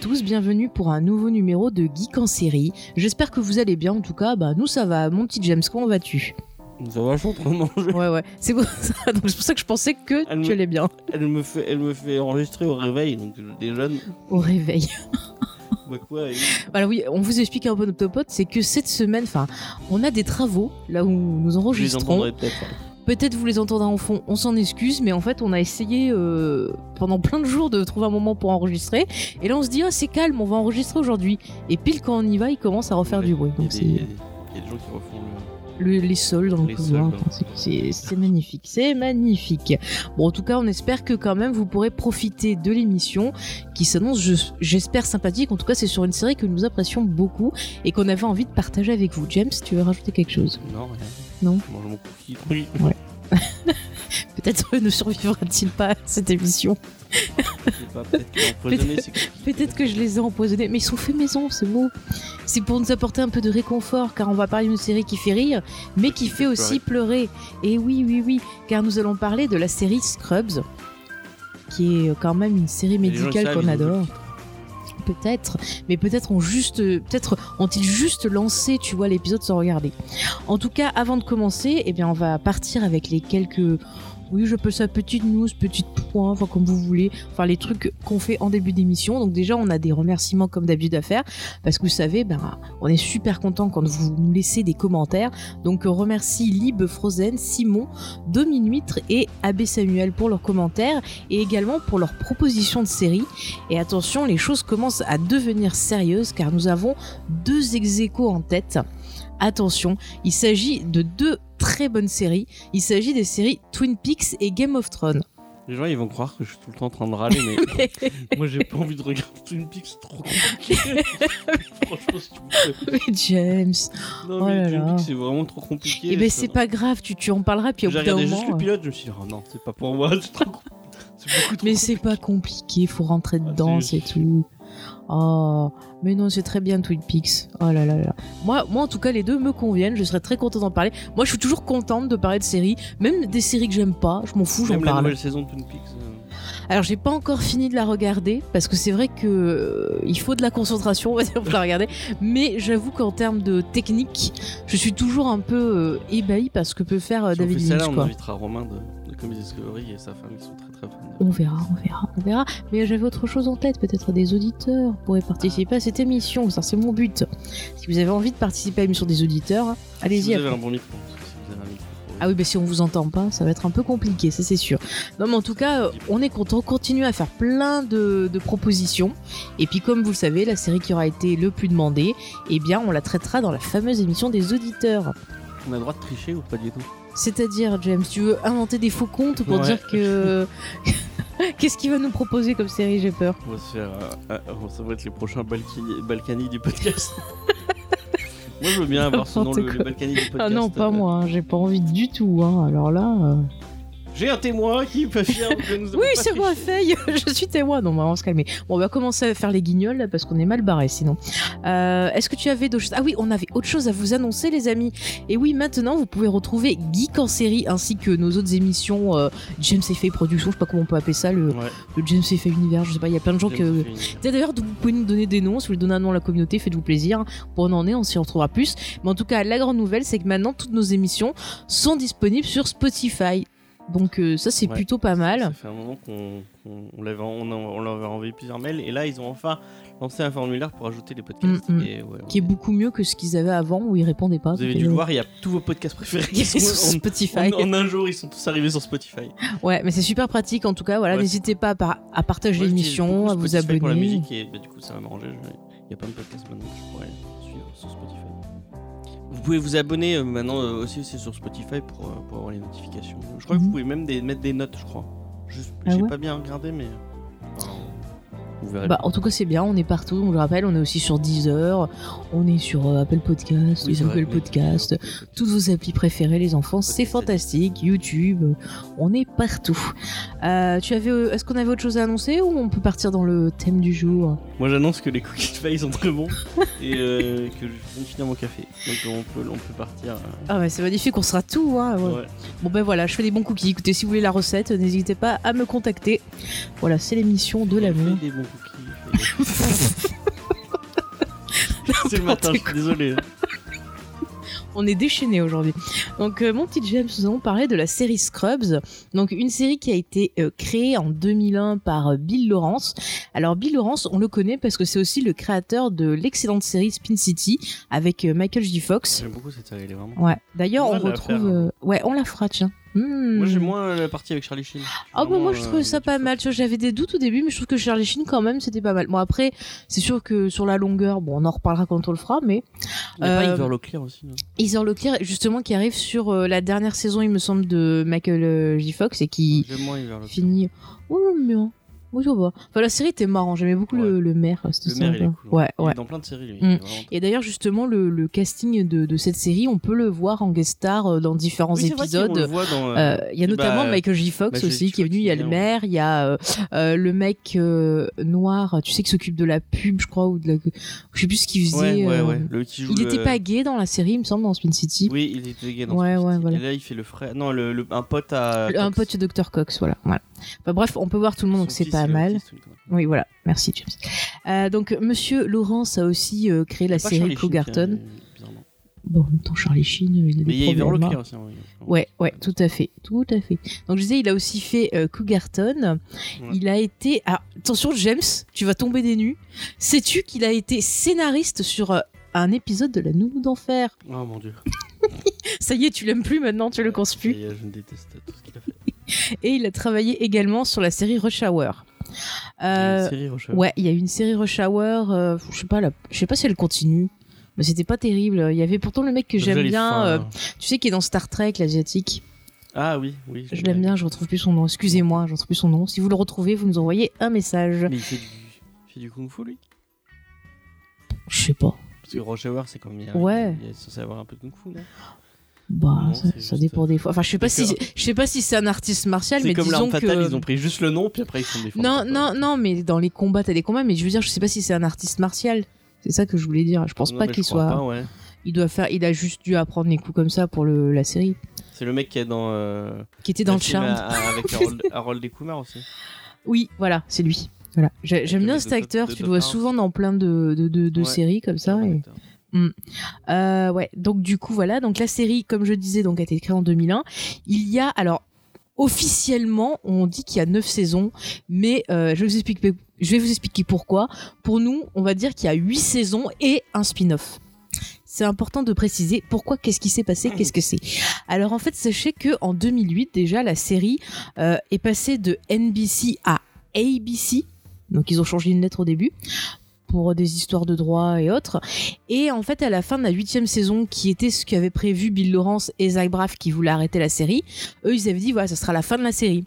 tous, bienvenue pour un nouveau numéro de Geek en série. J'espère que vous allez bien, en tout cas, bah, nous ça va. Mon petit James, comment vas-tu Ça va, je suis en train de manger. Ouais, ouais, c'est pour, ça- donc c'est pour ça que je pensais que Elle me- tu allais bien Elle me fait, elle me fait enregistrer au réveil, donc je déjeune. au réveil. Bah quoi, et- Alors oui, on vous explique un peu notre pote, c'est que cette semaine, enfin, on a des travaux là où nous je les enregistrons. entendrai peut-être. Peut-être vous les entendrez en fond, on s'en excuse, mais en fait on a essayé euh, pendant plein de jours de trouver un moment pour enregistrer. Et là on se dit, ah c'est calme, on va enregistrer aujourd'hui. Et pile quand on y va, il commence à refaire du bruit. Il y, a Donc des- c'est il y a des- il y a des gens qui refont le. le- les sols dans le Les couloir. sols dans le Enfin, c'est- c'est- C'est magnifique, c'est magnifique. Bon en tout cas on espère que quand même vous pourrez profiter de l'émission qui s'annonce, je- j'espère, sympathique. En tout cas c'est sur une série que nous apprécions beaucoup et qu'on avait envie de partager avec vous. James, tu veux rajouter quelque chose Non, rien. Non. Je mange mon cookie. Oui. Peut-être ne survivra-t-il pas à cette émission Je sais pas, peut-être qu'il a empoisonné ces cookies. Peut-être que je les ai empoisonnés, mais ils sont faits maison, c'est beau. C'est pour nous apporter un peu de réconfort, car on va parler d'une série qui fait rire, mais qui fait aussi pleurer. Et oui, oui, oui, car nous allons parler de la série Scrubs, qui est quand même une série Mais les gens le médicale savent, qu'on ils ont vu le adore. titre. Peut-être, mais peut-être ont juste, peut-être ont-ils juste lancé, tu vois, l'épisode sans regarder. En tout cas, avant de commencer, eh bien, on va partir avec les quelques, oui, je peux ça petite news, petite point, enfin comme vous voulez, enfin les trucs qu'on fait en début d'émission. Donc déjà, on a des remerciements comme d'habitude à faire, parce que vous savez, ben, on est super content quand vous nous laissez des commentaires. Donc euh, remercie Lib Frozen, Simon, Dominuitre et Abbé Samuel pour leurs commentaires et également pour leurs propositions de séries. Et attention, les choses commencent à devenir sérieuses car nous avons deux ex aequo en tête. Attention, il s'agit de deux très bonnes séries. Il s'agit des séries Twin Peaks et Game of Thrones. Les gens, ils vont croire que je suis tout le temps en train de râler, mais moi, j'ai pas envie de regarder Twin Peaks, c'est trop compliqué. Franchement, s'il vous plaît. Mais James, Non, Oh mais là Twin là. Peaks, c'est vraiment trop compliqué. eh ben Ça- c'est pas grave, tu, tu en parleras puis au J'ai bout d'un regardé juste moment. le euh, pilote, je me suis dit, oh non, c'est pas pour moi, c'est trop compliqué. C'est beaucoup trop Mais c'est pas compliqué, faut rentrer Ah, dedans, c'est- c'est tout. Oh, mais non, c'est très bien Twin Peaks. Oh là là là. Moi, moi, en tout cas, les deux me conviennent. Je serais très contente d'en parler. Moi, je suis toujours contente de parler de séries, même des séries que j'aime pas. Je m'en fous, j'en Même la parle. nouvelle saison de Twin Peaks. euh, Alors, j'ai pas encore fini de la regarder parce que c'est vrai que euh, il faut de la concentration on va dire, pour la regarder. Mais j'avoue qu'en termes de technique, je suis toujours un peu euh, ébahie par ce que peut faire euh, Si on David fait ça là, Lynch. on Quoi. invitera Romain de, de Comedy Discovery et sa femme qui sont très très fans. de- On verra, on verra, on verra. Mais j'avais autre chose en tête, peut-être des auditeurs pourraient participer à cette émission. Ça, c'est mon but. Si vous avez envie de participer à l'émission des auditeurs, hein, Si allez-y. vous avez après. un bon micro. parce que Si vous avez un micro. euh, pour- Ah oui, mais si on vous entend pas, ça va être un peu compliqué, ça c'est sûr. Non, mais en tout cas, euh, on est content, on continue à faire plein de, de propositions. Et puis, comme vous le savez, la série qui aura été le plus demandée, eh bien, on la traitera dans la fameuse émission des auditeurs. On a le droit de tricher ou pas du tout C'est-à-dire, James, tu veux inventer des faux comptes pour Ouais. dire que. Qu'est-ce qu'il va nous proposer comme série, j'ai peur On va se faire. euh, euh, euh, ça va être les prochains Balkany, Balkany du podcast. moi je veux bien avoir ce nom, N'importe le, le quoi. Balkany du podcast. Ah non, euh, pas moi, hein, j'ai pas envie du tout. hein. Alors là. euh, J'ai un témoin qui peut faire que nous avons Oui, pas c'est moi, triché. Faye Je suis témoin. Non, bah, on va se calmer. Bon, on va commencer à faire les guignols là, parce qu'on est mal barré sinon. Euh, Est-ce que tu avais d'autres choses Ah oui, on avait autre chose à vous annoncer, les amis. Et oui, maintenant, vous pouvez retrouver Geek en série ainsi que nos autres émissions euh, James et Faye Productions. Je sais pas comment on peut appeler ça, le, Ouais, le James et Faye Univers. Je sais pas, il y a plein de gens j'aime qui. ce film. Tiens, D'ailleurs, vous pouvez nous donner des noms. Si vous voulez donner un nom à la communauté, faites-vous plaisir. Bon, on en est, on s'y retrouvera plus. Mais en tout cas, la grande nouvelle, c'est que maintenant, toutes nos émissions sont disponibles sur Spotify. Donc, euh, ça, c'est Ouais. plutôt pas Ça mal. fait un moment qu'on qu'on- on l'avait- on en- on leur avait envoyé plusieurs mails et là ils ont enfin lancé un formulaire pour ajouter les podcasts. Mm, mm. Et ouais, Qui est on- beaucoup mieux que ce qu'ils avaient avant où ils répondaient pas. Vous avez Donc, dû euh, le voir, il y a tous vos podcasts préférés ils qui sont sur sont en, Spotify. en- en un jour, ils sont tous arrivés sur Spotify. Ouais, mais c'est super pratique en tout cas. Voilà, Ouais. n'hésitez pas à, par- à partager Moi, j'utilise l'émission, beaucoup à vous Spotify abonner. pour la musique et bah, du coup, ça va m'arranger. je- Il y a plein de podcasts maintenant que je pourrais suivre sur Spotify. Vous pouvez vous abonner euh, maintenant euh, aussi, aussi sur Spotify pour, euh, pour avoir les notifications. Je crois que Mhm. vous pouvez même des- mettre des notes, je crois. Je Ah j'ai ouais pas bien regardé, mais enfin, vous verrez. Bah, en tout cas, c'est bien. On est partout. On le rappelle, on est aussi sur Deezer, on est sur euh, Apple Podcast, Oui, c'est vrai, Google oui, Podcast. Apple Podcast. toutes vos applis préférées, les enfants, c'est fantastique. YouTube, euh, on est partout. Euh, tu avais, euh, est-ce qu'on avait autre chose à annoncer ou on peut partir dans le thème du jour Moi, j'annonce que les cookies de faille sont très bons et euh, que je viens de finir mon café. Donc, on peut, on peut partir. euh, Ah mais c'est magnifique, on sera tout. Hein, ouais. ouais. Bon ben voilà, je fais des bons cookies. Écoutez, si vous voulez la recette, euh, n'hésitez pas à me contacter. Voilà, c'est l'émission de Fais l'amour. des bons cookies. fais- C'est le matin, je suis désolé. on est déchaîné aujourd'hui. Donc, euh, mon petit James, nous allons parler de la série Scrubs. Donc, une série qui a été euh, créée en 2001 par euh, Bill Lawrence. Alors, Bill Lawrence, on le connaît parce que c'est aussi le créateur de l'excellente série Spin City avec euh, Michael J. Fox. J'aime beaucoup cette série, elle est vraiment. Ouais. D'ailleurs, On on va la faire. hein. retrouve. euh, Ouais, on la fera, tiens. Hmm. Moi, j'aime moins la partie avec Charlie Sheen. Ah bah Vraiment, moi je euh, trouve ça Michael pas Fox. mal, Tu vois, j'avais des doutes au début mais je trouve que Charlie Sheen quand même c'était pas mal. Bon après c'est sûr que sur la longueur, bon on en reparlera quand on le fera mais Il y a pas Euh, Iver Locklear aussi. non Heather Leclerc justement qui arrive sur euh, la dernière saison il me semble de Michael euh, J. Fox et qui J'aime moins Iver Locklear. finit... Oh j'aime bien, moi ça va. Enfin la série était marrant, j'aimais beaucoup le, le maire. euh, c'était Le maire, il est sympa. cool. Ouais, Il est ouais. dans plein de séries, lui. Mm. il est vraiment- Et d'ailleurs justement le, le casting de, de cette série on peut le voir en guest star euh, dans différents Oui, c'est vrai qu'on le épisodes. voit dans, euh, Euh, Il y a Bah, notamment Michael J. Fox Michael aussi J. qui est Fox, venu, il y a il est le là, maire, il y a euh, euh, le mec euh, noir, tu sais, qui s'occupe de la pub, je crois, ou de la... Je sais plus ce qu'il faisait. Ouais, ouais, euh, ouais. Le qui joue Il le- était pas gay dans la série, il me semble, dans Spin City. Oui, il était gay dans Ouais, Spin ouais, City. voilà. Et là, il fait le frère. Non, le, le- un pote à. Le- un Fox. pote de Dr. Cox, voilà. voilà. Bah, bref, on peut voir tout le monde, donc Son c'est fils, euh, pas il est mal. autiste, une connerie. Oui, voilà. Merci, James. Euh, donc, Monsieur Laurence a aussi euh, créé la C'est pas série Charlie Clogarton. Sheen qui a- bizarrement. Bon, en même temps, Charlie Sheen, il a des Mais il y a Iver problèmes, hein. Locklear aussi. hein, oui. Ouais, ouais, tout à fait, tout à fait. Donc je disais, il a aussi fait euh, Cougarton. Il a été, ah, attention James, tu vas tomber des nues. Sais-tu qu'il a été scénariste sur euh, un épisode de La Nounou d'enfer Oh mon dieu. Ça y est, tu l'aimes plus maintenant, tu le causes Ça plus. y est, Je déteste tout ce qu'il a fait. Et il a travaillé également sur la série Rush Hour. Euh, Une série Rochelle. ouais, il y a eu une série Rush Hour. euh, je sais pas, la- je sais pas si elle continue. Mais c'était pas terrible. Il y avait pourtant le mec que Je l'ai j'aime les bien, fins, hein. euh, là. tu sais, qui est dans Star Trek, l'asiatique. Ah oui, oui. Je l'aime bien, je retrouve plus son nom. Excusez-moi, je retrouve plus son nom. Si vous le retrouvez, vous nous envoyez un message. Mais il fait du, il fait du kung fu lui. Je sais pas. Parce que Rush Hour, c'est quand même. Ouais. Il est censé avoir un peu de kung fu. non Bah, Non, ça, c'est ça juste, dépend des fois. Enfin, je sais pas parce si, je sais pas si c'est un artiste martial, C'est mais comme disons l'arme que. fatale, ils ont pris juste le nom, puis après ils font des Non, non, non, mais dans les combats, t'as des combats, mais je veux dire, je sais pas si c'est un artiste martial. C'est ça que je voulais dire. Je pense Non, pas mais je qu'il crois soit. pas, ouais. Il doit faire. Il a juste dû apprendre les coups comme ça pour le- la série. C'est le mec qui est dans. euh, Qui était dans le film charme. à- à- Avec Harold- Harold Kumar aussi. Oui, voilà, c'est lui. Voilà. J'ai- J'aime le bien mec cet de Top- acteur. de Tu le Top vois Gun. souvent dans plein de, de- de- de Ouais. séries comme ça. Bon et- acteur. Euh, ouais, donc du coup, voilà. Donc la série, comme je disais, donc, a été créée en 2001. Il y a, alors, officiellement, on dit qu'il y a 9 saisons, mais euh, je, vais vous expliquer, je vais vous expliquer pourquoi. Pour nous, on va dire qu'il y a 8 saisons et un spin-off. C'est important de préciser pourquoi, qu'est-ce qui s'est passé, qu'est-ce que c'est. Alors en fait, sachez que en 2008 déjà, la série euh, est passée de NBC à ABC. Donc ils ont changé une lettre au début pour des histoires de droit et autres. Et en fait, à la fin de la huitième saison, qui était ce qu'avaient prévu Bill Lawrence et Zach Braff qui voulaient arrêter la série, eux, ils avaient dit, voilà, ça sera la fin de la série.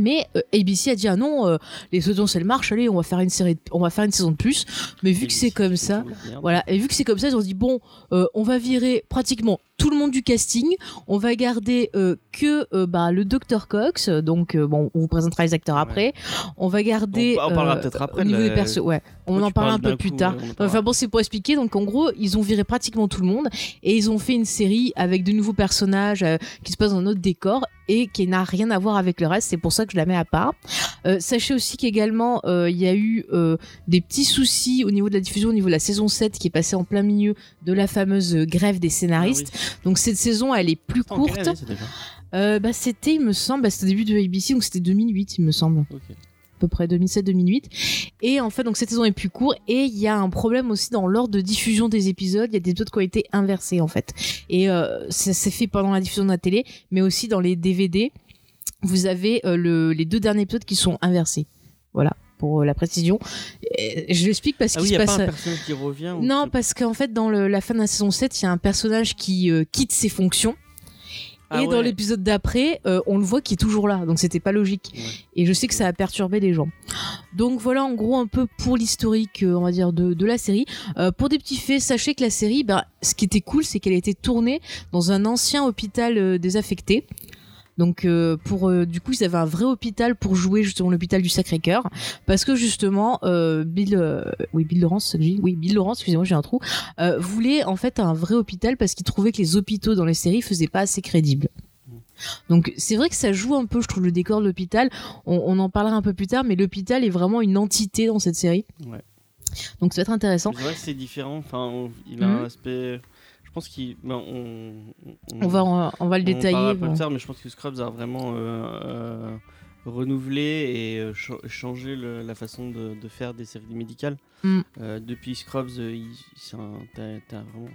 Mais euh, ABC a dit ah non, euh, les saisons elles marchent, allez on va faire une série, de- on va faire une saison de plus. Mais vu que c'est comme ça, voilà, et vu que c'est comme ça, ils ont dit bon, euh, on va virer pratiquement tout le monde du casting, on va garder euh, que euh, bah, le Dr Cox, donc euh, bon, on vous présentera les acteurs après. On va garder. On- on parlera euh, peut-être après Au de niveau la- des persos, ouais. On Toi, en tu parle parles un peu d'un plus coup, tard. ouais, on en parlera. Enfin bon, c'est pour expliquer. Donc en gros, ils ont viré pratiquement tout le monde et ils ont fait une série avec de nouveaux personnages euh, qui se passent dans un autre décor et qui n'a rien à voir avec le reste. C'est pour ça que je la mets à part. Euh, sachez aussi qu'également, euh, il y a eu euh, des petits soucis au niveau de la diffusion, au niveau de la saison 7 qui est passée en plein milieu de la fameuse euh, grève des scénaristes. Donc cette saison, elle est plus Ah oui. Attends, quelle courte. année, c'est déjà Euh, bah, c'était, il me semble, bah, c'était au début de ABC, donc c'était 2008, il me semble Ok. à peu près 2007-2008. Et en fait, donc cette saison est plus courte et il y a un problème aussi dans l'ordre de diffusion des épisodes. Il y a des épisodes qui ont été inversés en fait. Et euh, ça s'est fait pendant la diffusion de la télé, mais aussi dans les DVD. Vous avez euh, le- les deux derniers épisodes qui sont inversés. Voilà, pour euh, la précision. Et je l'explique parce Ah qu'il oui, il n'y se passe. a euh, pas un personnage qui revient ou Non, qui- parce qu'en fait, dans le- la fin de la saison 7, il y a un personnage qui euh, quitte ses fonctions. Ah et dans ouais. l'épisode d'après, euh, on le voit qui est toujours là. Donc c'était pas logique. Ouais. Et je sais que ça a perturbé les gens. Donc voilà en gros un peu pour l'historique, euh, on va dire, de, de la série. Euh, pour des petits faits, sachez que la série, bah, ce qui était cool, c'est qu'elle a été tournée dans un ancien hôpital euh, désaffecté. Donc euh, pour euh, du coup ils avaient un vrai hôpital pour jouer justement l'hôpital du Sacré-Cœur parce que justement euh, Bill euh, oui Bill Laurence c'est ce que j'ai dit oui Bill Laurence excusez-moi j'ai un trou euh, voulait en fait un vrai hôpital parce qu'il trouvait que les hôpitaux dans les séries faisaient pas assez crédible Donc c'est vrai que ça joue un peu, je trouve, le décor de l'hôpital. On, on en parlera un peu plus tard, mais l'hôpital est vraiment une entité dans cette série. Ouais. Donc ça va être intéressant. Mais C'est vrai que c'est différent. Enfin, on- il a Mhm. un aspect. Je pense qu'il. ben, on, on- On va, en- on va le on détailler. parlera pas bon. plus tard, mais je pense que Scrubs a vraiment euh, euh, renouvelé et euh, cha- changé le- la façon de, de faire des séries médicales. Mm. Euh, depuis Scrubs, euh, il- c'est un- t'as- t'as vraiment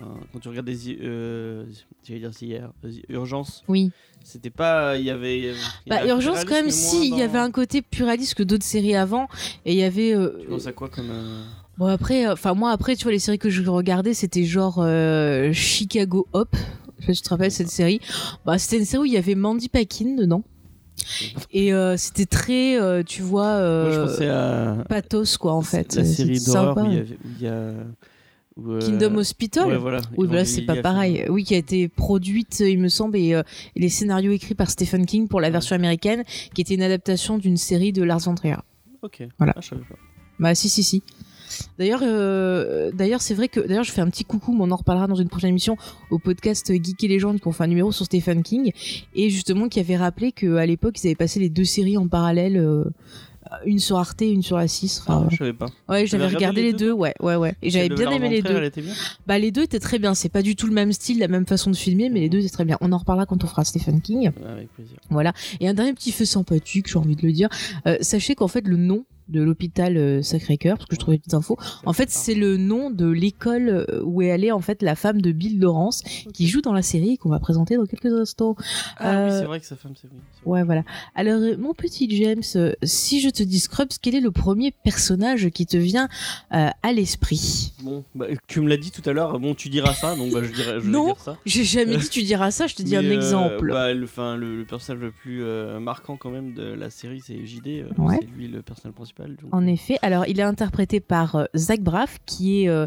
un- quand tu regardes des i- euh, j'allais dire c'est hier, euh, urgence, Oui. c'était pas il y avait. il y avait Bah, un Urgence, pluralisme, quand même, mais si, il moins y avait dans- un côté plus réaliste que d'autres séries avant. Et il y avait. euh, Tu penses à quoi comme euh, Bon après, enfin moi après, tu vois les séries que je regardais, c'était genre euh, Chicago Hop. Je sais pas si tu te rappelles cette série. Bah c'était une série où il y avait Mandy Paquin dedans. Et euh, c'était très, euh, tu vois, Moi, je euh, pensais à pathos quoi en fait. la Euh, série c'était d'horreur sympa. où il y avait- où il y a où, euh, Kingdom Hospital. ouais, voilà. Oui, Ils voilà, ont c'est lié pas à pareil. Fillmore. Oui, qui a été produite, il me semble, et, euh, et les scénarios écrits par Stephen King pour la version américaine, qui était une adaptation d'une série de Lars von Trier. Ok. Voilà. Ah, je savais pas. Bah si si si. D'ailleurs, euh, d'ailleurs c'est vrai que d'ailleurs je fais un petit coucou, mais on en reparlera dans une prochaine émission au podcast Geek et Légende qui ont fait un numéro sur Stephen King et justement qui avait rappelé que à l'époque ils avaient passé les deux séries en parallèle, euh, une sur Arte, et une sur la 6. Ah, je savais pas. ouais, j'avais regardé regardé les les deux deux, ouais ouais ouais, et j'avais Celle de bien Lars aimé von les Trier, deux. Elle était bien. Bah les deux étaient très bien, c'est pas du tout le même style, la même façon de filmer, mais les deux étaient très bien. On en reparlera quand on fera Stephen King. Ah, Avec plaisir. Et un dernier petit fait sympathique, j'ai envie de le dire. Euh, sachez qu'en fait, le nom de l'hôpital euh, Sacré-Cœur, parce que je trouvais des petites infos, en fait, c'est le nom de l'école euh, où est allée en fait la femme de Bill Lawrence, qui joue dans la série et qu'on va présenter dans quelques instants. Ah oui, euh, c'est vrai que sa femme, c'est oui. c'est vrai. Ouais, voilà. Alors, euh, mon petit James, euh, si je te dis Scrubs, quel est le premier personnage qui te vient euh, à l'esprit Bon, bah, tu me l'as dit tout à l'heure. Bon, tu diras ça, donc bah, je dirais, je Non, vais dire ça. J'ai jamais dit tu diras ça, je te dis Mais, un euh, exemple. bah, le, enfin, le, le personnage le plus euh, marquant quand même de la série, c'est JD. euh, Ouais. C'est lui le personnage principal. donc- euh, En effet, alors il est interprété par euh, Zach Braff, qui est euh,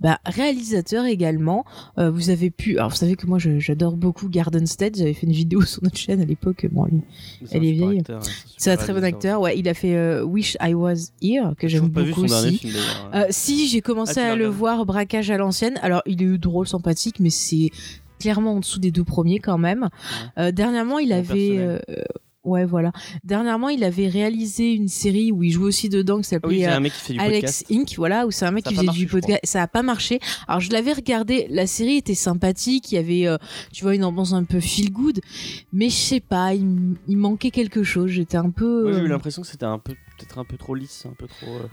bah, réalisateur également. Euh, vous avez pu, alors vous savez que moi je- j'adore beaucoup Garden State. J'avais fait une vidéo sur notre chaîne à l'époque. Bon, lui, Mais c'est elle un est super vieille. acteur, un super c'est un très bon réalisateur. acteur. Ouais, il a fait euh, Wish I Was Here que J'ai j'aime pas vu beaucoup son dernier aussi. film d'ailleurs. hein. Euh, si j'ai commencé Ah, tu l'as à le regardé. voir braquage à l'ancienne. Alors il est drôle, sympathique, mais c'est clairement en dessous des deux premiers quand même. Euh, dernièrement, il Mon avait. personnel. euh, ouais, voilà. Dernièrement, il avait réalisé une série où il jouait aussi dedans qui Ah oui, s'appelait c'est euh, un mec qui fait du Alex podcast. Inc. Voilà, où c'est un mec Ça a qui pas faisait marché, du je crois. podcast. Ça a pas marché. Alors je l'avais regardé, la série était sympathique, il y avait, euh, tu vois, une ambiance un peu feel good, mais je sais pas, il, m- il manquait quelque chose. J'étais un peu, Moi, j'ai eu euh, l'impression que c'était un peu, peut-être un peu trop lisse, un peu trop. euh,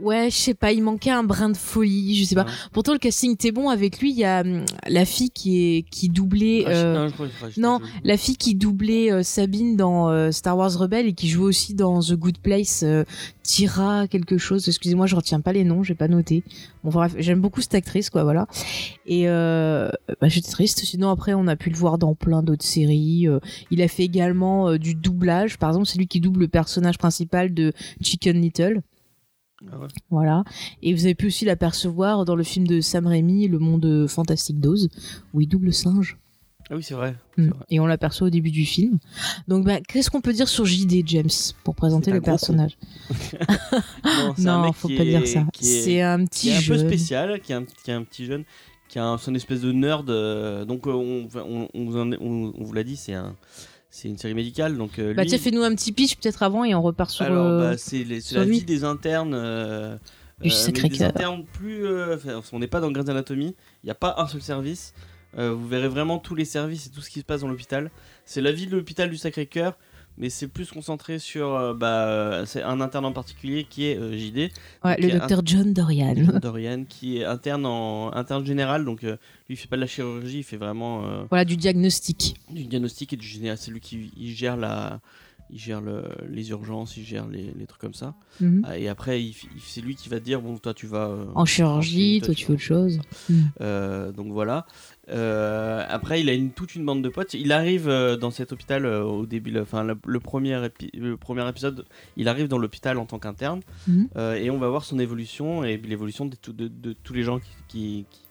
ouais, je sais pas, il manquait un brin de folie. Je sais pas. Ouais. Pourtant le casting était bon. Avec lui, il y a hum, la fille qui est qui doublait. ah, je- euh, non, je crois que c'est Rachel non, Zoe. la fille qui doublait euh, Sabine dans euh, Star Wars Rebelle et qui joue aussi dans The Good Place, euh, Tira quelque chose. Excusez-moi, je retiens pas les noms, j'ai pas noté. Bon, enfin, bref, j'aime beaucoup cette actrice, quoi, voilà. Et euh, bah, j'étais triste. Sinon, après, on a pu le voir dans plein d'autres séries. Euh, il a fait également euh, du doublage. Par exemple, c'est lui qui double le personnage principal de Chicken Little. Ah ouais. Voilà. Et vous avez pu aussi l'apercevoir dans le film de Sam Raimi, Le Monde Fantastique Dose, où il double le singe. Ah oui, c'est vrai. Mm. vrai. Et on l'aperçoit au début du film. Donc, ben, qu'est-ce qu'on peut dire sur JD James pour présenter C'est un le gros personnage Non, c'est un Non, mec faut qui pas est- dire ça. qui est- C'est un qui petit est un peu jeune. spécial, qui est un, qui est un petit jeune, qui a un- son espèce de nerd. euh, donc euh, on, on, on vous en- on- on vous l'a dit, c'est un, c'est une série médicale. Donc euh, Bah, lui- tiens, fais-nous un petit pitch peut-être avant et on repart sur. alors euh, bah, c'est les- c'est sur la lui. vie des internes. euh, Du mais des Sacré-Cœur. internes plus. euh, enfin, on n'est pas dans Grey's Anatomy. Il n'y a pas un seul service. Euh, vous verrez vraiment tous les services et tout ce qui se passe dans l'hôpital. C'est la vie de l'hôpital du Sacré-Cœur, mais c'est plus concentré sur euh, bah, euh, c'est un interne en particulier qui est euh, JD. ouais, qui le est un- docteur John Dorian. John Dorian qui est interne en interne général donc euh, lui il fait pas de la chirurgie il fait vraiment euh, voilà, du diagnostic. du diagnostic et du général c'est lui qui il gère la il gère le- les urgences il gère les, les trucs comme ça Mhm. Ah, et après il f- il- c'est lui qui va te dire bon toi tu vas euh, En chirurgie, toi, toi tu tu fais autre chose. euh, donc voilà Euh, après il a une, toute une bande de potes il arrive euh, dans cet hôpital euh, au début le- enfin la- le premier épi- le premier épisode il arrive dans l'hôpital en tant qu'interne Mhm. euh, et on va voir son évolution et l'évolution de, tout- de- de tous les gens qui, qui- qui-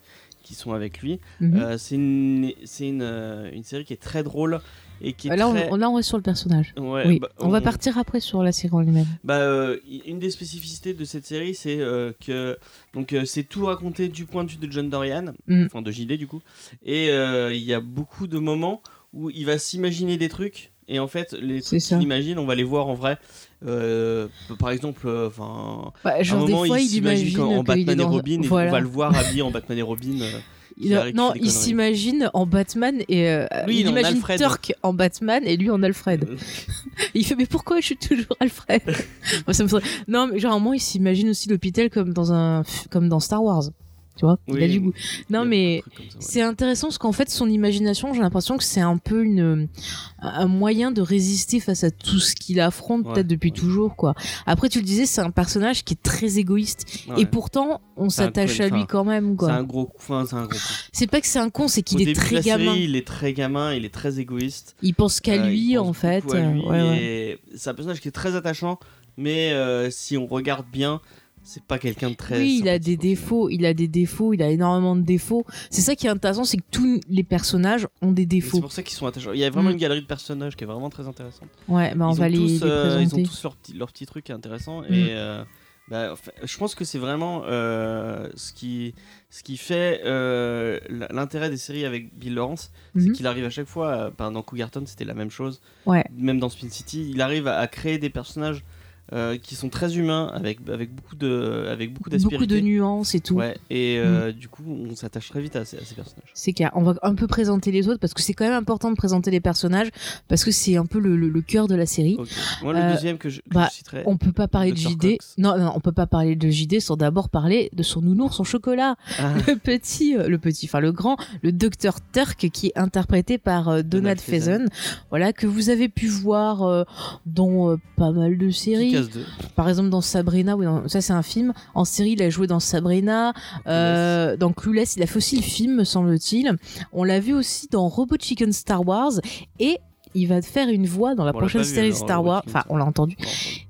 qui sont avec lui. Mhm. Euh, c'est une, c'est une, euh, une série qui est très drôle et qui est Euh, Là, on, très... on- là, on reste sur le personnage. Ouais, oui. bah, on... va partir après sur la série en elle-même. bah, euh, y- une des spécificités de cette série, c'est euh, que donc euh, c'est tout raconté du point de vue de John Dorian, Mm. enfin de JD du coup, et euh, il y a beaucoup de moments où il va s'imaginer des trucs. Et en fait, les C'est trucs ça. qu'il imagine, on va les voir en vrai. Euh, par exemple, euh, enfin, Bah, à un genre, moment, des fois, il, s'imagine imagine qu'en- en qu'il est Batman et dans- Robin, et voilà. on va le voir habillé en Batman et Robin. euh, Il- faire- qui non, fait des il conneries. s'imagine en Batman et euh, Lui, il il est en imagine Alfred. Euh. Turk en Batman et lui en Alfred. il fait mais pourquoi je suis toujours Alfred Moi, ça me ferait- Non, mais genre à un moment, il s'imagine aussi l'hôpital comme dans un comme dans Star Wars, tu vois Il a Oui. du goût. Non il y mais a beaucoup de trucs comme ça, ouais. c'est intéressant parce qu'en fait, son imagination, j'ai l'impression que c'est un peu une, un moyen de résister face à tout ce qu'il affronte Ouais, peut-être depuis ouais. toujours. quoi. Après, tu le disais, c'est un personnage qui est très égoïste Ouais. et pourtant, on C'est un s'attache con, à lui enfin, quand même. C'est quoi. un gros coup. Enfin, c'est un gros coup. C'est pas que c'est un con, c'est Au qu'il est début de très la série, gamin. il est très gamin, il est très égoïste. Il pense qu'à Euh, il lui, pense en fait. beaucoup à lui, euh, ouais, ouais. et C'est un personnage qui est très attachant, mais euh, si on regarde bien, c'est pas quelqu'un de très. Oui, il a des sympathique, au final. défauts, il a des défauts, il a énormément de défauts. C'est ça qui est intéressant, c'est que tous les personnages ont des Et C'est défauts. pour ça qu'ils sont attachants. Il y a vraiment Mm. une galerie de personnages qui est vraiment très intéressante. Ouais, bah on ils, va ont les, les tous, euh, ils ont présenter. tous leur petit, leur petit truc qui est intéressant. Mm. Et euh, bah, en fait, je pense que c'est vraiment euh, ce, qui, ce qui fait euh, l'intérêt des séries avec Bill Lawrence, c'est Mhm. qu'il arrive à chaque fois. euh, par- Dans Cougarton, c'était la même chose. Ouais. Même dans Spin City, il arrive à, à créer des personnages euh, qui sont très humains, avec, avec beaucoup de, avec Beaucoup beaucoup de d'aspérité. nuances et tout. Mhm. Ouais, et euh, du coup, on s'attache très vite à ces, à ces personnages. C'est clair. On va un peu présenter les autres parce que c'est quand même important de présenter les personnages parce que c'est un peu le, le- le cœur de la série. Ok. Moi, le Euh, deuxième que je, que bah, je citerai. On peut pas parler de Dr. JD. Cox. Non, non, on peut pas parler de JD sans d'abord parler de son nounours, son chocolat. Ah, le petit, euh, le petit, enfin le grand, le docteur Turk qui est interprété par euh, Donald Donald Faison, Faison. voilà que vous avez pu voir euh, dans euh, pas mal de séries, Kick-Ass 2. par exemple dans Sabrina, oui, dans- ça c'est un film. En série, il a joué dans Sabrina, euh, dans Clueless, il a fait aussi le film, me semble-t-il. On l'a vu aussi dans Robot Chicken Star Wars et il va faire une voix dans la On l'a prochaine pas vu, série alors, Star Robot Wars. Chicken Enfin, Star on l'a entendu. Bon,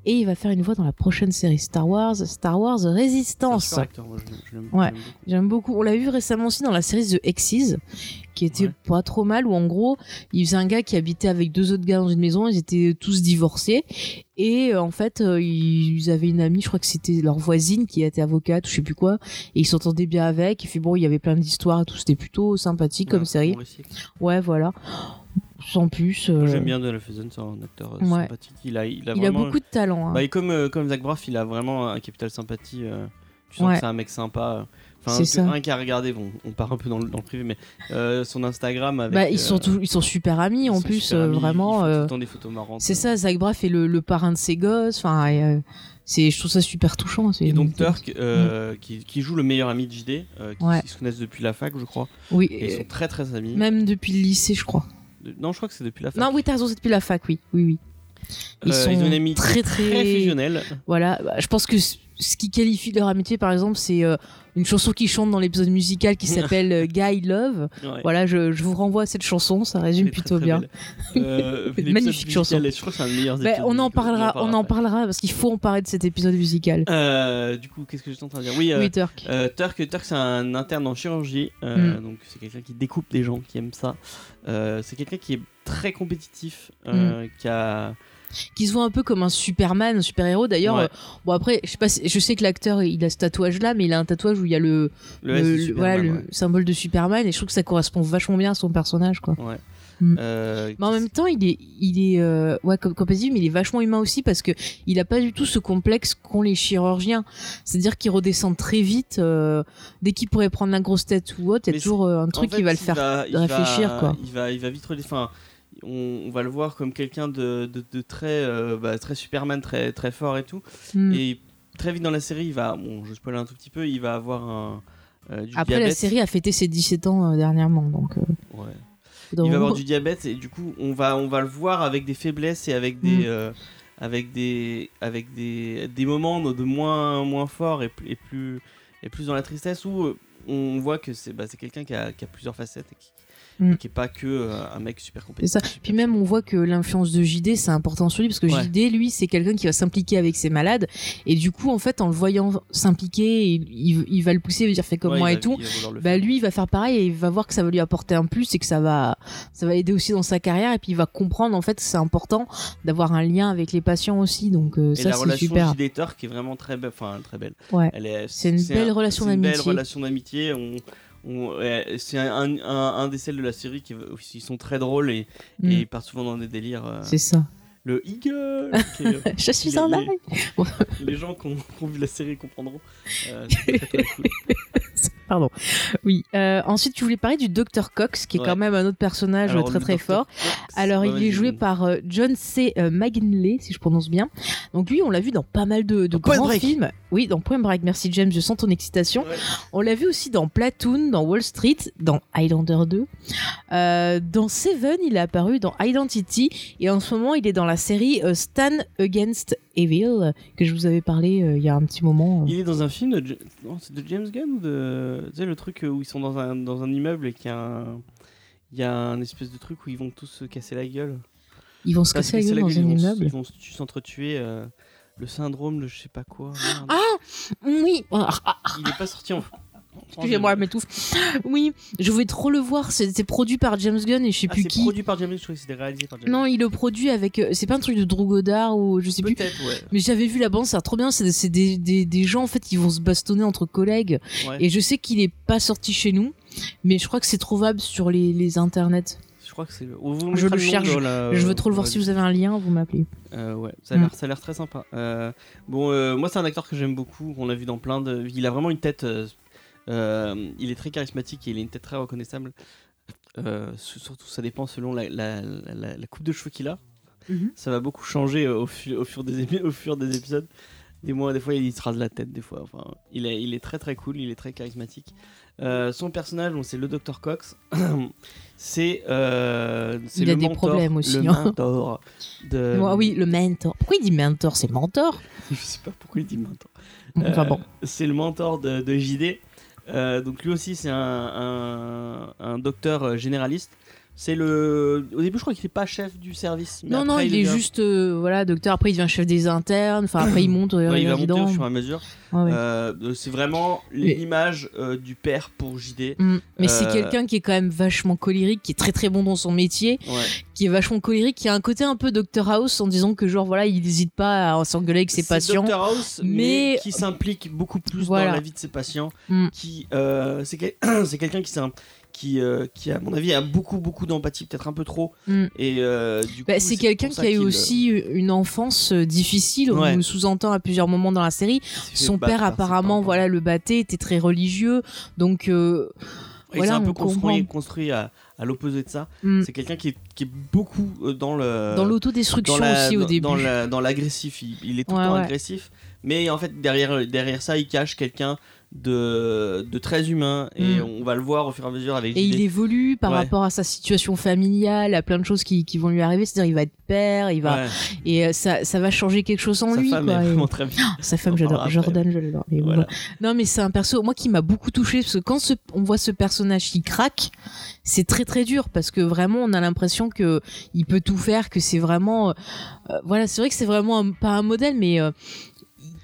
Et il va faire une voix dans la prochaine série Star Wars, Star Wars bon, Résistance. super acteur, moi, je l'aime- je l'aime- Ouais. je l'aime beaucoup. J'aime beaucoup. On l'a vu récemment aussi dans la série The Exes, qui était Ouais. pas trop mal, où en gros, il faisait un gars qui habitait avec deux autres gars dans une maison, ils étaient tous divorcés. Et euh, en fait, euh, ils avaient une amie, je crois que c'était leur voisine qui était avocate ou je sais plus quoi, et ils s'entendaient bien avec. Et puis bon, il y avait plein d'histoires et tout, c'était plutôt sympathique Ouais, comme un série. bon récit. Ouais, voilà. Sans plus. Moi, euh, J'aime bien Donald Faison, c'est un acteur euh, Ouais. sympathique. Il a, il a il a vraiment- beaucoup de talent. hein. Bah, et comme, euh, comme Zach Braff, il a vraiment un capital sympathie. euh, tu sens Ouais. que c'est un mec sympa. euh. Enfin, C'est un, ça. un qui a regardé, bon, on part un peu dans le, dans le privé, mais euh, son Instagram avec. Bah, ils, euh, sont tous- ils sont super amis ils en sont plus, super euh, amis, Ils vraiment. font tout euh, le temps des photos marrantes. C'est ça, Zach Braff est le, le parrain de ses gosses. Enfin, et, euh, c'est, je trouve ça super touchant. c'est- Mm. Et donc Turk, euh, qui, qui joue le meilleur ami de JD, euh, qui, Ouais. qui se connaissent depuis la fac, je crois. Oui, Et ils sont très très euh, amis. même depuis le lycée, je crois. De- Non, je crois que c'est depuis la fac. Non, oui, t'as raison, c'est depuis la fac, oui, oui, oui. Ils Euh, sont ils ont une amie très, très, Très fusionnel. Voilà, bah, je pense que c- ce qui qualifie leur amitié, par exemple, c'est euh, une chanson qu'ils chantent dans l'épisode musical qui s'appelle euh, Guy Love. Ouais. Voilà, je, je vous renvoie à cette chanson, ça résume Elle est très, plutôt très bien. belle. Euh, Une l'épisode magnifique musical, chanson. Je crois que c'est un des meilleurs Bah, épisodes on en musicaux. parlera, on en après. parlera parce qu'il faut en parler de cet épisode musical. Euh, du coup, qu'est-ce que j'étais en train de dire Oui, euh, oui, Turk. euh, Turk, Turk, c'est un interne en chirurgie. Mm. euh, Donc, c'est quelqu'un qui découpe des gens, qui aime ça. Euh, c'est quelqu'un qui est très compétitif, euh, Mm. qui a. qui se voit un peu comme un Superman, un super-héros d'ailleurs. Ouais. euh, bon après, je sais pas, si- je sais que l'acteur il a ce tatouage là, mais il a un tatouage où il y a le, Le, le- S de le- Superman, voilà, le ouais. symbole de Superman et je trouve que ça correspond vachement bien à son personnage quoi. Ouais. Mm. Euh, Mais en qui- même temps, il est, il est, euh, ouais, comme, comme on dit, mais il est vachement humain aussi parce que il a pas du tout ce complexe qu'ont les chirurgiens. C'est-à-dire qu'il redescend très vite. euh, dès qu'il pourrait prendre la grosse tête ou autre, il y a Mais toujours euh, un En truc fait, qui va le il faire. va- il va- réfléchir, quoi. Il va, il va vite relire. Enfin, on, on va le voir comme quelqu'un de, de- de très, euh, bah, très Superman, très, très fort et tout. Hmm. Et très vite dans la série, il va. Bon, je spoil un tout petit peu, il va avoir un. euh, du Après, diabète. la série a fêté ses 17 ans euh, dernièrement, donc. euh, Ouais. faut dans Il va le avoir nombre. du diabète et du coup on va on va le voir avec des faiblesses et avec des Mm. euh, avec des avec des, des moments de de moins moins forts et, pl- et plus et plus dans la tristesse où euh, on voit que c'est bah, c'est quelqu'un qui a, qui a plusieurs facettes et qui, Mm. qui est pas que euh, un mec super compétitif. C'est super Puis même, on voit que l'influence de JD, c'est important sur lui, parce que Ouais. JD, lui, c'est quelqu'un qui va s'impliquer avec ses malades. Et du coup, en fait, en le voyant s'impliquer, il, il- il va le pousser, il va dire fais comme Ouais, moi il et va- tout. il va vouloir le Bah faire. lui, il va faire pareil et il va voir que ça va lui apporter un plus et que ça va, ça va aider aussi dans sa carrière. Et puis il va comprendre en fait que c'est important d'avoir un lien avec les patients aussi. Donc euh, et ça, la c'est relation super. JD-Turk qui est vraiment très belle enfin très belle Ouais. Elle est- C'est une belle relation c'est une belle d'amitié. relation d'amitié. On, On- euh, C'est un, un- un des celles de la série qui ils sont très drôles et, et ils partent souvent dans des délires. euh, Mm. C'est ça. le eagle qui est- Je suis les- en les- live. Les gens qui ont, qui ont vu la série comprendront. Euh, c'est très, très cool. Pardon. Oui. euh, ensuite, tu voulais parler du Dr Cox, qui est Ouais. quand même un autre personnage Alors, Ah, très le très Dr. fort. Cox, Alors, ouais, il vas-y, est joué vas-y. par euh, John C. euh, McGinley, si je prononce bien. Donc, lui, on l'a vu dans pas mal de, de Dans Point grands Break. films. Oui, dans Point Break. Merci, James. Je sens ton excitation. Ouais. On l'a vu aussi dans Platoon, dans Wall Street, dans Highlander 2. Euh, dans Seven, il est apparu dans Identity. Et en ce moment, il est dans la série euh, Stan Against Evil, que je vous avais parlé euh, il y a un petit moment. Il est dans un film de, Ja- non, c'est de James Gunn ou de. Tu sais, le truc où ils sont dans un, dans un immeuble et qu'il y a un. Il y a un espèce de truc où ils vont tous se casser la gueule. Ils vont se Pas se casser la gueule dans un ils vont s- immeuble. Ils vont s- s'entretuer. euh, le syndrome de je sais pas quoi. merde. Ah Oui. Ah, ah, Il est pas sorti en. Excusez-moi, elle m'étouffe. Oui, je voulais trop le voir. C'est c'est produit par James Gunn et je sais Ah, plus c'est qui. produit par James Gunn, je croyais que c'était réalisé par James Non, il le produit avec. euh, C'est pas un truc de Drew Goddard ou je sais Gunn. plus. Peut-être, ouais. Mais j'avais vu la bande, ça a trop bien. C'est c'est des, des- des gens en fait qui vont se bastonner entre collègues. ouais. Et je sais qu'il est pas sorti chez nous, mais je crois que c'est trouvable sur les, les internets. Je crois que c'est le. on vous Je mettra le nom cherche, dans la- euh, je veux trop le voir. dans la Si vous avez un lien, vous m'appelez. Euh, ouais, ça a Mm. l'air, ça a l'air très sympa. Euh, bon, euh, moi c'est un acteur que j'aime beaucoup. On l'a vu dans plein de. Il a vraiment une tête. euh, euh, il est très charismatique et il a une tête très reconnaissable. Euh, su- surtout, ça dépend selon la, la- la- la- la coupe de cheveux qu'il a. Mhm. Ça va beaucoup changer euh, au, fu- au fur des épi- au fur des épisodes. Des mois, des fois il se rase la tête, des fois. Enfin, il est, il est très très cool, il est très charismatique. Euh, son personnage, bon, c'est le Dr Cox. c'est euh, c'est Il a le des mentor, problèmes aussi, Le hein. mentor de. Ah oui, le mentor. Pourquoi il dit mentor C'est mentor. Je sais pas pourquoi il dit mentor. Enfin Euh, bon. C'est le mentor de, de JD. Euh, donc lui aussi, c'est un, un- un docteur euh, généraliste. C'est le. Au début, je crois qu'il n'est pas chef du service. mais Non, non, après, il est devient- juste euh, voilà docteur. Après, il devient chef des internes. Enfin, après, il monte. euh, Ouais, il va monter résident. au fur et à mesure. Ouais, ouais. Euh, c'est vraiment Mais- l'image euh, du père pour JD. Mm. Mais c'est Euh, quelqu'un qui est quand même vachement colérique, qui est très très bon dans son métier, Ouais. qui est vachement colérique, qui a un côté un peu Dr House en disant que genre voilà, il n'hésite pas à s'engueuler avec ses patients. Dr House, mais, mais- qui s'implique beaucoup plus Voilà. dans la vie de ses patients. Mm. Qui, euh, c'est quel- c'est quelqu'un qui, s'est un- qui, euh, qui, à mon avis, a beaucoup, beaucoup d'empathie, peut-être un peu trop. Mm. Et euh, du Bah, coup, c'est pour quelqu'un ça qui a eu qu'il, euh, aussi une enfance euh, difficile, Ouais. on nous sous-entend à plusieurs moments dans la série. s'est fait Son battre père par ses apparemment parents. voilà le battait, était très religieux, donc euh, Il voilà, s'est un on peu construit, comprend. construit à, à l'opposé de ça. mm. C'est quelqu'un qui est, qui est beaucoup euh, dans le dans dans l'autodestruction la- aussi au dans- début. dans la- dans l'agressif. Il, il est tout le Ouais, temps ouais. agressif, mais en fait derrière derrière ça, il cache quelqu'un de, de très humain et Mm. on va le voir au fur et à mesure avec Et il JD. évolue par Ouais. rapport à sa situation familiale, à plein de choses qui, qui vont lui arriver. C'est-à-dire, il va être père, il va Ouais, et euh, ça, ça va changer quelque chose en sa lui. femme quoi, est et- vraiment très bien. Sa femme, On j'adore. parlera Jordan, je l'adore. Mais Voilà. bon. Non, mais c'est un perso, moi, qui m'a beaucoup touché parce que quand ce- on voit ce personnage qui craque, c'est très très dur parce que vraiment, on a l'impression que il peut tout faire, que c'est vraiment, euh, euh, voilà, c'est vrai que c'est vraiment un- pas un modèle, mais euh,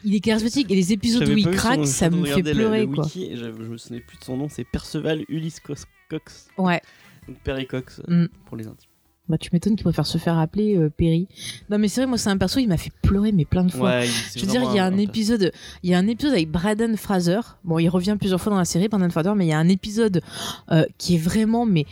il est charismatique et les épisodes J'avais où il pas vu son nom, craque, je ça suis en train me de fait regarder le- pleurer, le quoi. wiki et je, je me souvenais plus de son nom, c'est Perceval Ulysse Cos- Cox, Ouais. donc Perry Cox Mm. euh, pour les intimes. Bah, tu m'étonnes qu'il préfère se faire appeler euh, Perry. Non, mais c'est vrai, moi, c'est un perso, il m'a fait pleurer, mais plein de fois. Ouais, il- c'est Je veux dire, vraiment il y a un personnage. épisode, il y a un épisode avec Braden Fraser. Bon, il revient plusieurs fois dans la série, Braden Fraser, mais il y a un épisode euh, qui est vraiment mais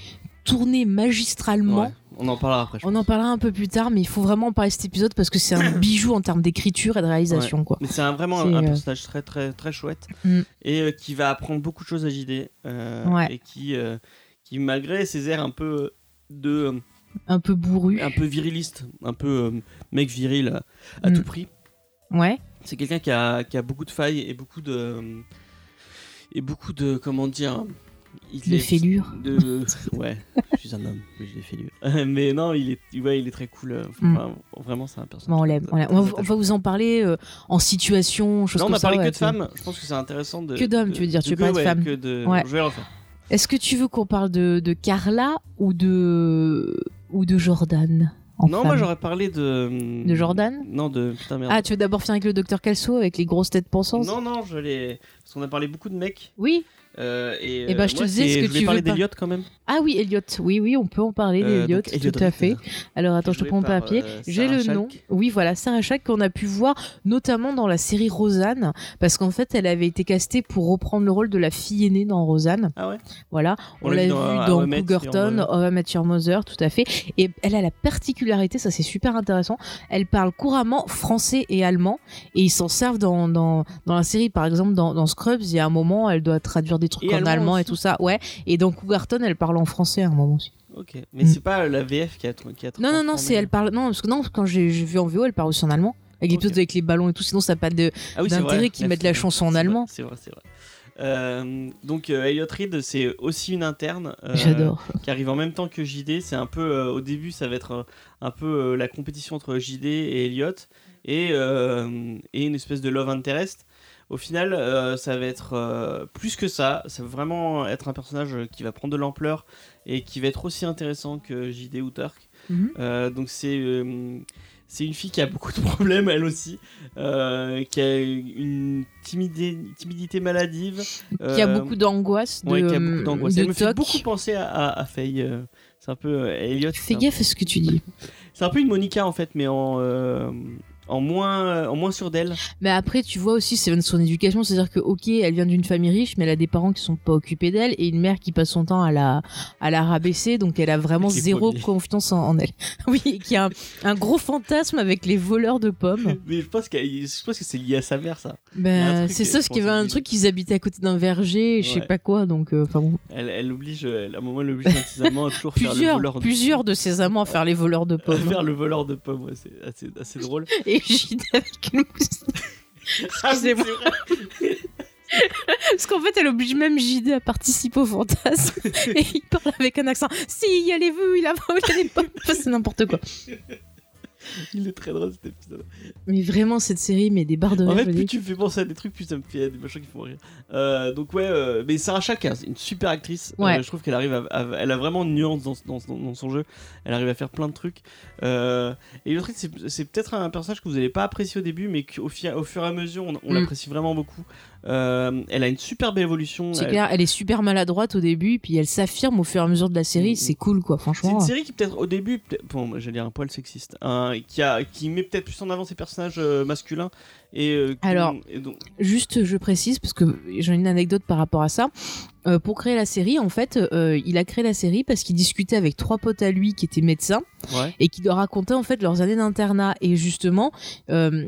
tourné magistralement. Ouais, On en parlera après. je On en parlera un peu plus tard, mais il faut vraiment parler de cet épisode parce que c'est un bijou en termes d'écriture et de réalisation, quoi. Mais c'est un- vraiment C'est, un, un euh, personnage très très très chouette Mm. et euh, qui va apprendre beaucoup de choses à JD euh, Ouais. et qui euh, qui malgré ses airs un peu euh, de Un peu bourru. un peu viriliste, un peu euh, mec viril à, à Mm. tout prix, Ouais. c'est quelqu'un qui a, qui a beaucoup de failles et beaucoup de euh, et beaucoup de comment dire il De est- fêlures. de ouais je suis un homme mais j'ai des fêlures mais non il est ouais, il est très cool euh, Mm. enfin, vraiment c'est un personnage Bon, on l'aime. très- on l'aime. très On, va- on attachant. va vous en parler euh, en situation, choses Non, on comme a ça, parlé ouais, que de femmes. Je pense que c'est intéressant de. Que d'hommes, de- tu veux dire, tu veux que- parler de ouais, femmes. que de- Ouais. Je vais le refaire. Est-ce que tu veux qu'on parle de, de Carla ou de ou de Jordan en non, femme moi j'aurais parlé de. hum, De Jordan Non, de. Putain, merde. Ah, tu veux d'abord finir avec le docteur Calso avec les grosses têtes pensantes non, non, je l'ai. Parce qu'on a parlé beaucoup de mecs. Oui, Euh, et Eh ben, je te moi, disais c'est- ce que je tu voulais veux parler pas. d'Eliot quand même. Ah oui, Elliot. Oui, oui, on peut en parler, Euh, Elliot, donc, Elliot tout à fait. Alors attends, je te Joué prends mon par, papier. euh, J'ai Sarah le Chalk. nom. Oui, voilà, Sarah Chalk qu'on a pu voir notamment dans la série Rosanne, parce qu'en fait, elle avait été castée pour reprendre le rôle de la fille aînée dans Rosanne. Ah ouais Voilà, on, l'a vu à dans Remetz, Cougarton, et en- Of Amateur Mother, tout à fait. Et elle a la particularité, ça c'est super intéressant, elle parle couramment français et allemand, et ils s'en servent dans, dans, dans la série. Par exemple, dans, dans Scrubs, il y a un moment, elle doit traduire des trucs Et en allemand allemand, et aussi. tout ça. Ouais, et dans Cougarton, elle parle en français à un moment aussi. Ok, mais Mm. c'est pas euh, la VF qui a, qui a Non, non, non, transformé- c'est elle parle. Non, parce que non, quand j'ai j'ai vu en VO, elle parle aussi en allemand. Avec Ok. l'épisode avec les ballons et tout, sinon ça n'a pas de. Ah oui, c'est d'intérêt vrai. qu'ils Merci. mettent la chanson en C'est vrai, allemand. C'est vrai, c'est vrai. Euh, donc euh, Elliot Reed, c'est aussi une interne euh, J'adore. qui arrive en même temps que JD. C'est un peu euh, au début, ça va être euh, un peu euh, la compétition entre JD et Elliot et, euh, et une espèce de love interest. Au final, euh, ça va être euh, plus que ça. Ça va vraiment être un personnage qui va prendre de l'ampleur et qui va être aussi intéressant que JD ou Turk. Mhm. Euh, donc c'est euh, c'est une fille qui a beaucoup de problèmes elle aussi, euh, qui a une timidé- timidité maladive, qui a euh, beaucoup d'angoisse. De, euh, ouais, qui a beaucoup d'angoisse. de Elle me fait toc. beaucoup penser à, à, à Faye. euh, c'est un peu euh, Elliot. c'est Fais un- gaffe à ce que tu dis. C'est un peu une Monica en fait, mais en euh, en moins euh, en moins sûr d'elle. Mais après, tu vois aussi, c'est son éducation. C'est-à-dire que, ok, elle vient d'une famille riche, mais elle a des parents qui sont pas occupés d'elle et une mère qui passe son temps à la, à la rabaisser. Donc elle a vraiment Avec les zéro pommiers. confiance en, en elle. oui, et qui a un, un gros fantasme avec les voleurs de pommes. mais je pense que je pense que c'est lié à sa mère ça. Il y a un Ben, truc, c'est ça, je ce qui pense, avait un obligé. truc qu'ils habitaient à côté d'un verger, je Ouais. sais pas quoi. Donc, euh, enfin bon. Elle, elle oblige euh, à un moment elle oblige ses amants à toujours faire le plusieurs, voleur. de- plusieurs de ses amants à faire les voleurs de à pommes. faire le voleur de pommes, ouais, c'est assez, assez drôle. Et Gide avec une moustache. Ah, c'est Excusez-moi. vrai. Parce qu'en fait, elle oblige même Gide à participer au fantasme. Et il parle avec un accent. Si, allez-vous, il a il a des pommes. Enfin, c'est n'importe quoi. Il est très drôle cet épisode. Mais vraiment, cette série, mais des barres de En rire, fait, je plus dis. tu me fais penser à des trucs, plus ça me fait à des machins qui font rire. Euh, donc ouais, euh, mais Sarah Chalk, c'est une super actrice. Euh, Ouais. je trouve qu'elle arrive, à, à- elle a vraiment une nuance dans, dans- dans- dans son jeu. Elle arrive à faire plein de trucs. Euh, et le truc, c'est c'est peut-être un personnage que vous n'allez pas apprécier au début, mais qu'au fi- au fur et à mesure, on, on Mm. l'apprécie vraiment beaucoup. Euh, elle a une superbe évolution. C'est Elle- clair, elle est super maladroite au début, puis elle s'affirme au fur et à mesure de la série. Mm. C'est cool, quoi, C'est une franchement. série qui peut-être au début, peut-être- bon, j'allais dire un poil sexiste, hein, qui, a, qui met peut-être plus en avant ses personnages euh, masculins et euh, Alors, et donc- Juste, je précise, parce que j'ai une anecdote par rapport à ça. Euh, pour créer la série, en fait, euh, il a créé la série parce qu'il discutait avec trois potes à lui qui étaient médecins. ouais. et qui leur racontaient en fait leurs années d'internat. Et justement, euh,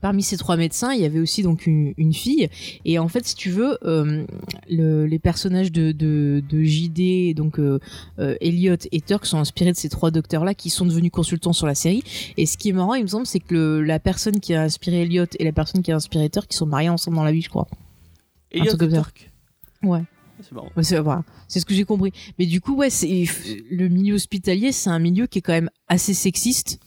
parmi ces trois médecins, il y avait aussi donc une, une fille. Et en fait, si tu veux, euh, le- les personnages de, de, de JD, donc euh, euh, Elliot et Turk, sont inspirés de ces trois docteurs-là qui sont devenus consultants sur la série. Et ce qui est marrant, il me semble, c'est que le- la personne qui a inspiré Elliot et la personne qui a inspiré Turk, ils sont mariés ensemble dans la vie, je crois. Et Un truc comme ça. Turk. Ouais. Ah, C'est marrant. Ouais, C'est voilà. C'est ce que j'ai compris. Mais du coup, ouais, c'est le milieu hospitalier, c'est un milieu qui est quand même assez sexiste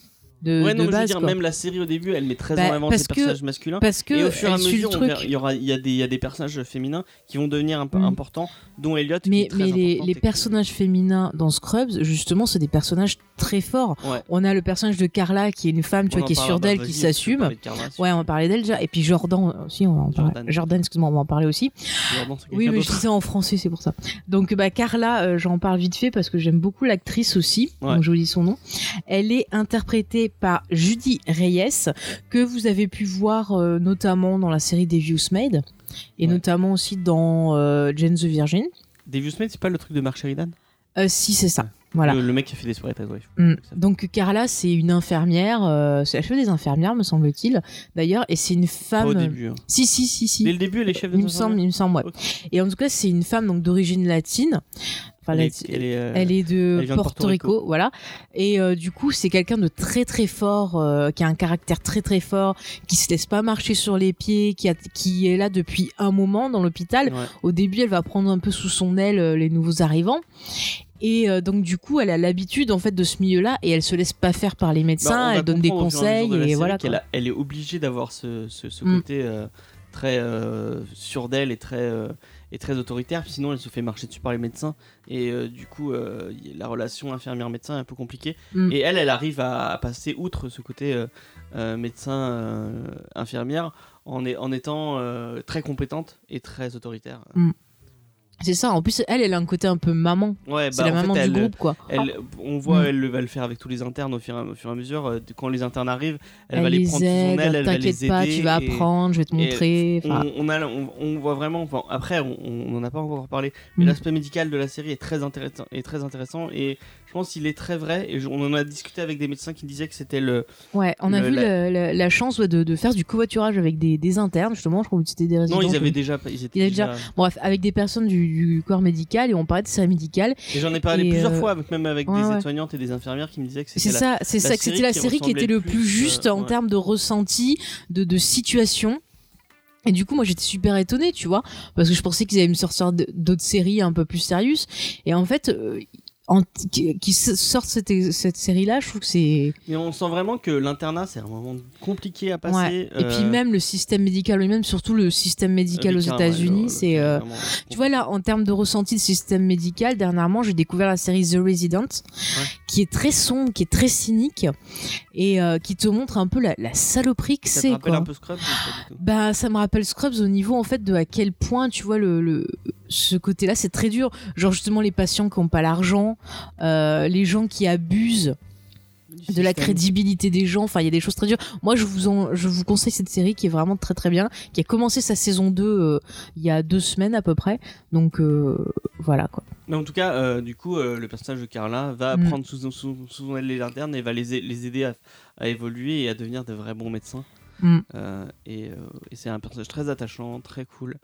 de, ouais, de non, mais je veux base. dire, quoi. même la série au début, elle met très Bah, en avant parce ses que- personnages masculins. Parce que et au fur et à elle suit mesure, le on truc. verra- il y, aura- il y a des- il y a des personnages féminins qui vont devenir un peu Mm. importants, dont Elliot. qui Mais, est très mais les, importante les et qui- personnages féminins dans Scrubs, justement, c'est des personnages très forts. Ouais. On a le personnage de Carla qui est une femme, tu On vois, qui est en sûre parlera, d'elle, vas-y, qui tu peux s'assume. parler de Carla, si Ouais, on va parler d'elle déjà. Et puis Jordan aussi, on va en parler. Jordan. Jordan, excuse-moi, on va en parler aussi. tu veux. Jordan, c'est Oui, quelqu'un mais je d'autre. disais en français, c'est pour ça. Donc, bah, Carla, euh, j'en parle vite fait parce que j'aime beaucoup l'actrice aussi. Ouais. Donc, je vous dis son nom. Elle est interprétée par Judy Reyes, que vous avez pu voir euh, notamment dans la série Devious Made et Ouais. notamment aussi dans euh, Jane the Virgin. Davis Smith, c'est pas le truc de Mark Sheridan Euh, si, c'est ça. Voilà. le, le mec qui a fait des soirées tatouées. Mm. Donc Carla, c'est une infirmière, euh, c'est la chef des infirmières, me semble-t-il, d'ailleurs, et c'est une Pas femme. au début. hein. Si, si, si, si. Dès le début, elle est chef de il me semble, il me semble, ouais. Ok. Et en tout cas, c'est une femme donc d'origine latine. Enfin, Elle lati- est- elle est, euh, elle est de elle vient de Porto Porto Rico. Rico, voilà. Et euh, du coup, c'est quelqu'un de très très fort, euh, qui a un caractère très très fort, qui se laisse pas marcher sur les pieds, qui, a- qui est là depuis un moment dans l'hôpital. ouais. Au début, elle va prendre un peu sous son aile euh, les nouveaux arrivants. Et euh, donc du coup, elle a l'habitude en fait de ce milieu-là et elle se laisse pas faire par les Bah, on médecins. va elle donne des comprendre au fur et à conseils mesure de la et série voilà. qu'elle quoi. a- elle est obligée d'avoir ce, ce- ce Mm. côté euh, très euh, sûr d'elle et très euh, et très autoritaire. Sinon, elle se fait marcher dessus par les médecins et euh, du coup, euh, y- la relation infirmière-médecin est un peu compliquée. Mm. Et elle, elle arrive à, à passer outre ce côté euh, euh, médecin-infirmière en, est- en étant euh, très compétente et très autoritaire. Mm. C'est ça. En plus, elle, elle a un côté un peu maman. Ouais, C'est bah, la en maman fait, du elle, groupe, quoi. elle- on voit, Mm. elle va le faire avec tous les internes au fur, et à- au fur et à mesure. euh, Quand les internes arrivent, elle, Elle va les prendre sous son aile, elle va les T'inquiète aider. pas, tu vas et- apprendre, je vais te et montrer. enfin, On, on a- on- on voit vraiment. enfin, après, on- on n'en a pas encore parlé, mais Mm. l'aspect médical de la série est très intéressant. Est très intéressant et je pense qu'il est très vrai. Et je- on en a discuté avec des médecins qui disaient que c'était le. Ouais, on a le- vu la- la, la- la chance ouais, de, de faire du covoiturage avec des, des internes, justement. Je crois que c'était des résidents. Non, ils avaient ou- déjà. Ils étaient Il avait déjà. Bref, avec des personnes du, du corps médical et on parlait de série médicale. Et j'en ai parlé Et, plusieurs euh, fois, avec, même avec ouais, des ouais. aides-soignantes et des infirmières qui me disaient que c'était C'est la- ça, c'est ça, que série c'était la qui série qui ressemblait était le le plus plus, juste euh, en ouais. termes de ressenti, de, de situation. Et du coup, moi, j'étais super étonnée, tu vois, parce que je pensais qu'ils allaient me sortir d- d'autres séries un peu plus sérieuses. Et en fait, euh, en- qu'ils qu'ils sortent cette, cette série-là, je trouve que c'est. Et on sent vraiment que l'internat, c'est un moment compliqué à Ouais. passer. Et puis euh, même le système médical lui-même, surtout le système médical aux avec un- ouais, États-Unis, le- c'est. le- euh, vraiment- Tu vois là, en termes de ressenti de système médical, dernièrement, j'ai découvert la série The Resident, qui est très sombre, qui est très cynique, et euh, qui te montre un peu la, la saloperie que ça te c'est. rappelle quoi. un peu Scrubs ou pas du tout Bah, ça me rappelle Scrubs au niveau en fait de à quel point tu vois le, le- ce côté-là, c'est très dur. Genre justement les patients qui n'ont pas l'argent, euh, les gens qui abusent de la crédibilité des gens. Enfin, il y a des choses très dures. Moi, je vous, en- je vous conseille cette série qui est vraiment très très bien, qui a commencé sa saison 2 euh, il y a deux semaines à peu près. Donc euh, voilà quoi. Mais en tout cas, euh, du coup, euh, le personnage de Carla va Mm. prendre sous, sous, sous son aile les internes et va les, a- les aider à, à évoluer et à devenir de vrais bons médecins. Mm. Euh, et euh, et c'est un personnage très attachant, très cool,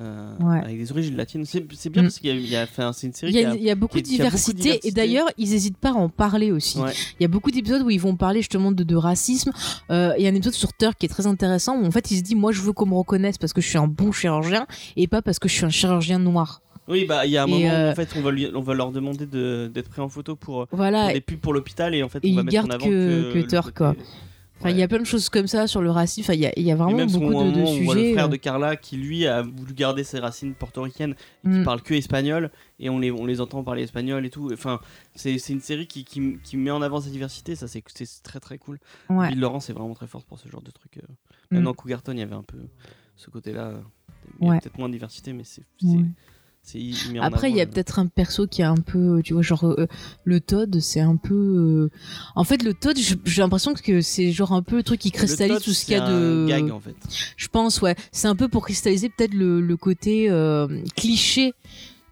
euh, Ouais. avec des origines latines. C'est c'est bien Mm. parce qu'il y a, il y a- enfin, c'est une série Il y, qui a, a- il y a beaucoup de qui a- qui a beaucoup de diversité, et diversité. d'ailleurs, ils n'hésitent pas à en parler aussi. Ouais. Il y a beaucoup d'épisodes où ils vont parler justement de, de racisme. Euh, Il y a un épisode sur Turk qui est très intéressant où en fait, il se dit Moi, je veux qu'on me reconnaisse parce que je suis un bon chirurgien et pas parce que je suis un chirurgien noir. Oui, bah il y a un Et, moment où, euh, en fait, on va, lui- on va leur demander de- d'être pris en photo pour, pour Voilà. des pubs pour l'hôpital et en fait, et on va ils mettre en gardent avant que- que, que le Thor, côté- quoi. Enfin, il y Ouais. a plein de choses comme ça sur le racisme. Enfin, il y a, il y a Et vraiment même beaucoup son de, de moment où on voit le sujets. frère euh, de Carla qui lui a voulu garder ses racines portoricaines et qui Mm. parle que espagnol et on les, on les entend parler espagnol et tout. Enfin, c'est c'est une série qui, qui, qui met en avant sa diversité, ça c'est c'est très très cool. ouais. Bill Laurent c'est vraiment très forte pour ce genre de truc. euh. Mm. Maintenant, Cougarton il y avait un peu ce côté-là. euh, Il y a Ouais. peut-être moins de diversité, mais c'est. c'est- Ouais. c'est- il- il met en Après, il avant, y a euh, peut-être un perso qui est un peu, tu vois, genre euh, le Todd, c'est un peu. euh, En fait, le Todd, je- j'ai l'impression que c'est genre un peu le truc qui le cristallise tot, tout ce qu'il y a c'est un de. Gag en fait. Je pense, ouais. C'est un peu pour cristalliser peut-être le, le côté euh, cliché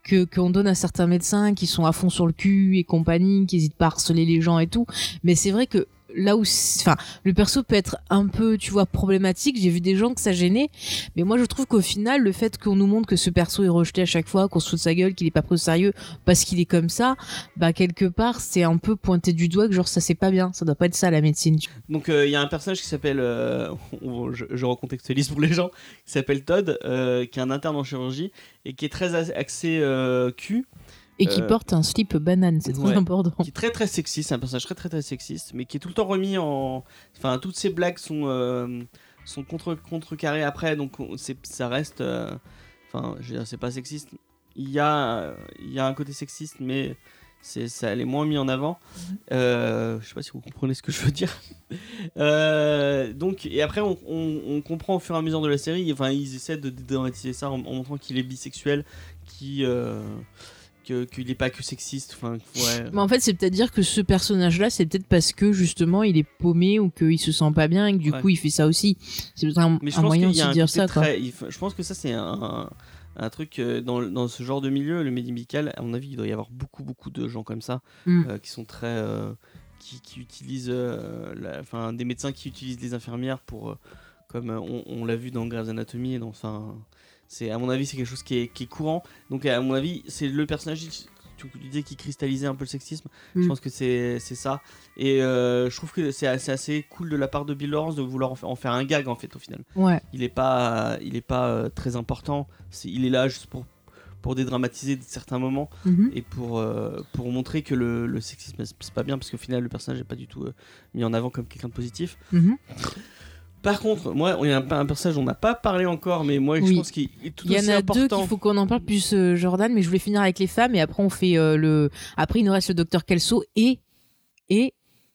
que qu'on donne à certains médecins qui sont à fond sur le cul et compagnie, qui hésitent pas à harceler les gens et tout. Mais c'est vrai que là où, c'est- enfin, le perso peut être un peu, tu vois, problématique. J'ai vu des gens que ça gênait, mais moi je trouve qu'au final, le fait qu'on nous montre que ce perso est rejeté à chaque fois, qu'on se fout de sa gueule, qu'il est pas pris au sérieux parce qu'il est comme ça, bah quelque part, c'est un peu pointé du doigt que genre ça c'est pas bien, ça doit pas être ça la médecine. tu- Donc euh, il y a un personnage qui s'appelle, euh, on- je, je recontextualise pour les gens, qui s'appelle Todd, euh, qui est un interne en chirurgie et qui est très as- axé euh, cul, Et qui Euh, porte un slip banane, c'est très ouais. important. qui est très très sexiste, c'est un personnage très très très sexiste, mais qui est tout le temps remis en, enfin toutes ses blagues sont euh, sont contre contrecarrées après, donc on- c'est- ça reste, euh, enfin je veux dire c'est pas sexiste, il y a euh, il y a un côté sexiste, mais c'est ça elle est moins mis en avant. Euh, je sais pas si vous comprenez ce que je veux dire. Euh, donc, et après, on, on- on comprend au fur et à mesure de la série. Enfin, ils essaient de dédramatiser ça en, en montrant qu'il est bisexuel, qu'il euh, que- qu'il est pas que sexiste. Enfin, ouais. Mais en fait, c'est peut-être dire que ce personnage-là, c'est peut-être parce que justement, il est paumé ou qu'il se sent pas bien et que du Ouais. coup, il fait ça aussi. C'est peut-être un, Mais je un pense moyen qu'il y aussi a de un dire côté ça, quoi. très- il faut- Je pense que ça, c'est un, un truc euh, dans, le- dans ce genre de milieu, le médical. À mon avis, il doit y avoir beaucoup, beaucoup de gens comme ça Mm. euh, qui sont très. euh, qui, qui utilisent. euh, la- Enfin, des médecins qui utilisent les infirmières pour. euh, comme euh, on, on l'a vu dans Grey's Anatomy, et dans, enfin, c'est à mon avis c'est quelque chose qui est, qui est courant. Donc à mon avis c'est le personnage qui- tu tu disais qui cristallisait un peu le sexisme. Je Mm. pense que c'est c'est ça. Et euh, je trouve que c'est assez, assez cool de la part de Bill Lawrence de vouloir en faire, en faire un gag en fait au final. Ouais. Il est pas il est pas euh, très important. C'est- il est là juste pour pour dédramatiser certains moments Mhm. et pour, euh, pour montrer que le, le sexisme c'est pas bien parce qu'au final le personnage n'est pas du tout euh, mis en avant comme quelqu'un de positif. Mhm. Par contre, moi, on y a un, un personnage dont on n'a pas parlé encore, mais moi, Oui. je pense qu'il est tout Il y aussi en a deux important. qu'il faut qu'on en parle plus, euh, Jordan, mais je voulais finir avec les femmes et après, on fait euh, le. Après, il nous reste le docteur Kelso et. Et.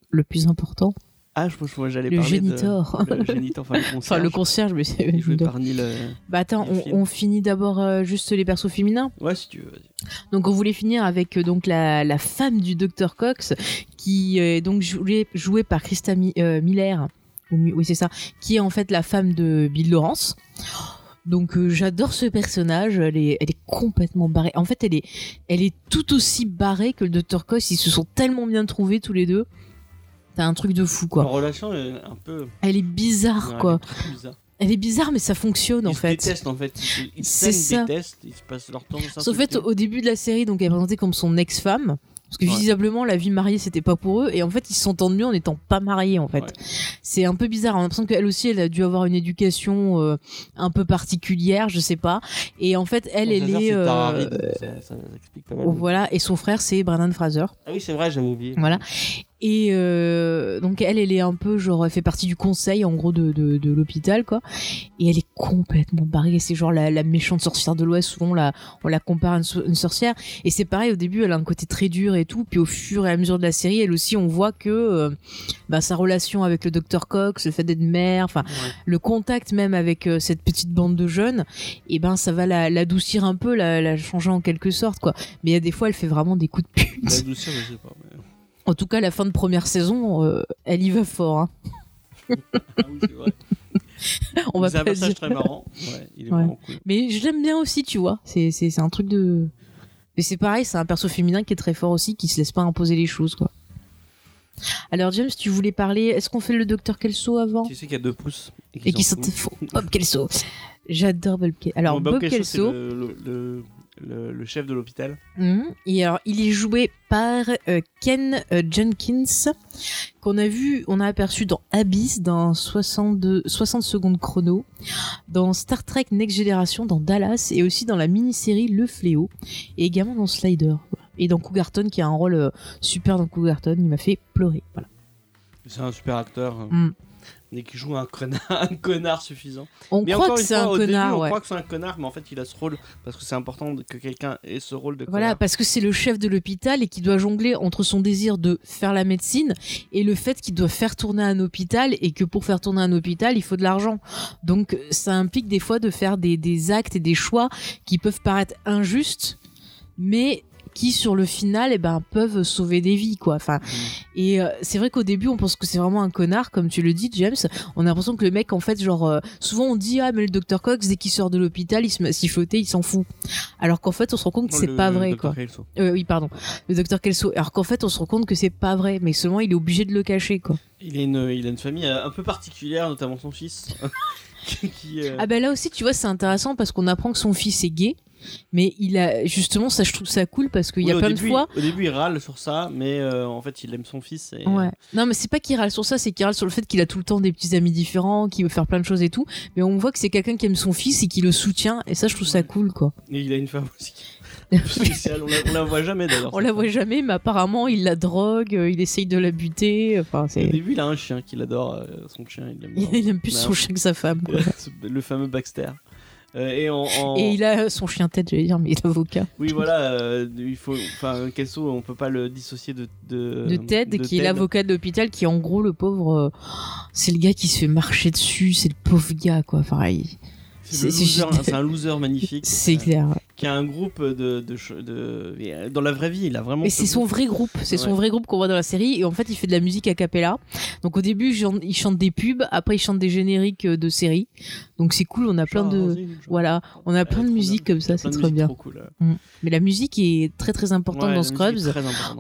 Le plus important, Ah, je pense que moi j'allais Le parler génitor. de... Le génitor, enfin le Enfin, concierge. le concierge, mais c'est. qui est joué par Neil... euh, Bah attends, on, Phil. on finit d'abord euh, juste les persos féminins. Ouais, si tu veux, vas-y. Donc on voulait finir avec euh, donc la, la femme du docteur Cox, qui euh, est donc jouée, jouée par Krista Mi- euh, Miller, ou Mi- oui c'est ça, qui est en fait la femme de Bill Lawrence. Donc euh, j'adore ce personnage, elle est, elle est complètement barrée. En fait, elle est, elle est tout aussi barrée que le docteur Cox. Ils se sont tellement bien trouvés tous les deux. T'as un truc de fou quoi. Leur relation est un peu... Elle est bizarre ouais, quoi. elle est bizarre. Elle est bizarre mais ça fonctionne Ils en se fait. détestent en fait. Ils- Ils C'est ça. se détestent, ils passent leur temps à Sauf fait, s'insulter. au début de la série, donc elle est présentée comme son ex-femme. Parce que Ouais. visiblement, la vie mariée, c'était pas pour eux. Et en fait, ils s'entendent mieux en n'étant pas mariés, en fait. Ouais. C'est un peu bizarre. hein. On a l'impression qu'elle aussi, elle a dû avoir une éducation euh, un peu particulière, je sais pas. Et en fait, elle, Son elle frère, est. c'est euh, Tararid, ça, ça explique pas mal. oh, voilà. Et son frère, c'est Brendan Fraser. Ah oui, c'est vrai, j'avais oublié. Voilà. Et euh, donc elle, elle est un peu genre, elle fait partie du conseil en gros de, de, de l'hôpital quoi. Et elle est complètement barrée. C'est genre la, la méchante sorcière de l'Ouest. Souvent on la, on la compare à une, so- une sorcière. Et c'est pareil au début, elle a un côté très dur et tout. Puis au fur et à mesure de la série, elle aussi, on voit que euh, bah, sa relation avec le docteur Cox, le fait d'être mère, enfin Ouais. le contact même avec euh, cette petite bande de jeunes, et ben ça va la- l'adoucir un peu, la, la changer en quelque sorte quoi. Mais il y a des fois, elle fait vraiment des coups de pute. La douceur, je sais pas. mais- En tout cas, la fin de première saison, euh, elle y va fort. hein. Ah oui, c'est vrai. On va C'est un pas dire. personnage très marrant. Ouais, il est Ouais. vraiment cool. Mais je l'aime bien aussi, tu vois. C'est c'est- c'est un truc de. Mais c'est pareil, c'est un perso féminin qui est très fort aussi, qui se laisse pas imposer les choses, quoi. Alors, James, tu voulais parler. Est-ce qu'on fait le docteur Kelso avant Tu sais qu'il y a deux pouces. Et qui s'en sentait fout. faux. Bob Kelso. J'adore Bob Kelso. Alors, Non, Bob, Kelso, bah, c'est Kelso. le, le- le- le- le chef de l'hôpital. Mhm. Et alors, il est joué par euh, Ken euh, Jenkins, qu'on a vu, on a aperçu dans Abyss, dans 62 60 secondes chrono, dans Star Trek Next Generation, dans Dallas, et aussi dans la mini-série Le Fléau, et également dans Slider. Voilà. Et dans Cougarton, qui a un rôle euh, super dans Cougarton, il m'a fait pleurer. Voilà. C'est un super acteur. hein. Mm. Mais qui joue un connard, un connard suffisant. On mais croit encore que une c'est fois, un au début, connard, on ouais. croit que c'est un connard, mais en fait, il a ce rôle parce que c'est important de- que quelqu'un ait ce rôle de Voilà, connard. parce que c'est le chef de l'hôpital et qui doit jongler entre son désir de faire la médecine et le fait qu'il doit faire tourner un hôpital et que pour faire tourner un hôpital, il faut de l'argent. Donc ça implique des fois de faire des, des actes et des choix qui peuvent paraître injustes, mais qui sur le final eh ben, peuvent sauver des vies. quoi. Mm. Enfin, et euh, c'est vrai qu'au début, on pense que c'est vraiment un connard, comme tu le dis, James. On a l'impression que le mec, en fait, genre, euh, souvent on dit Ah, mais le docteur Cox, dès qu'il sort de l'hôpital, il se met à siffloter, il s'en fout. Alors qu'en fait, on se rend compte que Non, c'est Oh, le- pas le vrai, Dr. quoi. Kelso. Euh, oui, pardon. Le docteur Kelso. Alors qu'en fait, on se rend compte que c'est pas vrai, mais seulement il est obligé de le cacher, quoi. Il a, une, il a une famille euh, un peu particulière, notamment son fils. qui, qui, euh, Ah bah là aussi, tu vois, c'est intéressant parce qu'on apprend que son fils est gay, mais il a justement ça, je trouve ça cool parce qu'il y a oui, au plein début, de fois. Au début, il râle sur ça, mais euh, en fait, il aime son fils. Et... euh, Ouais. Non, mais c'est pas qu'il râle sur ça, c'est qu'il râle sur le fait qu'il a tout le temps des petits amis différents, qu'il veut faire plein de choses et tout. Mais on voit que c'est quelqu'un qui aime son fils et qui le soutient, et ça, je trouve ça Ouais. cool, quoi. et il a une femme aussi. spéciale, on, la, on la voit jamais d'ailleurs. On cette la voit femme. jamais, mais apparemment, il la drogue, euh, il essaye de la buter. Enfin, Au c'est. début, il a un chien qu'il adore. euh, son chien, il l'aime bien. Il aime plus Non. son chien que sa femme. quoi. le fameux Baxter. Euh, et en, en- Et il a son chien tête, j'allais dire, mais il est avocat. oui voilà euh, il faut enfin Kelso on peut pas le dissocier de Euh, de, de Ted, qui est Ted. l'avocat de l'hôpital, qui en gros le pauvre, euh, c'est le gars qui se fait marcher dessus, c'est le pauvre gars quoi. Enfin, il- c'est le c'est- loser, c'est- c'est un loser magnifique c'est euh, clair. qui a un groupe de, de, ch- de- et, euh, dans la vraie vie il a vraiment Et ce c'est son groupe. vrai groupe, c'est son Ouais. vrai groupe qu'on voit dans la série. Et en fait, il fait de la musique a cappella. Donc au début, j'en- il chante des pubs, après il chante des génériques euh, de séries. Donc c'est cool, on a plein de voilà, on a plein de musiques comme ça, c'est trop bien. Mais la musique est très très importante dans Scrubs.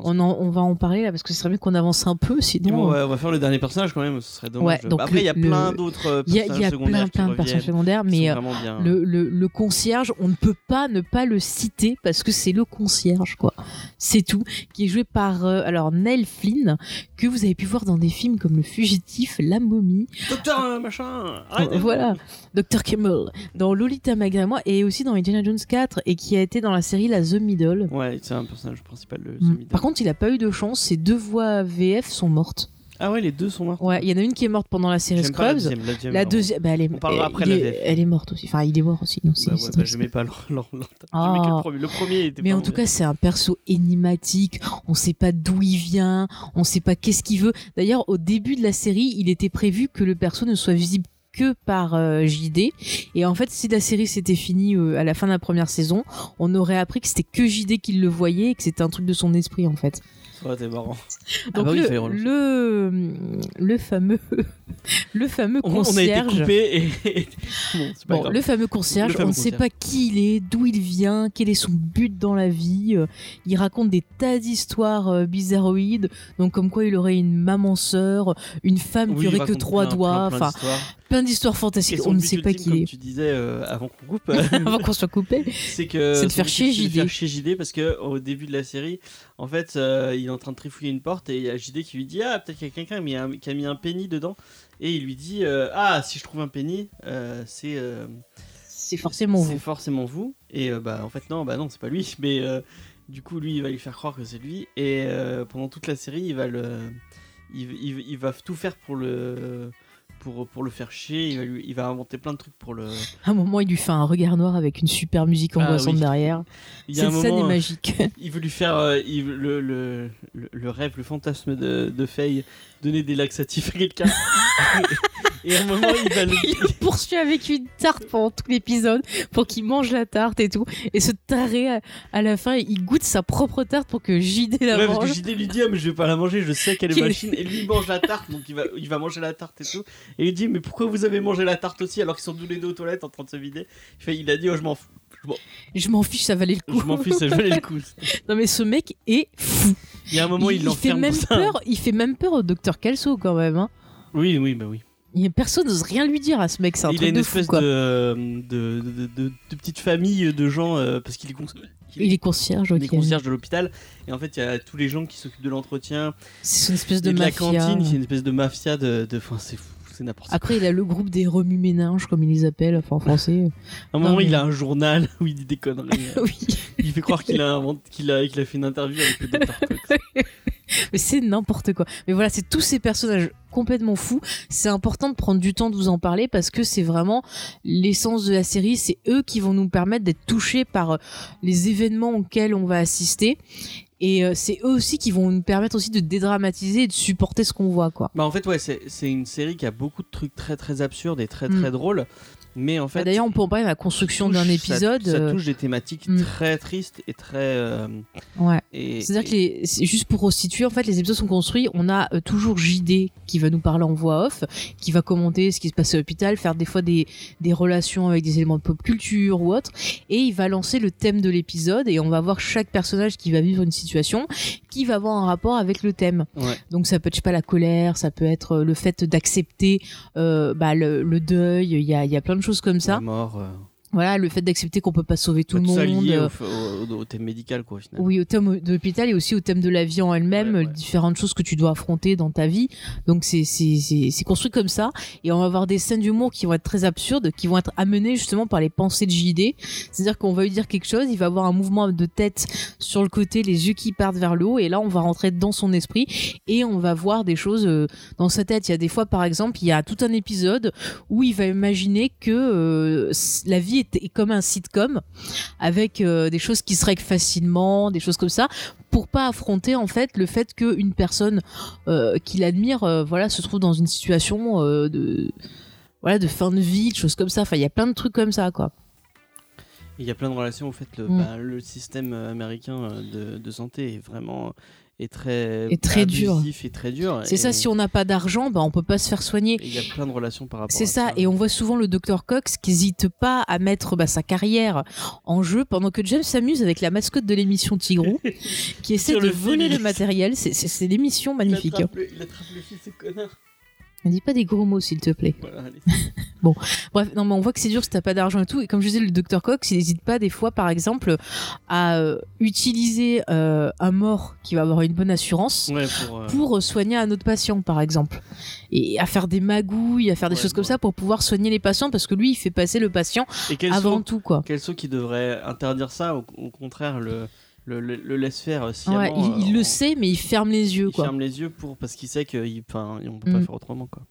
On, en- on va en parler là parce que ce serait bien qu'on avance un peu, sinon. Bon, ouais, on va faire le dernier personnage quand même, ce serait dommage. Ouais, donc Après, il y a le- plein le- d'autres euh, Il y a, il personnages y a plein secondaires qui plein de reviennent, personnages secondaires, qui mais sont euh, vraiment bien. le, le- le concierge, on ne peut pas ne pas le citer parce que c'est le concierge, quoi. C'est tout. Qui est joué par euh, alors Nell Flynn, que vous avez pu voir dans des films comme Le Fugitif, La Momie, Docteur euh, machin arrêtez. voilà, Dr. Kimmel, dans Lolita Malgré moi et aussi dans Indiana Jones 4 et qui a été dans la série La The Middle. Ouais, c'est un personnage principal, le Mm. semi Par contre, il n'a pas eu de chance, ses deux voix VF sont mortes. Ah ouais, les deux sont morts. Ouais, il y en a une qui est morte pendant la série J'aime pas la Scrubs. deuxième. La deuxième, La alors. deuxième, bah, elle, est, On parlera euh, après il la est- VF. elle est morte aussi. Enfin, il est mort aussi. Donc c'est- Bah ouais, c'est bah, triste. je mets pas l'or- l'or- l'or- Ah. Je mets que le premier. Le premier était Mais pas en tout mauvais. cas, c'est un perso énigmatique. On sait pas d'où il vient. On sait pas qu'est-ce qu'il veut. D'ailleurs, au début de la série, il était prévu que le perso ne soit visible que par euh, JD. Et en fait, si la série s'était finie euh, à la fin de la première saison, on aurait appris que c'était que JD qui le voyait et que c'était un truc de son esprit en fait. Ouais, t'es marrant. Donc bah oui, le, ça y est, on le le le fameux le fameux On, on a été concierge. coupé et. bon, c'est pas Bon, grave. le fameux concierge, Le fameux on ne sait concierge. pas qui il est, d'où il vient, quel est son but dans la vie. Euh, Il raconte des tas d'histoires euh, bizarroïdes, donc comme quoi il aurait une maman sœur, une femme Oui, qui il aurait que raconte trois plein- doigts, plein- plein enfin d'histoires. plein d'histoires fantastiques. Et son On ne but sait pas ultime, qui comme il est. tu disais euh, avant qu'on coupe, Avant qu'on soit coupé. c'est que C'est de son faire but chier ultime, c'est de JD. faire chier JD parce que au début de la série, en fait, euh, il est en train de trifouiller une porte et il y a JD qui lui dit ah peut-être qu'il y a quelqu'un qui a mis un- qui a mis un penny dedans et il lui dit euh, ah si je trouve un penny euh, c'est euh, C'est forcément C'est vous. forcément vous. Et euh, bah en fait non, bah non, c'est pas lui. Mais euh, du coup, lui, il va lui faire croire que c'est lui. Et euh, pendant toute la série, il va le, il, il- il va tout faire pour le, pour, pour le faire chier. Il va, lui- il va inventer plein de trucs pour le. À un moment, il lui fait un regard noir avec une super musique Ah angoissante oui. derrière. Il y a Cette un scène moment, hein. est magique. il veut lui faire euh, il- le, le, le- le rêve, le fantasme de, de Faye, donner des laxatifs à quelqu'un. et à un moment, il va le. Il le poursuit avec une tarte pendant tout l'épisode pour qu'il mange la tarte et tout. Et ce taré, à, à la fin, il goûte sa propre tarte pour que JD la Ouais, parce que mange. JD lui dit, ah, mais je vais pas la manger, je sais qu'elle est Quel- machine. Et lui, il mange la tarte, donc il va, il va manger la tarte et tout. Et il dit, mais pourquoi vous avez mangé la tarte aussi alors qu'ils sont tous les deux aux toilettes en train de se vider Il fait, il a dit, oh, je m'en fous. Je m'en fiche, ça valait le coup. Je m'en fiche, ça valait le coup. non mais ce mec est fou. Il y a un moment, il, il, fait l'enferme. même dans un- peur. Il fait même peur au docteur Calso quand même. Hein. Oui, oui, bah oui. Il- Personne n'ose rien lui dire à ce mec. C'est un Il truc a une de fou. espèce quoi. de, euh, de, de, de- de petite famille de gens, euh, parce qu'il est, cons- Il est concierge. il ok. est concierge de l'hôpital. Et en fait, il y a tous les gens qui s'occupent de l'entretien, C'est une espèce et de, de, la mafia. cantine, c'est une espèce de mafia de. de... Enfin, c'est fou, c'est n'importe quoi. Après, il a le groupe des remue-méninges, comme ils les appellent, enfin en français. À un moment, non, mais- il a un journal où il dit des conneries. oui. Il fait croire qu'il a, invent- qu'il a, qu'il a fait une interview avec le docteur Cox. Mais c'est n'importe quoi. Mais voilà, c'est tous ces personnages complètement fous. C'est important de prendre du temps de vous en parler parce que c'est vraiment l'essence de la série. C'est eux qui vont nous permettre d'être touchés par euh, les événements auxquels on va assister. Et euh, c'est eux aussi qui vont nous permettre aussi de dédramatiser et de supporter ce qu'on voit, quoi. Bah, en fait, ouais, c'est c'est une série qui a beaucoup de trucs très très absurdes et très Mm. très drôles. Mais en fait. Bah, D'ailleurs, on peut en parler de la construction touche- d'un ça- épisode. Ça, euh, touche des thématiques Mm. très tristes et très. euh, ouais. et- C'est-à-dire que et- les, c'est juste pour resituer, en fait, les épisodes sont construits. On a euh, toujours JD qui va nous parler en voix off, qui va commenter ce qui se passe à l'hôpital, faire des fois des, des relations avec des éléments de pop culture ou autre, et il va lancer le thème de l'épisode et on va voir chaque personnage qui va vivre une situation, qui va avoir un rapport avec le thème. Ouais. Donc ça peut être, je sais pas, la colère, ça peut être euh, le fait d'accepter euh, bah, le, le deuil. Il y a, il y a plein de choses comme ça. La mort. euh, Voilà, le fait d'accepter qu'on peut pas sauver tout tout le ça monde. lié euh, au, au- au- au thème médical, quoi, au final. oui, au thème de l'hôpital et aussi au thème de la vie en elle-même, Ouais, ouais. les différentes choses que tu dois affronter dans ta vie. Donc c'est c'est- c'est c'est construit comme ça. Et on va avoir des scènes d'humour qui vont être très absurdes, qui vont être amenées justement par les pensées de JD. C'est-à-dire qu'on va lui dire quelque chose, il va avoir un mouvement de tête sur le côté, les yeux qui partent vers le haut, et là on va rentrer dans son esprit et on va voir des choses euh, dans sa tête. Il y a des fois, par exemple, il y a tout un épisode où il va imaginer que euh, la vie est- est comme un sitcom avec euh, des choses qui se règlent facilement, des choses comme ça, pour pas affronter en fait le fait qu'une personne euh, qu'il admire, euh, voilà, se trouve dans une situation euh, de voilà de fin de vie, de choses comme ça. Enfin, il y a plein de trucs comme ça, quoi. Et Il y a plein de relations. En fait, le, Mm. bah, le système américain euh, de, de santé est vraiment. Est très. Et très dur. abusif Et très dur. C'est ça. Et- Si on n'a pas d'argent, bah on peut pas se faire soigner. et Il y a plein de relations par rapport à C'est ça, et on voit souvent le docteur Cox qui hésite pas à mettre bah, sa carrière en jeu pendant que James s'amuse avec la mascotte de l'émission Tigrou qui essaie Sur de le voler le féminisme. matériel. C'est- C'est c'est l'émission Il magnifique. hein. attrape le- il attrape le fils, ce connard. Ne dis pas des gros mots, s'il te plaît. Voilà, allez. Bref, non, mais on voit que c'est dur si t'as pas d'argent et tout. Et comme je disais, le docteur Cox, il n'hésite pas des fois, par exemple, à euh, utiliser euh, un mort qui va avoir une bonne assurance Ouais, pour. euh, pour euh, soigner un autre patient, par exemple. Et à faire des magouilles, à faire des Ouais, choses comme ouais. ça pour pouvoir soigner les patients parce que lui, il fait passer le patient Et quels avant sont- tout, quoi. Kelso qui devrait interdire ça, au, au contraire, le, le, le- le laisse faire euh, sciemment. Ouais, il, euh, il on- le sait, mais il ferme les yeux, Il quoi. ferme les yeux pour parce qu'il sait qu'il enfin, on peut pas Mm. faire autrement quoi.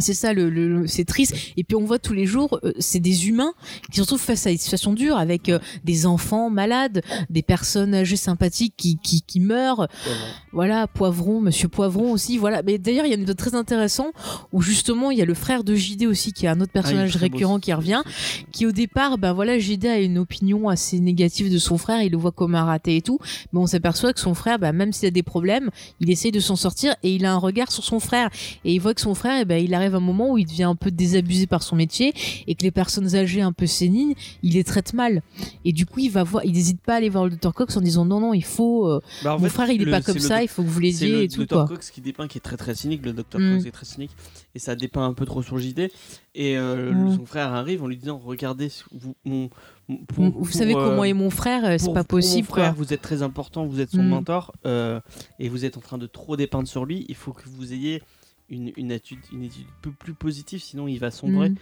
C'est ça, le, le- le- c'est triste. Et puis on voit tous les jours, euh, c'est des humains qui se retrouvent face à des situations dures avec euh, des enfants malades, des personnes âgées sympathiques qui, qui, qui meurent. Ah, Voilà, Poivron, Monsieur Poivron aussi. Voilà. Mais d'ailleurs, il y a une anecdote très intéressante où justement il y a le frère de JD aussi qui est un autre Ah, il est personnage très beau, récurrent ce- qui revient, ce- qui au départ, ben voilà, JD a une opinion assez négative de son frère, il le voit comme un raté et tout. Mais on s'aperçoit que son frère, ben, même s'il a des problèmes, il essaye de s'en sortir et il a un regard sur son frère et il voit que son frère, eh ben, il arrive un moment où il devient un peu désabusé par son métier et que les personnes âgées un peu sénines, il les traite mal. Et du coup, il va voir, il n'hésite pas à aller voir le docteur Cox en disant non, non, il faut, euh, Bah, en mon fait, frère, il est le- pas comme c'est le ça, il faut que vous C'est l'aidiez le et tout docteur quoi. Cox qui dépeint, qui est très très cynique. Le docteur Mm. Cox est très cynique et ça dépeint un peu trop sur JD. Et euh, Mm. son frère arrive en lui disant Regardez, vous, mon- mon- pour- Mm. Vous, vous pour, savez euh, comment est mon frère, euh, c'est pour- pas pour mon possible frère, quoi. vous êtes très important, vous êtes son Mm. mentor euh, et vous êtes en train de trop dépeindre sur lui. Il faut que vous ayez une, une attitude, une attitude un peu plus positive, sinon il va sombrer. Mm.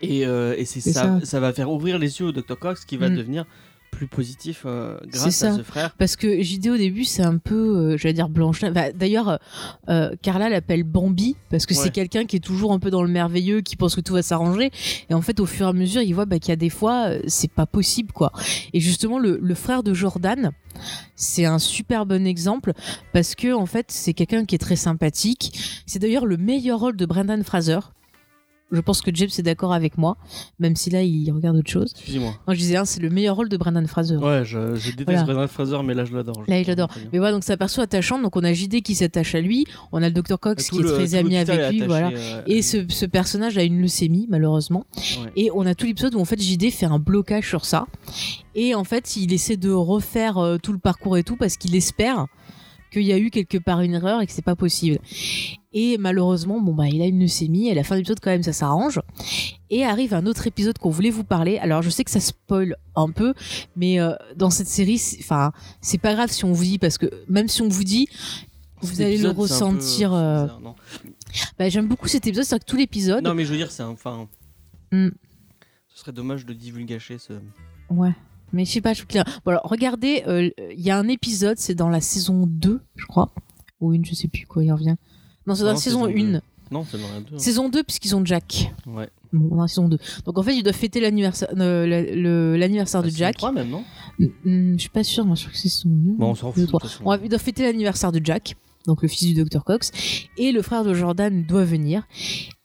Et, euh, et c'est C'est ça, ça. ça va faire ouvrir les yeux au Dr Cox qui va Mm. devenir plus positif euh, C'est grâce ça. à ce frère. Parce que JD au début, c'est un peu, euh, j'allais dire blanche. D'ailleurs, euh, euh, Carla l'appelle Bambi parce que Ouais. c'est quelqu'un qui est toujours un peu dans le merveilleux, qui pense que tout va s'arranger. Et en fait, au fur et à mesure, il voit bah, qu'il y a des fois, euh, c'est pas possible quoi. Et justement, le, le frère de Jordan, c'est un super bon exemple parce que en fait, c'est quelqu'un qui est très sympathique. C'est d'ailleurs le meilleur rôle de Brendan Fraser. Je pense que James est d'accord avec moi, même si là il regarde autre chose. Excusez-moi. Moi je disais, hein, c'est le meilleur rôle de Brendan Fraser. Ouais, je, je déteste Voilà. Brendan Fraser, mais là je l'adore. Là, il l'adore. Mais voilà, donc ça perçoit attachant. Donc on a JD qui s'attache à lui, on a le docteur Cox qui est très ami avec lui, voilà. Et ce, ce personnage a une leucémie, malheureusement. euh, Ouais. Et on a tout l'épisode où en fait JD fait un blocage sur ça. Et en fait, il essaie de refaire euh, tout le parcours et tout parce qu'il espère qu'il y a eu quelque part une erreur et que c'est pas possible. Et malheureusement, bon bah, il a une leucémie. Et à la fin de l'épisode, quand même, ça s'arrange. Et arrive un autre épisode qu'on voulait vous parler. Alors, je sais que ça spoil un peu, mais euh, dans cette série, c'est- enfin, c'est pas grave si on vous dit parce que même si on vous dit, vous allez le ressentir. euh, non. bah, J'aime beaucoup cet épisode, c'est que tout l'épisode. Non, mais je veux dire, c'est un. Enfin, Mm. Ce serait dommage de divulgacher ce. Ouais. Mais je sais pas, je suis claire. Bon, alors, regardez, euh, il y a un épisode, c'est dans la saison 2, je crois. Ou une, je sais plus quoi, il revient. Non, c'est dans Non, la saison saison 1. Non, c'est dans la deux, hein. Saison 2, puisqu'ils ont Jack. Ouais. Bon, dans la saison 2. Donc, en fait, ils doivent fêter l'anniversaire euh, la- le- l'anniversaire Ah, de saison Jack. trois, même, non Hum, hum, je suis pas sûre, moi, je crois que c'est saison 2. Bon, on s'en fout. deux, de trois. toute façon. On va- ils doivent fêter l'anniversaire de Jack, donc le fils du docteur Cox, et le frère de Jordan doit venir.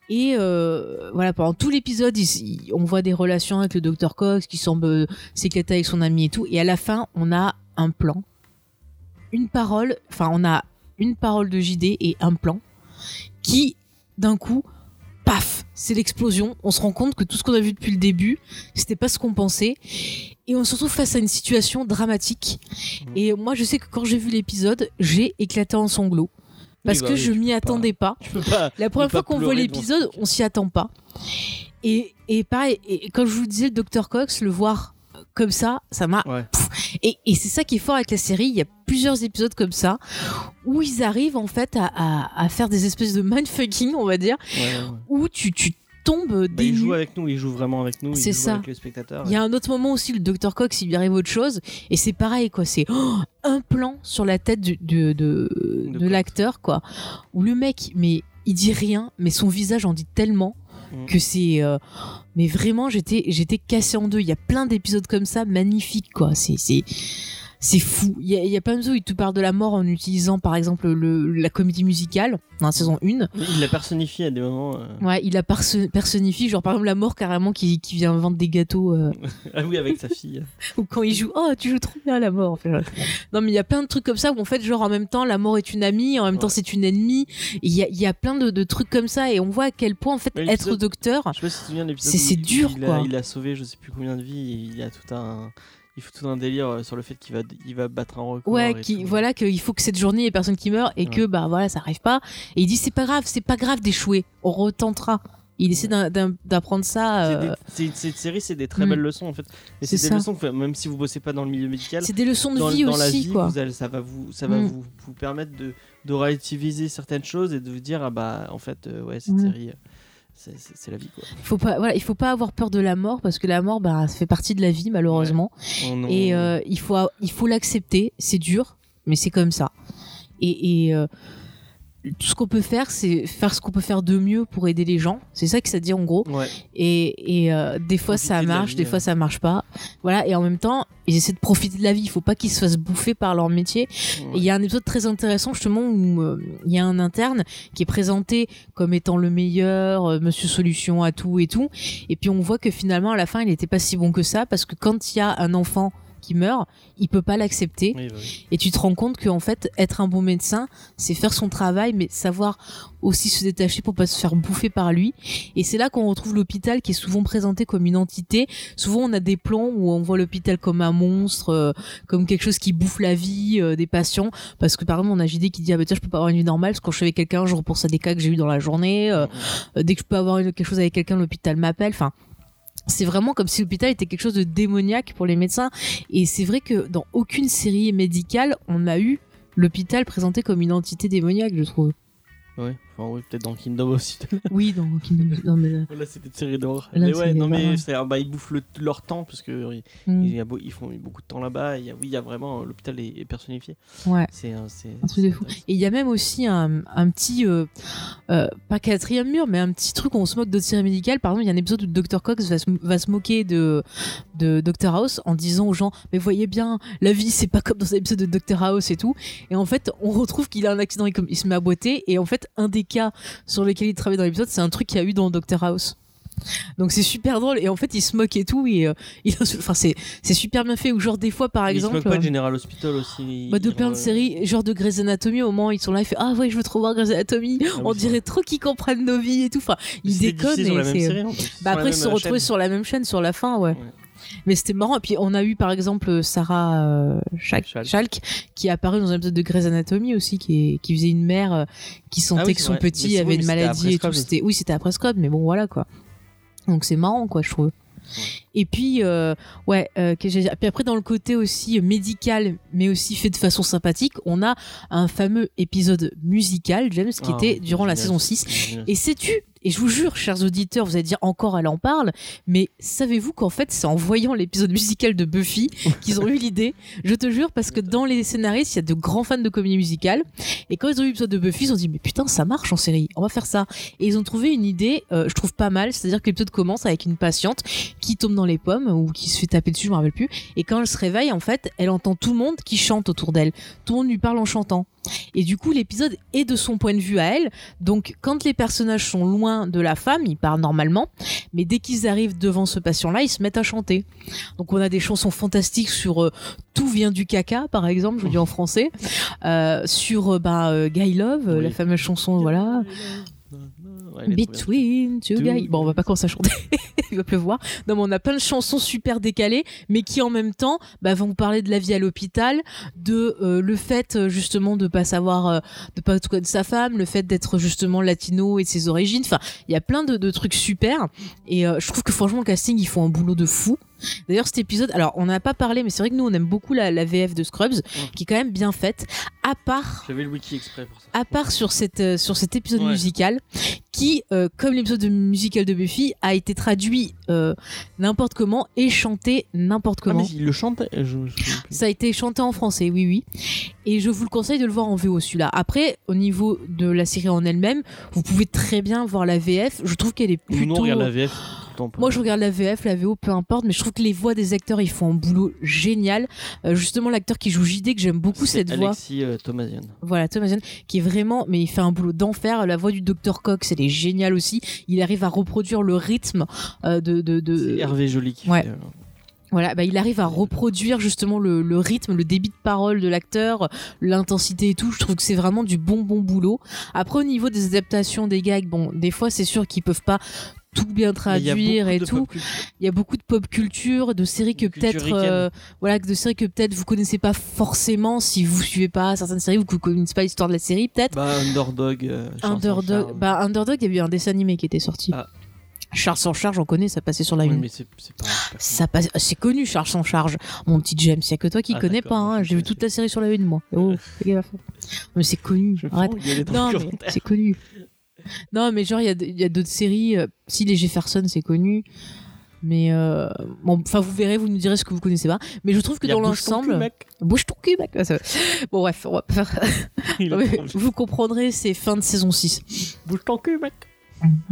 Et euh, voilà, pendant tout l'épisode, ils- ils- on voit des relations avec le docteur Cox qui semble euh, s'éclater avec son ami et tout. Et à la fin, on a un plan, une parole, enfin, on a une parole de JD et un plan qui, d'un coup, paf, c'est l'explosion. On se rend compte que tout ce qu'on a vu depuis le début, c'était pas ce qu'on pensait. Et on se retrouve face à une situation dramatique. Mhm. Et moi, je sais que quand j'ai vu l'épisode, j'ai éclaté en sanglots. Parce bah que oui, je tu m'y peux pas- attendais pas. Tu peux pas. La première peux fois pas qu'on voit pleurer devant ce l'épisode, truc. on s'y attend pas. Et, et pareil, et comme je vous le disais, le docteur Cox, le voir comme ça, ça m'a Ouais. et, et c'est ça qui est fort avec la série. Il y a plusieurs épisodes comme ça où ils arrivent en fait à, à- à faire des espèces de mindfucking, on va dire, ouais, ouais. où tu, tu tombes Bah, des il joue avec nous, il joue vraiment avec nous, il C'est joue ça. avec les spectateurs. Il y a un autre moment aussi, le docteur Cox, il lui arrive autre chose, et c'est pareil, quoi. C'est oh, un plan sur la tête du- de, de, de Cox. l'acteur, quoi. Où le mec, mais il dit rien, mais son visage en dit tellement Mm. que c'est. euh, mais vraiment, j'étais j'étais cassé en deux. Il y a plein d'épisodes comme ça, magnifiques, quoi. C'est. c'est- C'est fou. Il y, a- il y a plein de choses où il te parle de la mort en utilisant par exemple le, la comédie musicale dans la saison 1. Il l'a personnifié à des moments. euh, Ouais, il la perso- personnifie, genre par exemple la mort carrément qui, qui vient vendre des gâteaux euh, Ah oui, avec sa fille. ou quand il joue oh tu joues trop bien la mort Enfin, voilà. non mais il y a plein de trucs comme ça où en fait genre en même temps la mort est une amie en même temps Ouais. c'est une ennemie Et il y a, il y a plein de, de trucs comme ça et on voit à quel point en fait Mais être l'épisode- docteur Je sais pas si tu te souviens de l'épisode. C'est- où c'est il- dur, il a, quoi. Il a sauvé je sais plus combien de vies. Il y a tout un. Il faut tout un délire euh, sur le fait qu'il va, il va battre un record. ouais et qui tout. voilà qu'il faut que cette journée il y ait personne qui meurt et que bah voilà ça arrive pas et il dit c'est pas grave c'est pas grave d'échouer on retentera il essaie d'un- d'un- d'apprendre ça C'est euh, des- c'est- Cette série, c'est des très Mm. belles leçons en fait. Et C'est c'est des ça. leçons que même si vous bossez pas dans le milieu médical, c'est des leçons de dans, vie dans aussi la vie, quoi vous allez- ça va vous, ça va Mm. vous, vous permettre de, de relativiser certaines choses et de vous dire ah bah en fait euh, ouais cette Mm. série, c'est- c'est c'est la vie quoi. Faut pas, voilà, il faut pas avoir peur de la mort parce que la mort, bah, ça fait partie de la vie malheureusement. On- on- Et euh, il faut, il faut l'accepter. C'est dur, mais c'est comme ça. Et, et, euh, tout ce qu'on peut faire, c'est faire ce qu'on peut faire de mieux pour aider les gens. C'est ça que ça dit en gros. Ouais. Et, et, euh, des fois Profiter ça de la marche, vie, des euh. fois ça marche pas. Voilà. Et en même temps, ils essaient de profiter de la vie. Il faut pas qu'ils se fassent bouffer par leur métier. Et Il y a un épisode très intéressant justement où euh, il y a un interne qui est présenté comme étant le meilleur, euh, Monsieur Solution à tout et tout. Et puis on voit que finalement à la fin il n'était pas si bon que ça parce que quand il y a un enfant qui meurt, il peut pas l'accepter. Oui, bah oui. Et tu te rends compte qu'en fait être un bon médecin, c'est faire son travail, mais savoir aussi se détacher pour pas se faire bouffer par lui. Et c'est là qu'on retrouve l'hôpital qui est souvent présenté comme une entité. Souvent, on a des plans où on voit l'hôpital comme un monstre, euh, comme quelque chose qui bouffe la vie euh, des patients. Parce que par exemple, on a JD qui dit ah bah tiens, je peux pas avoir une vie normale parce que quand je suis avec quelqu'un, je repense à des cas que j'ai eu dans la journée. Euh, euh, dès que je peux avoir une- quelque chose avec quelqu'un, l'hôpital m'appelle. Enfin. C'est vraiment comme si l'hôpital était quelque chose de démoniaque pour les médecins. Et c'est vrai que dans aucune série médicale, on a eu l'hôpital présenté comme une entité démoniaque, je trouve. Ouais. Enfin, oui, peut-être dans Kingdom aussi. Oui, dans Kingdom non, mais, euh, Là, c'était une série d'horreur. Là, Mais ouais, c'est- non, mais voilà. c'est- bah, ils bouffent le- leur temps parce que euh, ils- hmm, il y a beau- ils font beaucoup de temps là-bas. Il y a- oui, il y a vraiment euh, l'hôpital est, est personnifié. ouais. C'est euh, c'est- Un truc de c'est fou. intéressant. Et il y a même aussi un, un petit, euh, euh, pas quatrième mur, mais un petit truc où on se moque d'autres séries médicales. Par exemple, il y a un épisode où Dr. Cox va se, va se moquer de, de Dr. House en disant aux gens Mais voyez bien, la vie, c'est pas comme dans un épisode de Dr. House et tout. Et en fait, on retrouve qu'il a un accident, il, com- il se met à boiter. Et en fait, un des cas sur lesquels il travaille dans l'épisode, c'est un truc qu'il y a eu dans Dr. House. Donc c'est super drôle et en fait il se moque et tout et euh, il insulte- enfin c'est c'est super bien fait ou genre des fois par Mais exemple Ils se moquent euh, pas de General Hospital aussi. bah, de ils- plein de euh, séries, genre de Grey's Anatomy, au moment où ils sont là, ils font Ah ouais, je veux trop voir Grey's Anatomy, Ah oui, on c'est dirait trop qu'ils comprennent nos vies et tout. Enfin, ils C'était déconnent. diffusé sur la Et même c'est- série, en plus. Sur bah, la après, ils même, se sont euh, retrouvés chaîne. sur la même chaîne sur la fin, ouais. Ouais. Mais c'était marrant. Et puis, on a eu par exemple Sarah euh, Schalk, Schalk. Schalk, qui est apparue dans un épisode de Grey's Anatomy aussi, qui, est- qui faisait une mère euh, qui sentait Ah oui, que c'est son vrai. petit Mais c'est- avait oui, une mais c'était maladie et après tout. Scrubs. C'était, oui, c'était après Scrubs, mais bon, voilà quoi. Donc, c'est marrant, quoi, je trouve. Et puis, euh, ouais, euh, qu'est-ce que j'allais dire Puis après, dans le côté aussi euh, médical, mais aussi fait de façon sympathique, on a un fameux épisode musical, James, qui Ah, était durant la génial. saison 6. Génial. Et sais-tu, et je vous jure, chers auditeurs, vous allez dire encore elle en parle, mais savez-vous qu'en fait, c'est en voyant l'épisode musical de Buffy qu'ils ont eu l'idée Je te jure, parce que dans les scénaristes, il y a de grands fans de comédie musicale. Et quand ils ont eu l'épisode de Buffy, ils ont dit Mais putain, ça marche en série, on va faire ça. Et ils ont trouvé une idée, euh, je trouve pas mal, c'est-à-dire que l'épisode commence avec une patiente qui tombe dans les pommes ou qui se fait taper dessus, je me rappelle plus. Et quand elle se réveille, en fait, elle entend tout le monde qui chante autour d'elle. Tout le monde lui parle en chantant. Et du coup, l'épisode est de son point de vue à elle. Donc, quand les personnages sont loin de la femme, ils parlent normalement, mais dès qu'ils arrivent devant ce patient-là, ils se mettent à chanter. Donc, on a des chansons fantastiques sur euh, Tout vient du caca, par exemple, je vous dis en français, euh, sur euh, bah, euh, Guy Love, euh, Oui. la fameuse chanson, voilà. Ouais, elle est trop bien. Between two Two guys. Bon, on va pas commencer à chanter. Il va pleuvoir. Non, mais on a plein de chansons super décalées, mais qui en même temps bah, vont vous parler de la vie à l'hôpital, de euh, le fait euh, justement de pas savoir, euh, de pas tout connaître sa femme, le fait d'être justement latino et de ses origines. Enfin, il y a plein de, de trucs super. Et euh, je trouve que franchement, le casting, ils font un boulot de fou. D'ailleurs, cet épisode, alors on n'a pas parlé, mais c'est vrai que nous, on aime beaucoup la, la VF de Scrubs, qui est quand même bien faite, à part J'avais le wiki exprès pour ça. à part sur, cette, euh, sur cet épisode Ouais. musical, qui, euh, comme l'épisode de- musical de Buffy, a été traduit euh, n'importe comment et chanté n'importe Ah, comment. mais il le chante. euh, je- je- je- Ça a été chanté en français, oui, oui. Et je vous le conseille de le voir en VO, celui-là. Après, au niveau de la série en elle-même, vous pouvez très bien voir la VF. Je trouve qu'elle est Ou plutôt... non, regarde la VF. tout le temps, peu Moi, importe. je regarde la VF, la VO, peu importe, mais je trouve que les voix des acteurs, ils font un boulot génial. Euh, justement, l'acteur qui joue JD, que j'aime beaucoup C'est cette voix. Alexis euh, Thomasian. Voilà, Thomas Jane, qui est vraiment, mais il fait un boulot d'enfer. La voix du Dr Cox, elle est géniale aussi. Il arrive à reproduire le rythme euh, de, de, de- C'est Hervé Joly qui ouais. fait, euh, voilà. Bah, il arrive à reproduire justement le, le rythme, le débit de parole de l'acteur, l'intensité et tout. Je trouve que c'est vraiment du bon bon boulot. Après, au niveau des adaptations des gags, bon, des fois, c'est sûr qu'ils peuvent pas tout bien Mais il y a traduire beaucoup et de tout. pop culture. Il y a beaucoup de pop culture, de séries que De culture peut-être, ricaine. euh, voilà, de séries que peut-être vous connaissez pas forcément si vous suivez pas certaines séries ou que vous connaissez pas l'histoire de la série, peut-être. Bah, Underdog. euh, Charles Underdog, Charles. bah Underdog, il y a eu un dessin animé qui était sorti. Ah. Charles sans charge, on connaît, ça passait sur la Oui, une. mais c'est c'est pas. c'est pas Ça passe, ah, c'est connu Charles sans charge. Mon petit James, il y a que toi qui Ah, connais d'accord, pas. moi, hein. je J'ai vu connais. toute la série sur la une, moi. Oh, fais gaffe. Mais c'est connu. Je vais Arrête. vraiment gueuler dans Non, le mais commentaire. c'est connu. Non, mais genre, il y a, d- il y a d'autres séries. euh, Si les Jefferson, c'est connu. Mais euh, bon, enfin, vous verrez, vous nous direz ce que vous connaissez pas. Mais je trouve que Il y a dans Bouge ton cul, l'ensemble, mec. bouge ton cul, mec. Ouais, ça va. Bon, bref, on va pas faire- Il a entendu. vous comprendrez, c'est fin de saison 6. Bouge ton cul, mec.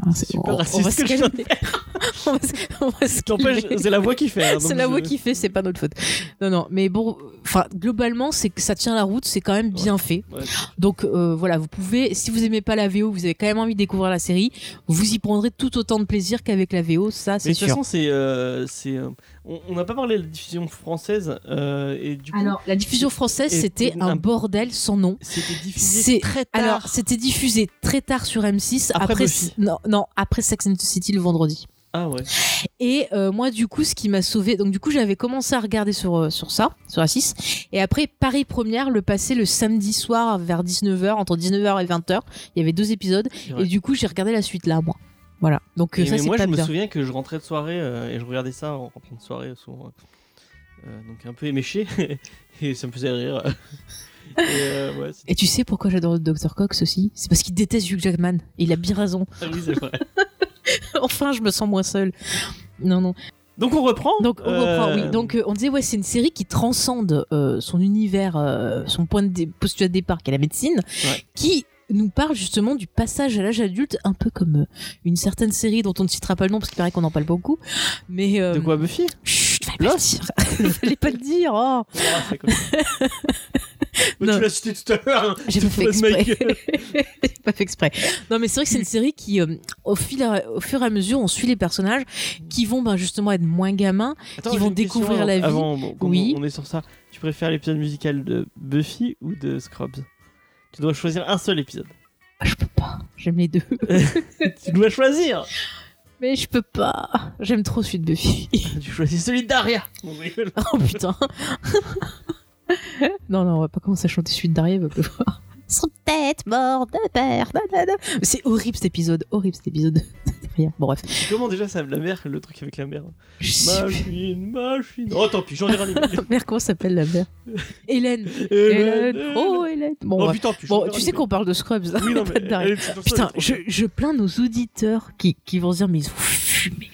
Ah, c'est super on, raciste on va se que je viens de calmer. on va se, on va se T'empêches, calmer. c'est la voix qui fait. hein, C'est donc la je- voix qui fait, c'est pas notre faute. Non, non, mais bon, enfin, globalement, c'est que ça tient la route, c'est quand même bien fait. Ouais. Donc euh, voilà, vous pouvez, si vous aimez pas la VO, vous avez quand même envie de découvrir la série, vous y prendrez tout autant de plaisir qu'avec la VO, ça Mais c'est de toute sûr. façon, c'est. euh, c'est, euh, on on n'a pas parlé de la diffusion française. euh, et du coup, Alors, la diffusion française, Et- c'était et- un bordel sans nom. c'était c'est- diffusé très tard. Alors, c'était diffusé très tard sur M6 Après après, Buffy. non, non, après Sex and the City le vendredi. ah ouais. Et euh, moi, du coup, ce qui m'a sauvé, donc du coup, j'avais commencé à regarder sur, euh, sur ça, sur A6. Et après, Paris Première le passait le samedi soir vers 19h, entre 19h et 20h. Il y avait deux épisodes. C'est vrai. Et du coup, j'ai regardé la suite là, moi. Voilà. Donc, euh, Et- ça, mais c'est moi, pas je me bien. souviens que je rentrais de soirée euh, et je regardais ça en rentrant de soirée souvent. euh, euh, donc un peu éméché. et ça me faisait rire. et euh, ouais, c'est- Et tu sais pourquoi j'adore le Dr. Cox aussi C'est parce qu'il déteste Hugh Jackman. Et il a bien raison. ah oui, c'est vrai. enfin, je me sens moins seule. Non, non. Donc on reprend. Donc on Euh, reprend, oui. Donc euh, on disait ouais, c'est une série qui transcende euh, son univers, euh, son point de dé- postulat de départ qui est la médecine, Ouais. qui nous parle justement du passage à l'âge adulte, un peu comme euh, une certaine série dont on ne citera pas le nom parce qu'il paraît qu'on en parle beaucoup, mais euh, De quoi Buffy Chut, fallait pas le dire. fallait pas le dire. oh. Ah, c'est comme ça. Mais Non. Tu l'as cité tout à l'heure. hein. J'ai Tu pas fait te fous de ma exprès. gueule. J'ai pas fait exprès. Non, mais c'est vrai que c'est une série qui, euh, au, fil à- au fur et à mesure, on suit les personnages qui vont ben, justement être moins gamins. Attends, Qui j'ai vont une question découvrir la vie. Avant, bon, qu'on- Oui. on est sur ça. Tu préfères l'épisode musical de Buffy ou de Scrubs Tu dois choisir un seul épisode. Ah, je peux pas. J'aime les deux. tu dois choisir Mais je peux pas. J'aime trop celui de Buffy. Tu choisis celui de Daria On rigole. Oh putain Non, non, on va pas commencer à chanter celui de Daria, il va pleuvoir. Son tête mort de père nanana. C'est horrible cet épisode, horrible cet épisode. C'est Rien. Bon, bref. Comment déjà ça la mère, le truc avec la mère Je Bah, sais plus. Machine, machine. Oh tant pis, j'en ai rien à dire. Merde, comment s'appelle la mère Hélène. Hélène, Hélène Oh, Hélène Bon, Oh bref. putain, tu Bon, tu sais qu'on parle de Scrubs, là, Oui, non, pas mais de Daria. elle est toujours sur Putain, le je, truc. je plains nos auditeurs qui, qui vont se dire, mais ils ont fumé.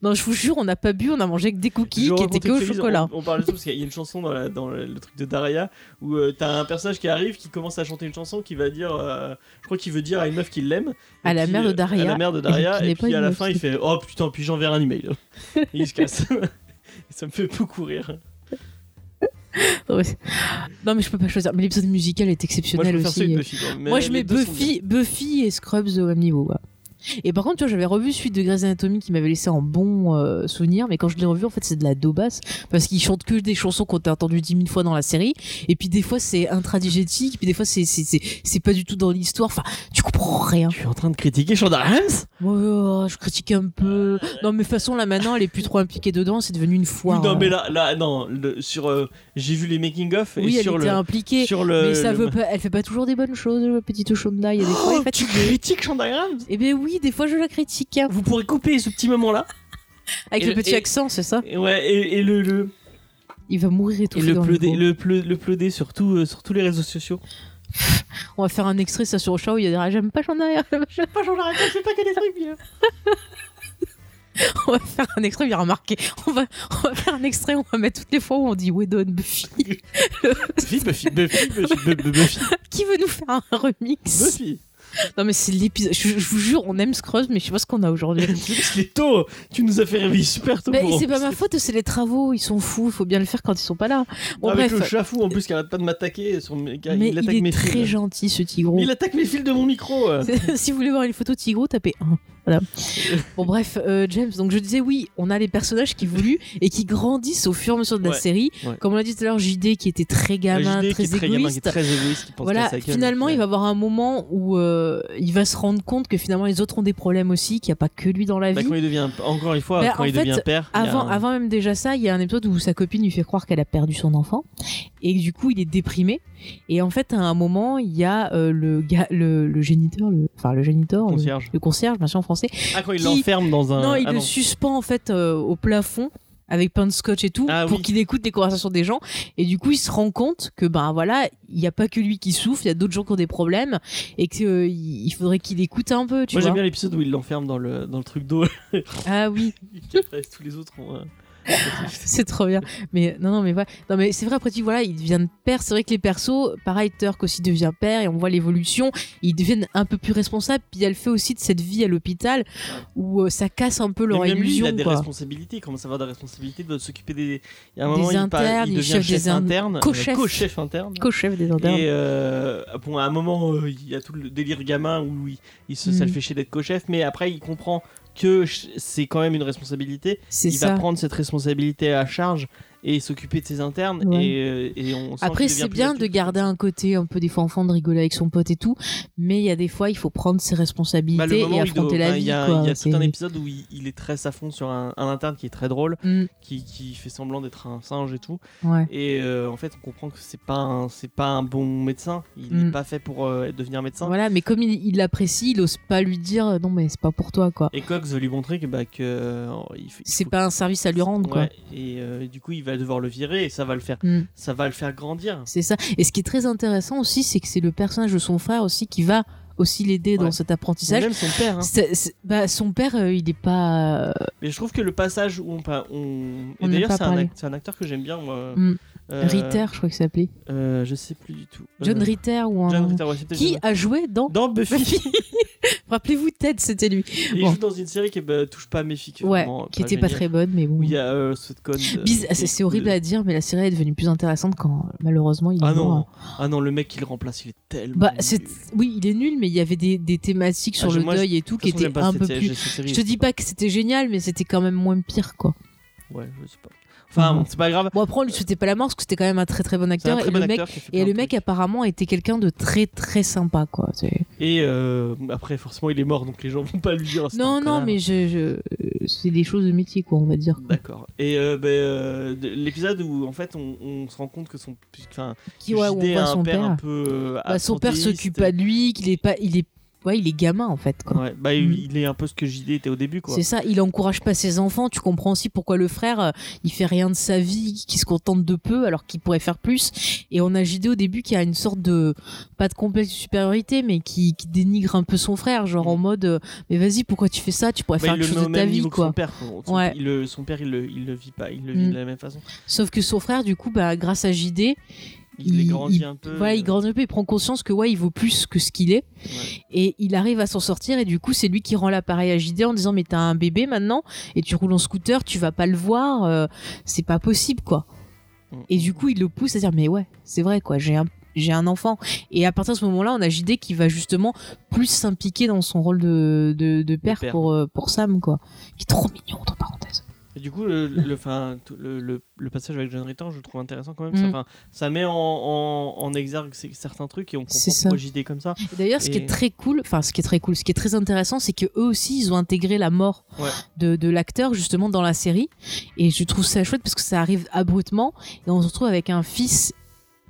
Non, je vous jure, on n'a pas bu, on a mangé que des Je cookies qui étaient que au recontextualise, chocolat. On, on parle de ça parce qu'il y a une chanson dans, la- dans le, le truc de Daria où euh, t'as un personnage qui arrive qui commence à chanter une chanson qui va dire, euh, je crois qu'il veut dire à une meuf qui l'aime. et À la qui, mère de euh, Daria, À la mère de Daria qui n'est et, pas puis à une la meuf fin qui- il fait, oh putain, puis j'enverrai un email. Et il se casse. ça me fait beaucoup rire. Non, mais- Non, mais je peux pas choisir. Mais l'épisode musical est Moi je exceptionnel préfère aussi. euh, celui de Buffy. quand même, mais Moi, je les mets deux sont bien. Buffy, Buffy et Scrubs au même niveau. quoi. Et par contre, tu vois, j'avais revu celui de Grey's Anatomy qui m'avait laissé un bon euh, souvenir, mais quand je l'ai revu, en fait, c'est de la daubasse parce qu'ils chantent que des chansons qu'on t'a entendues dix mille fois dans la série, et puis des fois c'est intradigétique, puis des fois c'est c'est- c'est c'est pas du tout dans l'histoire. Enfin, tu comprends rien. Tu es en train de critiquer Shonda Rhimes Ouais, ouais, ouais, je critique un peu. Non, mais de toute façon, là maintenant, elle est plus trop impliquée dedans, c'est devenu une Oui, foire. hein. non, mais là, là non, le- sur, euh, j'ai vu les making of et Oui, elle sur, était le, impliquée. sur le. mais ça le- veut pas, elle fait pas toujours des bonnes choses, la petite Shonda. Il y a des fois, elle Oh, est tu fatiguée. critiques Shonda Rhimes Eh ben oui, des fois je la critique. hein. Vous pourrez couper ce petit moment-là. Avec Et le le- petit et- accent, c'est ça Et Ouais, et, et le le Il va mourir et étouffé le dans le pleuder, micro. le pleu- le pleuder sur tout, euh, sur tous les réseaux sociaux. On va faire un extrait, ça sur Ocha, où il y a des Ah, j'aime pas j'en ai Je sais pas Shonda Rhimes, je sais pas que des trucs bien. On va faire un extrait, il y aura marqué. On va, on va faire un extrait, on va mettre toutes les fois où on dit Wedon Buffy. Buffy, Buffy, Buffy, Buffy, Bu- Bu- Buffy, Qui veut nous faire un remix Buffy. Non mais c'est l'épisode, je, je vous jure, on aime Scrubs, mais je sais pas ce qu'on a aujourd'hui. C'est parce qu'il est tôt. Tu nous as fait réveiller super tôt. Mais pour- Bah, c'est pas ma faute, c'est les travaux, ils sont fous, il faut bien le faire quand ils sont pas là. Bon, Avec bref. Ah, le chafou en plus qui arrête pas de m'attaquer. sur mes- Il mais attaque il mes est très fils. gentil ce tigrou. Mais il attaque mes fils de mon micro. euh. si vous voulez voir une photo de Tigrou, tapez 1. Voilà. Bon, bref, euh, James, donc je disais, oui, on a les personnages qui évoluent et qui grandissent au fur et à mesure de la Ouais, série. ouais. Comme on l'a dit tout à l'heure, JD qui était très gamin, JD très qui est très gamin, qui est égoïste. très égoïste, qui pense Voilà, qu'à sa gueule, finalement, et il va avoir un moment où euh, il va se rendre compte que finalement les autres ont des problèmes aussi, qu'il n'y a pas que lui dans la Bah, vie. quand il devient, encore une fois, Bah, quand en il fait, devient père. il y a Avant, un- avant même déjà ça, il y a un épisode où sa copine lui fait croire qu'elle a perdu son enfant et du coup il est déprimé. Et en fait, à un moment, il y a euh, le, gars- le, le géniteur, le, enfin le géniteur, le- Concierge. le concierge, bien sûr en français, Ah, quand il qui- l'enferme dans un. Non, il ah le suspend en fait euh, au plafond avec plein de scotch et tout Ah pour oui. qu'il écoute les conversations des gens et du coup il se rend compte que ben voilà il n'y a pas que lui qui souffre il y a d'autres gens qui ont des problèmes et que euh, il il faudrait qu'il écoute un peu tu Moi j'aime vois bien l'épisode où il l'enferme dans le, dans le truc d'eau. ah oui Tous les autres ont. euh, Ah, c'est trop bien mais non non mais voilà non mais c'est vrai après tu voilà il devient père c'est vrai que les persos pareil Turk aussi devient père et on voit l'évolution ils deviennent un peu plus responsables puis il y a le fait aussi de cette vie à l'hôpital où euh, ça casse un peu Mais leur même lui, il illusion a des quoi. responsabilités. Il commence à avoir des responsabilités. Il doit s'occuper des. Il y a un Des moment, il, parle- internes, il il devient cherche chef des in- interne. euh, co-chef. Co-chef interne. Co-chef des internes. Et euh, bon, à un moment, euh, il y a tout le délire gamin où il, il se, ça Mm. le fait chier d'être co-chef, mais après, il comprend que ch- c'est quand même une responsabilité. c'est Il ça va prendre cette responsabilité à charge et s'occuper de ses internes. Ouais. Et, euh, et on sent Après, qu'il devient c'est plus bien adulte. de garder un côté un peu des fois enfant, de rigoler avec son pote et tout, mais il y a des fois, il faut prendre ses Bah, le responsabilités moment et où il doit- affronter la enfin, vie. Il y a, quoi. il y a tout C'est- un épisode où il, il est très à fond sur un, un interne qui est très drôle, Mm, qui, qui fait semblant d'être un singe et tout. ouais. Et euh, en fait, on comprend que c'est pas un, c'est pas un bon médecin. Il Mm. n'est pas fait pour euh, devenir médecin. Voilà, mais comme il il l'apprécie, il ose pas lui dire euh, non, mais c'est pas pour toi, quoi. Et Cox veut lui montrer que bah que euh, il f- il C'est faut- pas un service à lui rendre, quoi. Ouais, Et euh, du coup, il va devoir le virer et ça va le faire, Mm. ça va le faire grandir. C'est ça. Et ce qui est très intéressant aussi, c'est que c'est le personnage de son frère aussi qui va aussi l'aider Ouais. dans cet Et apprentissage. même son père. hein. C'est- c'est- bah, son père, euh, il est pas. euh, Mais je trouve que le passage où on, pa- on... On et n'a d'ailleurs pas c'est un, parlé. act- c'est un acteur que j'aime bien moi. Mm. Euh, Ritter, je crois qu'il s'appelait. euh, je sais plus du tout. John Euh, Ritter ou un. John Ritter. ouais, c'est peut-être Qui John- a joué dans. dans Buffy. Rappelez-vous, Ted, c'était lui. il Bon. joue dans une série qui est, bah, touche pas à mes filles. qui est Ouais, vraiment qui était pas géniale. très bonne, mais bon. Où il y a euh, cette conne. euh, Biz- qui c'est est c'est horrible cool. à dire, mais la série est devenue plus intéressante quand malheureusement il est Ah non, mort. hein. ah non, le mec qui le remplace, il est tellement. Bah, nul. c'est... De toute Oui, il est nul, mais il y avait des, des thématiques sur Ah, je- le moi, deuil et tout qui façon, j'aime étaient pas un cette peu série- plus. cette série, Je te dis pas que c'était génial, mais c'était quand même moins pire, quoi. Ouais, je sais pas. Enfin, Mhm. bon, c'est pas grave. Bon, après, on lui souhaitait pas la mort parce que c'était quand même un très très bon C'est un acteur. très et bon le mec, acteur qui fait et plein le de mec trucs. apparemment était quelqu'un de très très sympa, quoi. C'est- Et euh, après, forcément, il est mort, donc les gens vont pas lui dire. c'est un Non, non, connard. mais je, je- c'est des choses de métier, quoi, on va dire. D'accord. Et euh, ben, euh, de- l'épisode où en fait on, on se rend compte que son, enfin, Qui, ouais, où JD on a voit un son père, père. un peu, euh, Bah, son père absentéiste. s'occupe pas de lui, qu'il est pas, il est, ouais, il est gamin en fait, quoi. Ouais, bah, Mm. il il est un peu ce que JD était au début, quoi. C'est ça, il encourage pas ses enfants. Tu comprends aussi pourquoi le frère, euh, il fait rien de sa vie, qui se contente de peu alors qu'il pourrait faire plus. Et on a JD au début qui a une sorte de, pas de complexe de supériorité, mais qui, qui dénigre un peu son frère, genre en mode, euh, mais vas-y, pourquoi tu fais ça Tu pourrais Mm. Bah, faire il le quelque met chose au de ta même vie, niveau que son quoi. père. quoi. Son, Ouais. il le- son père, il le, il le vit pas, il le vit Mm. de la même façon. Sauf que son frère, du coup, bah, grâce à JD, Il, Il- grandit il- un peu. voilà, il euh, grandit un peu, il prend conscience que ouais, il vaut plus que ce qu'il est. Ouais. Et il arrive à s'en sortir et du coup, c'est lui qui rend l'appareil à JD en disant mais t'as un bébé maintenant et tu roules en scooter, tu vas pas le voir, euh, c'est pas possible quoi. Mm. Et du coup, il le pousse à dire mais ouais, c'est vrai quoi, j'ai un j'ai un enfant. Et à partir de ce moment-là, on a JD qui va justement plus s'impliquer dans son rôle de, de, de père, père. Pour, euh, pour Sam, quoi. Qui est trop mignon, entre parenthèses. Et du coup, le, le, enfin, tout- le, le- le passage avec John Ritter, je le trouve intéressant quand même. Ça, Mm. enfin, ça met en, en, en exergue c- certains trucs et on C'est comprend ça. pourquoi JD comme ça. Et D'ailleurs, ce qui Et- est très cool, enfin ce qui est très cool, ce qui est très intéressant, c'est que eux aussi, ils ont intégré la mort Ouais. de, de l'acteur justement dans la série. Et je trouve ça chouette parce que ça arrive abruptement et on se retrouve avec un fils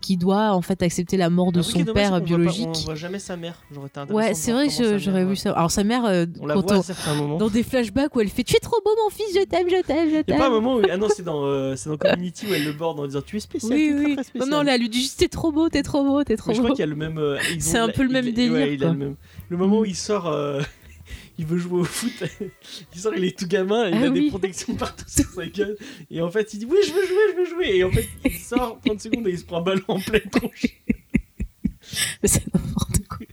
qui doit en fait accepter la mort de Un truc Ah qui son est dommage, père c'est qu'on voit pas- on biologique. voit jamais sa mère. J'aurais été intéressant Ouais, de c'est voir vrai, comment je- sa j'aurais mère, vu ouais. ça. Alors sa mère, euh, On la quand voit on- à certains moments. dans des flashbacks où elle fait "Tu es trop beau mon fils, je t'aime, je t'aime, je Il n'y a pas un t'aime". moment où. Ah non, c'est dans, euh, c'est dans Community où elle le borde en disant Tu es spécial, Oui, t'es très, oui. très Non, spécial. non, là, elle lui dit juste "T'es trop beau, t'es trop beau, t'es trop Mais je beau". crois qu'il y a le même. euh, ils ont C'est un la- peu le il- même ouais, délire, il a quoi. Mm. le, même... le moment où il sort. euh, Il veut jouer au foot, il sort, il est tout gamin, il Ah a des oui. protections partout sur sa gueule, et en fait il dit oui je veux jouer, je veux jouer, et en fait il sort 30 secondes et il se prend un ballon en pleine tronche. Mais c'est n'importe quoi.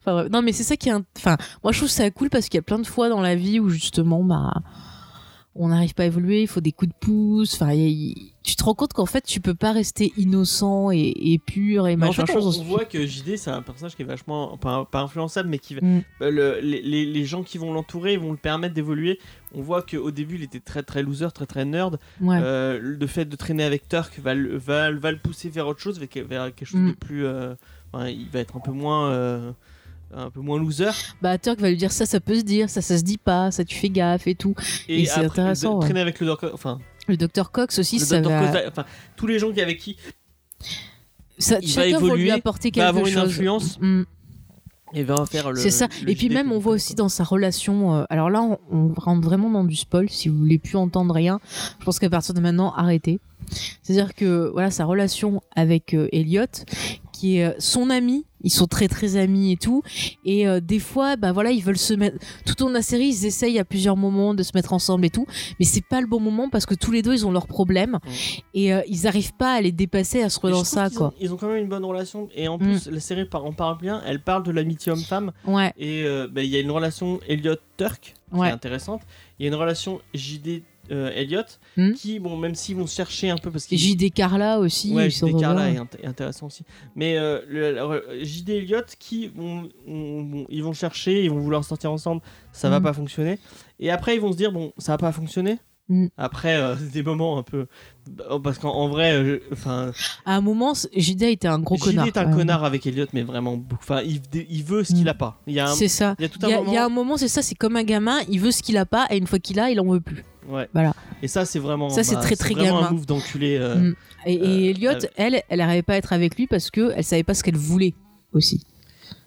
Enfin, bref. Non, mais c'est ça qui est. un- Enfin, moi, je trouve ça cool parce qu'il y a plein de fois dans la vie où justement, bah, on n'arrive pas à évoluer, il faut des coups de pouce. Enfin, il y a- il- tu te rends compte qu'en fait, tu peux pas rester innocent et, et pur et Mais en machin fait, on, chose. on voit que JD c'est un personnage qui est vachement pas, pas influençable, mais qui va- Mm. euh, le- les, les- les gens qui vont l'entourer vont le permettre d'évoluer. On voit qu'au début il était très très loser, très très nerd. Ouais. Euh, le fait de traîner avec Turk va, le- va, va le pousser vers autre chose, vers, vers quelque chose Mm. de plus. euh, enfin, il va être un peu moins. euh, un peu moins loser Bah, Turk va lui dire ça, ça peut se dire, ça, ça se dit pas, ça, tu fais gaffe et tout. et, Et c'est après, intéressant, de- ouais. traîner avec le docteur enfin Le docteur Cox aussi, le ça Dr. va. Cosa- enfin tous les gens qui avec qui ça- il va chacun va évoluer, lui apporter va quelque avoir chose. une influence Mm. Et va faire le. C'est ça. le Et puis JD même, on qu'on voit fait, aussi quoi. dans sa relation. euh, alors là, on, on rentre vraiment dans du spoil. Si vous voulez plus entendre rien, je pense qu'à partir de maintenant, arrêtez. C'est-à-dire que voilà, sa relation avec euh, Elliot, qui est euh, son ami. Ils sont très très amis et tout. Et euh, des fois, bah voilà, ils veulent se mettre. Tout au long de la série, ils essayent à plusieurs moments de se mettre ensemble et tout. Mais c'est pas le bon moment parce que tous les deux, ils ont leurs problèmes Mm. et euh, ils arrivent pas à les dépasser, à se Mais je relancer trouve ça qu'ils quoi. ont- ils ont quand même une bonne relation. Et en Mm. plus, la série par- en parle bien. Elle parle de l'amitié homme-femme. Ouais, Et euh, bah, il y a une relation Elliot-Turk qui Ouais. est intéressante. Il y a une relation JD-Elliot Mm. qui, bon, même s'ils vont se chercher un peu parce Et qu'ils JD Carla aussi. Ouais, ils sont JD Carla vraiment- est, int- est intéressant aussi. Mais euh, le- le- le- JD Elliott, qui vont- on- bon, ils vont chercher, ils vont vouloir sortir ensemble, ça va Mm. pas fonctionner. Et après, ils vont se dire, bon, ça va pas fonctionner. Mm. Après, euh, des moments un peu. oh, Parce qu'en en vrai, euh, je- enfin, À un moment, c- JD était un gros JD connard. est un quand même. connard avec Elliott, mais vraiment. beaucoup. Enfin, il, dé- il veut ce qu'il Mm. a pas. Il y a un. C'est ça. il y a tout Il un y, a- moment. il y a un moment, c'est ça, c'est comme un gamin, il veut ce qu'il a pas, et une fois qu'il a, il en veut plus. Ouais. Voilà. Et ça, c'est vraiment. Ça, c'est bah, très, très vraiment gamin. un move d'enculé. euh, Mm. Et, et Euh, Elliot, euh, elle, elle n'arrivait pas à être avec lui parce que elle savait pas ce qu'elle voulait aussi.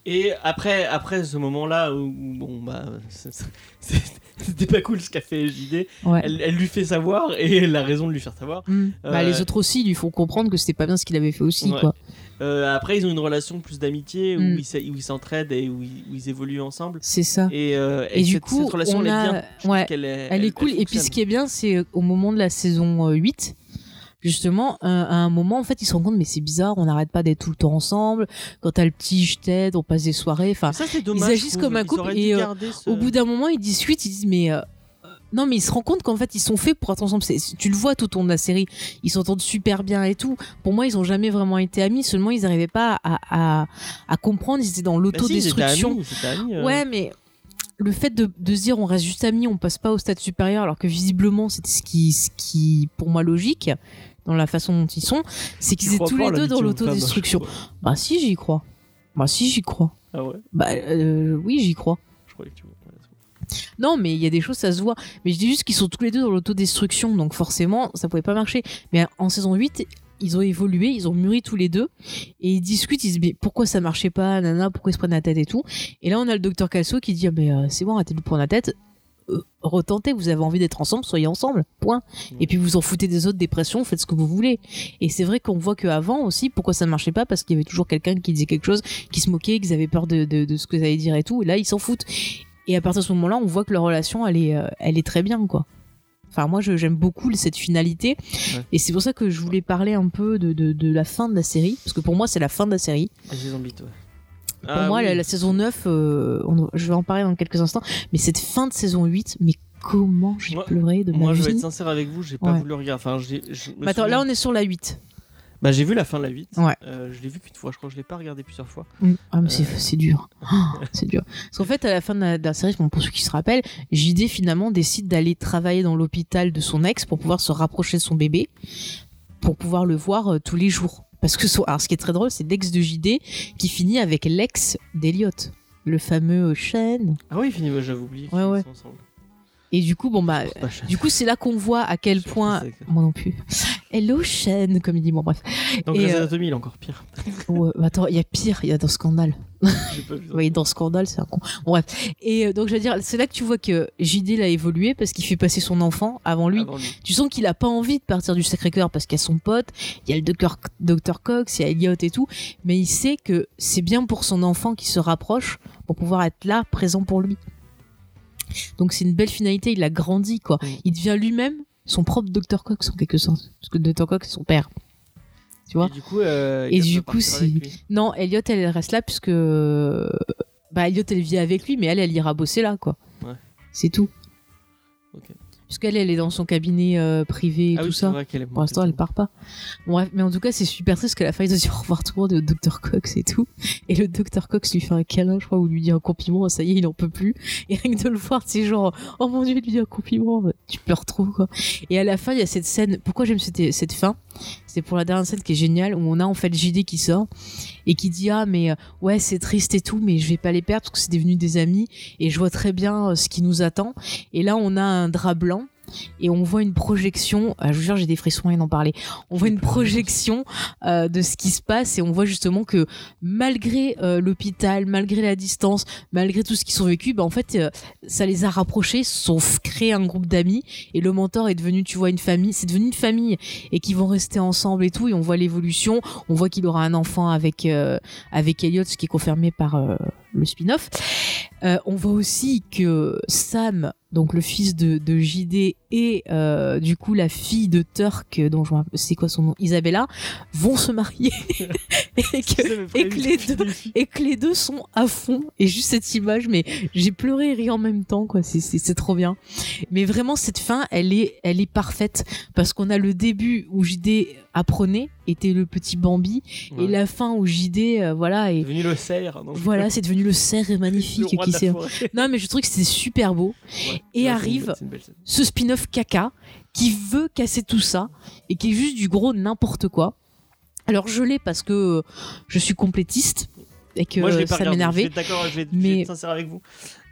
Et après, après ce moment-là où, où, bon bah c'est- c'est- c'est- c'était pas cool ce qu'a fait JD, Ouais. elle, elle lui fait savoir et elle a raison de lui faire savoir. Mm. Bah, Euh, les autres aussi lui font comprendre que c'était pas bien ce qu'il avait fait aussi, Ouais. quoi. Euh, après, ils ont une relation plus d'amitié où Mm. ils s'a- où ils s'entraident et où ils, où ils évoluent ensemble. C'est ça. Et, euh, et Et, du cette, coup, cette relation on elle est a- bien. Je ouais. trouve qu'elle est, Elle est cool. et puis ce qui est bien, c'est euh, au moment de la saison euh, 8, justement, euh, à un moment, en fait, ils se rendent compte, mais c'est bizarre, on n'arrête pas d'être tout le temps ensemble. Quand t'as le petit je t'aide, on passe des soirées. Enfin, ça c'est dommage. ils je agissent trouve. comme un Ils couple auraient dû et, euh, garder ce- au bout d'un moment, ils discutent, ils disent mais euh, euh, non, mais ils se rendent compte qu'en fait, ils sont faits pour être ensemble. C'est- Tu le vois tout au long de la série, ils s'entendent super bien et tout. Pour moi, ils ont jamais vraiment été amis. Seulement, ils n'arrivaient pas à, à, à comprendre. Ils étaient dans Bah si, ils étaient l'autodestruction. amis, ils étaient amis, euh. Ouais, mais le fait de, de se dire on reste juste amis, on passe pas au stade supérieur, alors que visiblement c'était ce qui, ce qui, pour moi, logique dans la façon dont ils sont, c'est Tu qu'ils étaient crois tous pas les à deux dans l'amitié homme-femme, l'autodestruction. hein, je crois. Bah si, j'y crois. Bah si, j'y crois. Ah ouais, Bah euh, oui, j'y crois. je croyais que tu vois. Non, mais il y a des choses, ça se voit. Mais je dis juste qu'ils sont tous les deux dans l'autodestruction, donc forcément, ça pouvait pas marcher. Mais en saison 8, ils ont évolué, ils ont mûri tous les deux, et ils discutent, ils se disent, mais pourquoi ça marchait pas, nana, pourquoi ils se prennent la tête et tout. Et là, on a le docteur Calso qui dit, Ah, mais euh, c'est bon, arrêtez de vous prendre la tête. Euh, retentez, vous avez envie d'être ensemble, soyez ensemble, point. Ouais. Et puis vous en foutez des autres, dépression, faites ce que vous voulez. Et c'est vrai qu'on voit qu'avant aussi, pourquoi ça ne marchait pas, parce qu'il y avait toujours quelqu'un qui disait quelque chose, qui se moquait, qu'ils avaient peur de, de- de ce que ça allait dire et tout, et là ils s'en foutent. Et à partir de ce moment-là, on voit que leur relation, elle est, euh, elle est très bien, quoi. Enfin, moi, je- j'aime beaucoup cette finalité. Ouais. Et c'est pour ça que je voulais parler un peu de, de- de la fin de la série. Parce que pour moi, c'est la fin de la série. J'ai zombies, ouais. Pour Ah moi, la, la saison 9, euh, on- je vais en parler dans quelques instants. Mais cette fin de saison 8, mais comment j'ai Moi- pleuré de Moi, ma je vais vie. être sincère avec vous, j'ai pas Ouais. voulu regarder. Enfin, j'ai. je me Mais attends, souviens- là, on est sur la 8. Bah, j'ai vu la fin de la 8. Ouais. Euh, je l'ai vu qu'une fois, je crois que je l'ai pas regardé plusieurs fois. Mm. Ah, mais c'est- Euh. c'est dur. Ah, c'est dur. Parce qu'en fait, à la fin de la, de la série, bon, pour ceux qui se rappellent, JD finalement décide d'aller travailler dans l'hôpital de son ex pour pouvoir se rapprocher de son bébé, pour pouvoir le voir euh, tous les jours. Parce que son- alors, ce qui est très drôle, c'est l'ex de JD qui finit avec l'ex d'Eliott, le fameux euh, Shane. Ah oui, fini, j'avais oublié. Ouais, ouais. Et du coup, bon, bah, Pas cher. du coup, c'est là qu'on voit à quel Je point. pensais que- Moi non plus. Hello Shane, comme il dit, bon, bref. Donc, Et, Grey's euh, Anatomy, il est encore pire. Ouais, bah, attends, il y a pire, il y a dans Scandale. J'ai pas vu ça. Oui, dans Scandale, c'est un con. Bon, Bref. Et euh, donc, je veux dire, c'est là que tu vois que JD l'a évolué parce qu'il fait passer son enfant avant lui. Avant lui. Tu sens qu'il a pas envie de partir du Sacré-Cœur parce qu'il y a son pote, il y a le docteur, docteur Cox, il y a Elliot et tout. Mais il sait que c'est bien pour son enfant qui se rapproche pour pouvoir être là, présent pour lui. Donc, c'est une belle finalité. Il a grandi, quoi. Mm. Il devient lui-même son propre docteur Cox en quelque sorte. Parce que docteur Cox, c'est son père. Tu vois Et du coup, euh, Et il va du pas coup, partir c'est- avec lui. non, Elliot, elle reste là puisque. Bah, Elliot, elle vit avec lui, mais elle, elle ira bosser là, quoi. Ouais. C'est tout. Ok. Parce qu'elle, elle est dans son cabinet euh, privé et Ah tout oui, c'est ça. vrai qu'elle est Pour l'instant, elle part pas. Bon, bref, mais en tout cas, c'est super triste parce qu'à la fin, ils ont dit au revoir tout le monde au Dr. Cox et tout. Et le Dr. Cox lui fait un câlin, je crois, ou lui dit un compliment. Ça y est, il en peut plus. Et rien que de le voir, c'est genre, oh mon dieu, il lui dit un compliment. Tu pleures trop, quoi. Et à la fin, il y a cette scène. Pourquoi j'aime cette, cette fin C'est pour la dernière scène qui est géniale où on a en fait JD qui sort et qui dit, ah, mais euh, ouais, c'est triste et tout, mais je vais pas les perdre parce que c'est devenu des amis et je vois très bien euh, ce qui nous attend. Et là, on a un drap blanc et on voit une projection. ah, je vous jure, j'ai des frissons et d'en parler. On voit une projection euh, de ce qui se passe et on voit justement que malgré euh, l'hôpital, malgré la distance, malgré tout ce qu'ils ont vécu, bah, en fait, euh, ça les a rapprochés, se sont f- créés un groupe d'amis et le mentor est devenu, tu vois, une famille. C'est devenu une famille et qui vont rester ensemble et tout. Et on voit l'évolution. On voit qu'il aura un enfant avec euh, avec Elliot, ce qui est confirmé par euh, le spin-off. Euh, on voit aussi que Sam, donc le fils de, de JD et euh, du coup la fille de Turk, dont je me rappelle- c'est quoi son nom, Isabella, vont se marier et que et que les deux- et que les deux sont à fond et juste cette image mais j'ai pleuré et ri en même temps quoi c'est c'est c'est trop bien mais vraiment cette fin elle est elle est parfaite parce qu'on a le début où JD apprenait était le petit Bambi et la fin où JD euh, voilà et Devenu le cerf. non voilà c'est devenu le cerf et Le magnifique roi qui de la s'est forêt. non mais je trouve que c'est super beau Ouais. Et Ouais, arrive- c'est une- c'est une belle scène. ce spin-off caca qui veut casser tout ça et qui est juste du gros n'importe quoi. Alors je l'ai parce que je suis complétiste et que Moi, je l'ai pas ça regardé, Je m'énervait. vais être d'accord, je vais être, je vais Mais- être sincère avec vous.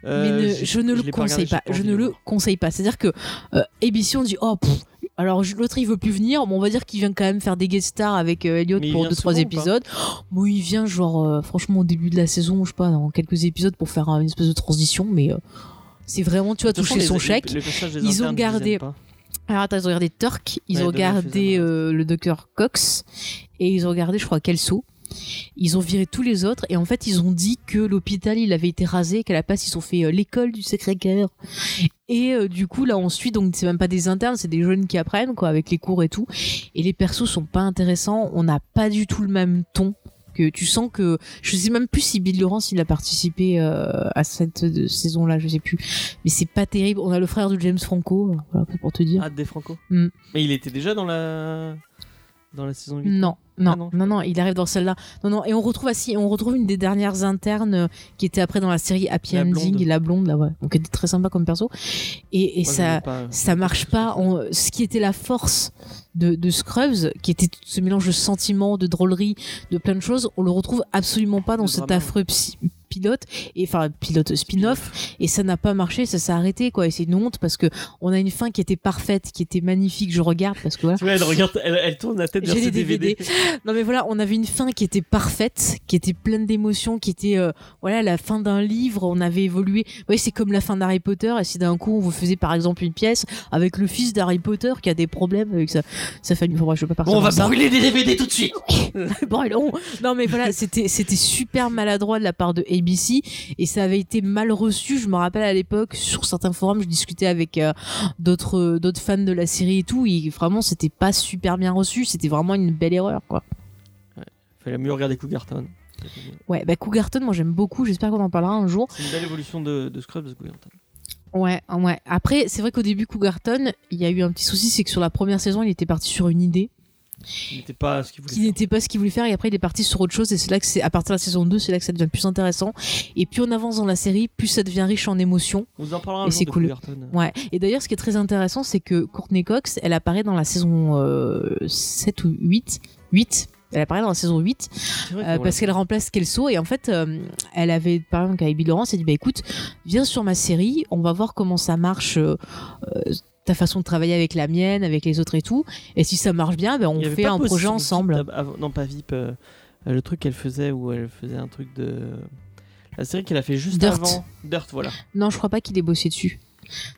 Mais Euh, ne- j'ai- je ne le l'ai pas regardé, conseille pas. j'ai pas Je envie ne de le voir. conseille pas. C'est-à-dire que euh, Ebition dit oh pff, alors je- l'autre il veut plus venir, mais on va dire qu'il vient quand même faire des guest stars avec euh, Elliot Mais il pour vient deux trois souvent ou pas épisodes. Bon, il vient genre euh, franchement au début de la saison, je sais pas, dans quelques épisodes pour faire euh, une espèce de transition, mais euh, c'est vraiment tu vois De toute façon, toucher les- son les- chèque. les personnages des Ils ont internes, je les gardé- aime pas. Alors attends, ils ont regardé Turk, ils Ouais, ont Donald faisait regardé un malaise. euh, le docteur Cox et ils ont regardé, je crois, Kelso. Ils ont viré tous les autres et en fait ils ont dit que l'hôpital il avait été rasé, qu'à la place ils ont fait euh, l'école du Sacré-Cœur. Et euh, du coup là on suit donc c'est même pas des internes, c'est des jeunes qui apprennent quoi avec les cours et tout. Et les persos sont pas intéressants, on n'a pas du tout le même ton. Que tu sens que je sais même plus si Bill Laurence il a participé euh, à cette saison là, je sais plus. Mais c'est pas terrible. On a le frère de James Franco, euh, voilà pour te dire. Ah, des Franco. Mm. Mais il était déjà dans la dans la saison 8. Non, non, Ah non, non, je non, il arrive dans celle-là. Non, non, et on retrouve assis, on retrouve une des dernières internes euh, qui était après dans la série Happy La blonde. Ending, la blonde, là, ouais. Donc elle était très sympa comme perso. Et, et Moi, je ça, l'aime pas, euh. ça marche pas. On- ce qui était la force de, de Scrubs, qui était tout ce mélange de sentiments, de drôlerie, de plein de choses, on le retrouve absolument pas dans Le cet drama. affreux psy- pilote et enfin pilote spin-off et ça n'a pas marché ça s'est arrêté quoi et c'est une honte parce que on a une fin qui était parfaite qui était magnifique je regarde parce que voilà Tu vois, elle regarde, elle, elle tourne la tête vers J'ai ses les DVD. DVD. Non mais voilà, on avait une fin qui était parfaite, qui était pleine d'émotions, qui était euh, voilà la fin d'un livre, on avait évolué. Oui, c'est comme la fin d'Harry Potter et si d'un coup on vous faisait par exemple une pièce avec le fils d'Harry Potter qui a des problèmes avec sa, sa famille, Enfin, moi, je veux pas partir Bon, on va dans Ah, ça. brûler des DVD tout de suite. Brûlons. Non mais voilà, c'était c'était super maladroit de la part de ABC et ça avait été mal reçu. Je me rappelle à l'époque sur certains forums, je discutais avec euh, d'autres d'autres fans de la série et tout. Et vraiment, c'était pas super bien reçu. C'était vraiment une belle erreur quoi. Fallait mieux regarder Cougar Town. Ouais, bah Cougarton, moi j'aime beaucoup, j'espère qu'on en parlera un jour. C'est une belle évolution de, de Scrubs, Cougar Town. Ouais, ah, ouais. Après, c'est vrai qu'au début, Cougarton, il y a eu un petit souci, c'est que sur la première saison, il était parti sur une idée Il n'était pas ce qu'il voulait. qui n'était pas ce qu'il voulait faire, et après, il est parti sur autre chose, et c'est là que c'est, à partir de la saison 2, c'est là que ça devient plus intéressant. Et plus on avance dans la série, plus ça devient riche en émotions. On vous en parlera un Et jour c'est de cool. Euh, Cougar Town. Ouais. Et d'ailleurs, ce qui est très intéressant, c'est que Courtney Cox, elle apparaît dans la saison euh, 7 ou 8. 8. Elle apparaît dans la saison 8 C'est vrai Euh, qu'on parce l'a- qu'elle remplace Kelso et en fait euh, elle avait par exemple avec Bill Laurence elle dit bah écoute viens sur ma série on va voir comment ça marche euh, euh, ta façon de travailler avec la mienne avec les autres et tout et si ça marche bien ben Il on y avait fait pas un Post projet sur ensemble VIP avant- non, pas VIP. euh, euh, le truc qu'elle faisait où elle faisait un truc de. La série qu'elle a fait juste Dirt. avant. Dirt, voilà. non je crois pas qu'il ait bossé dessus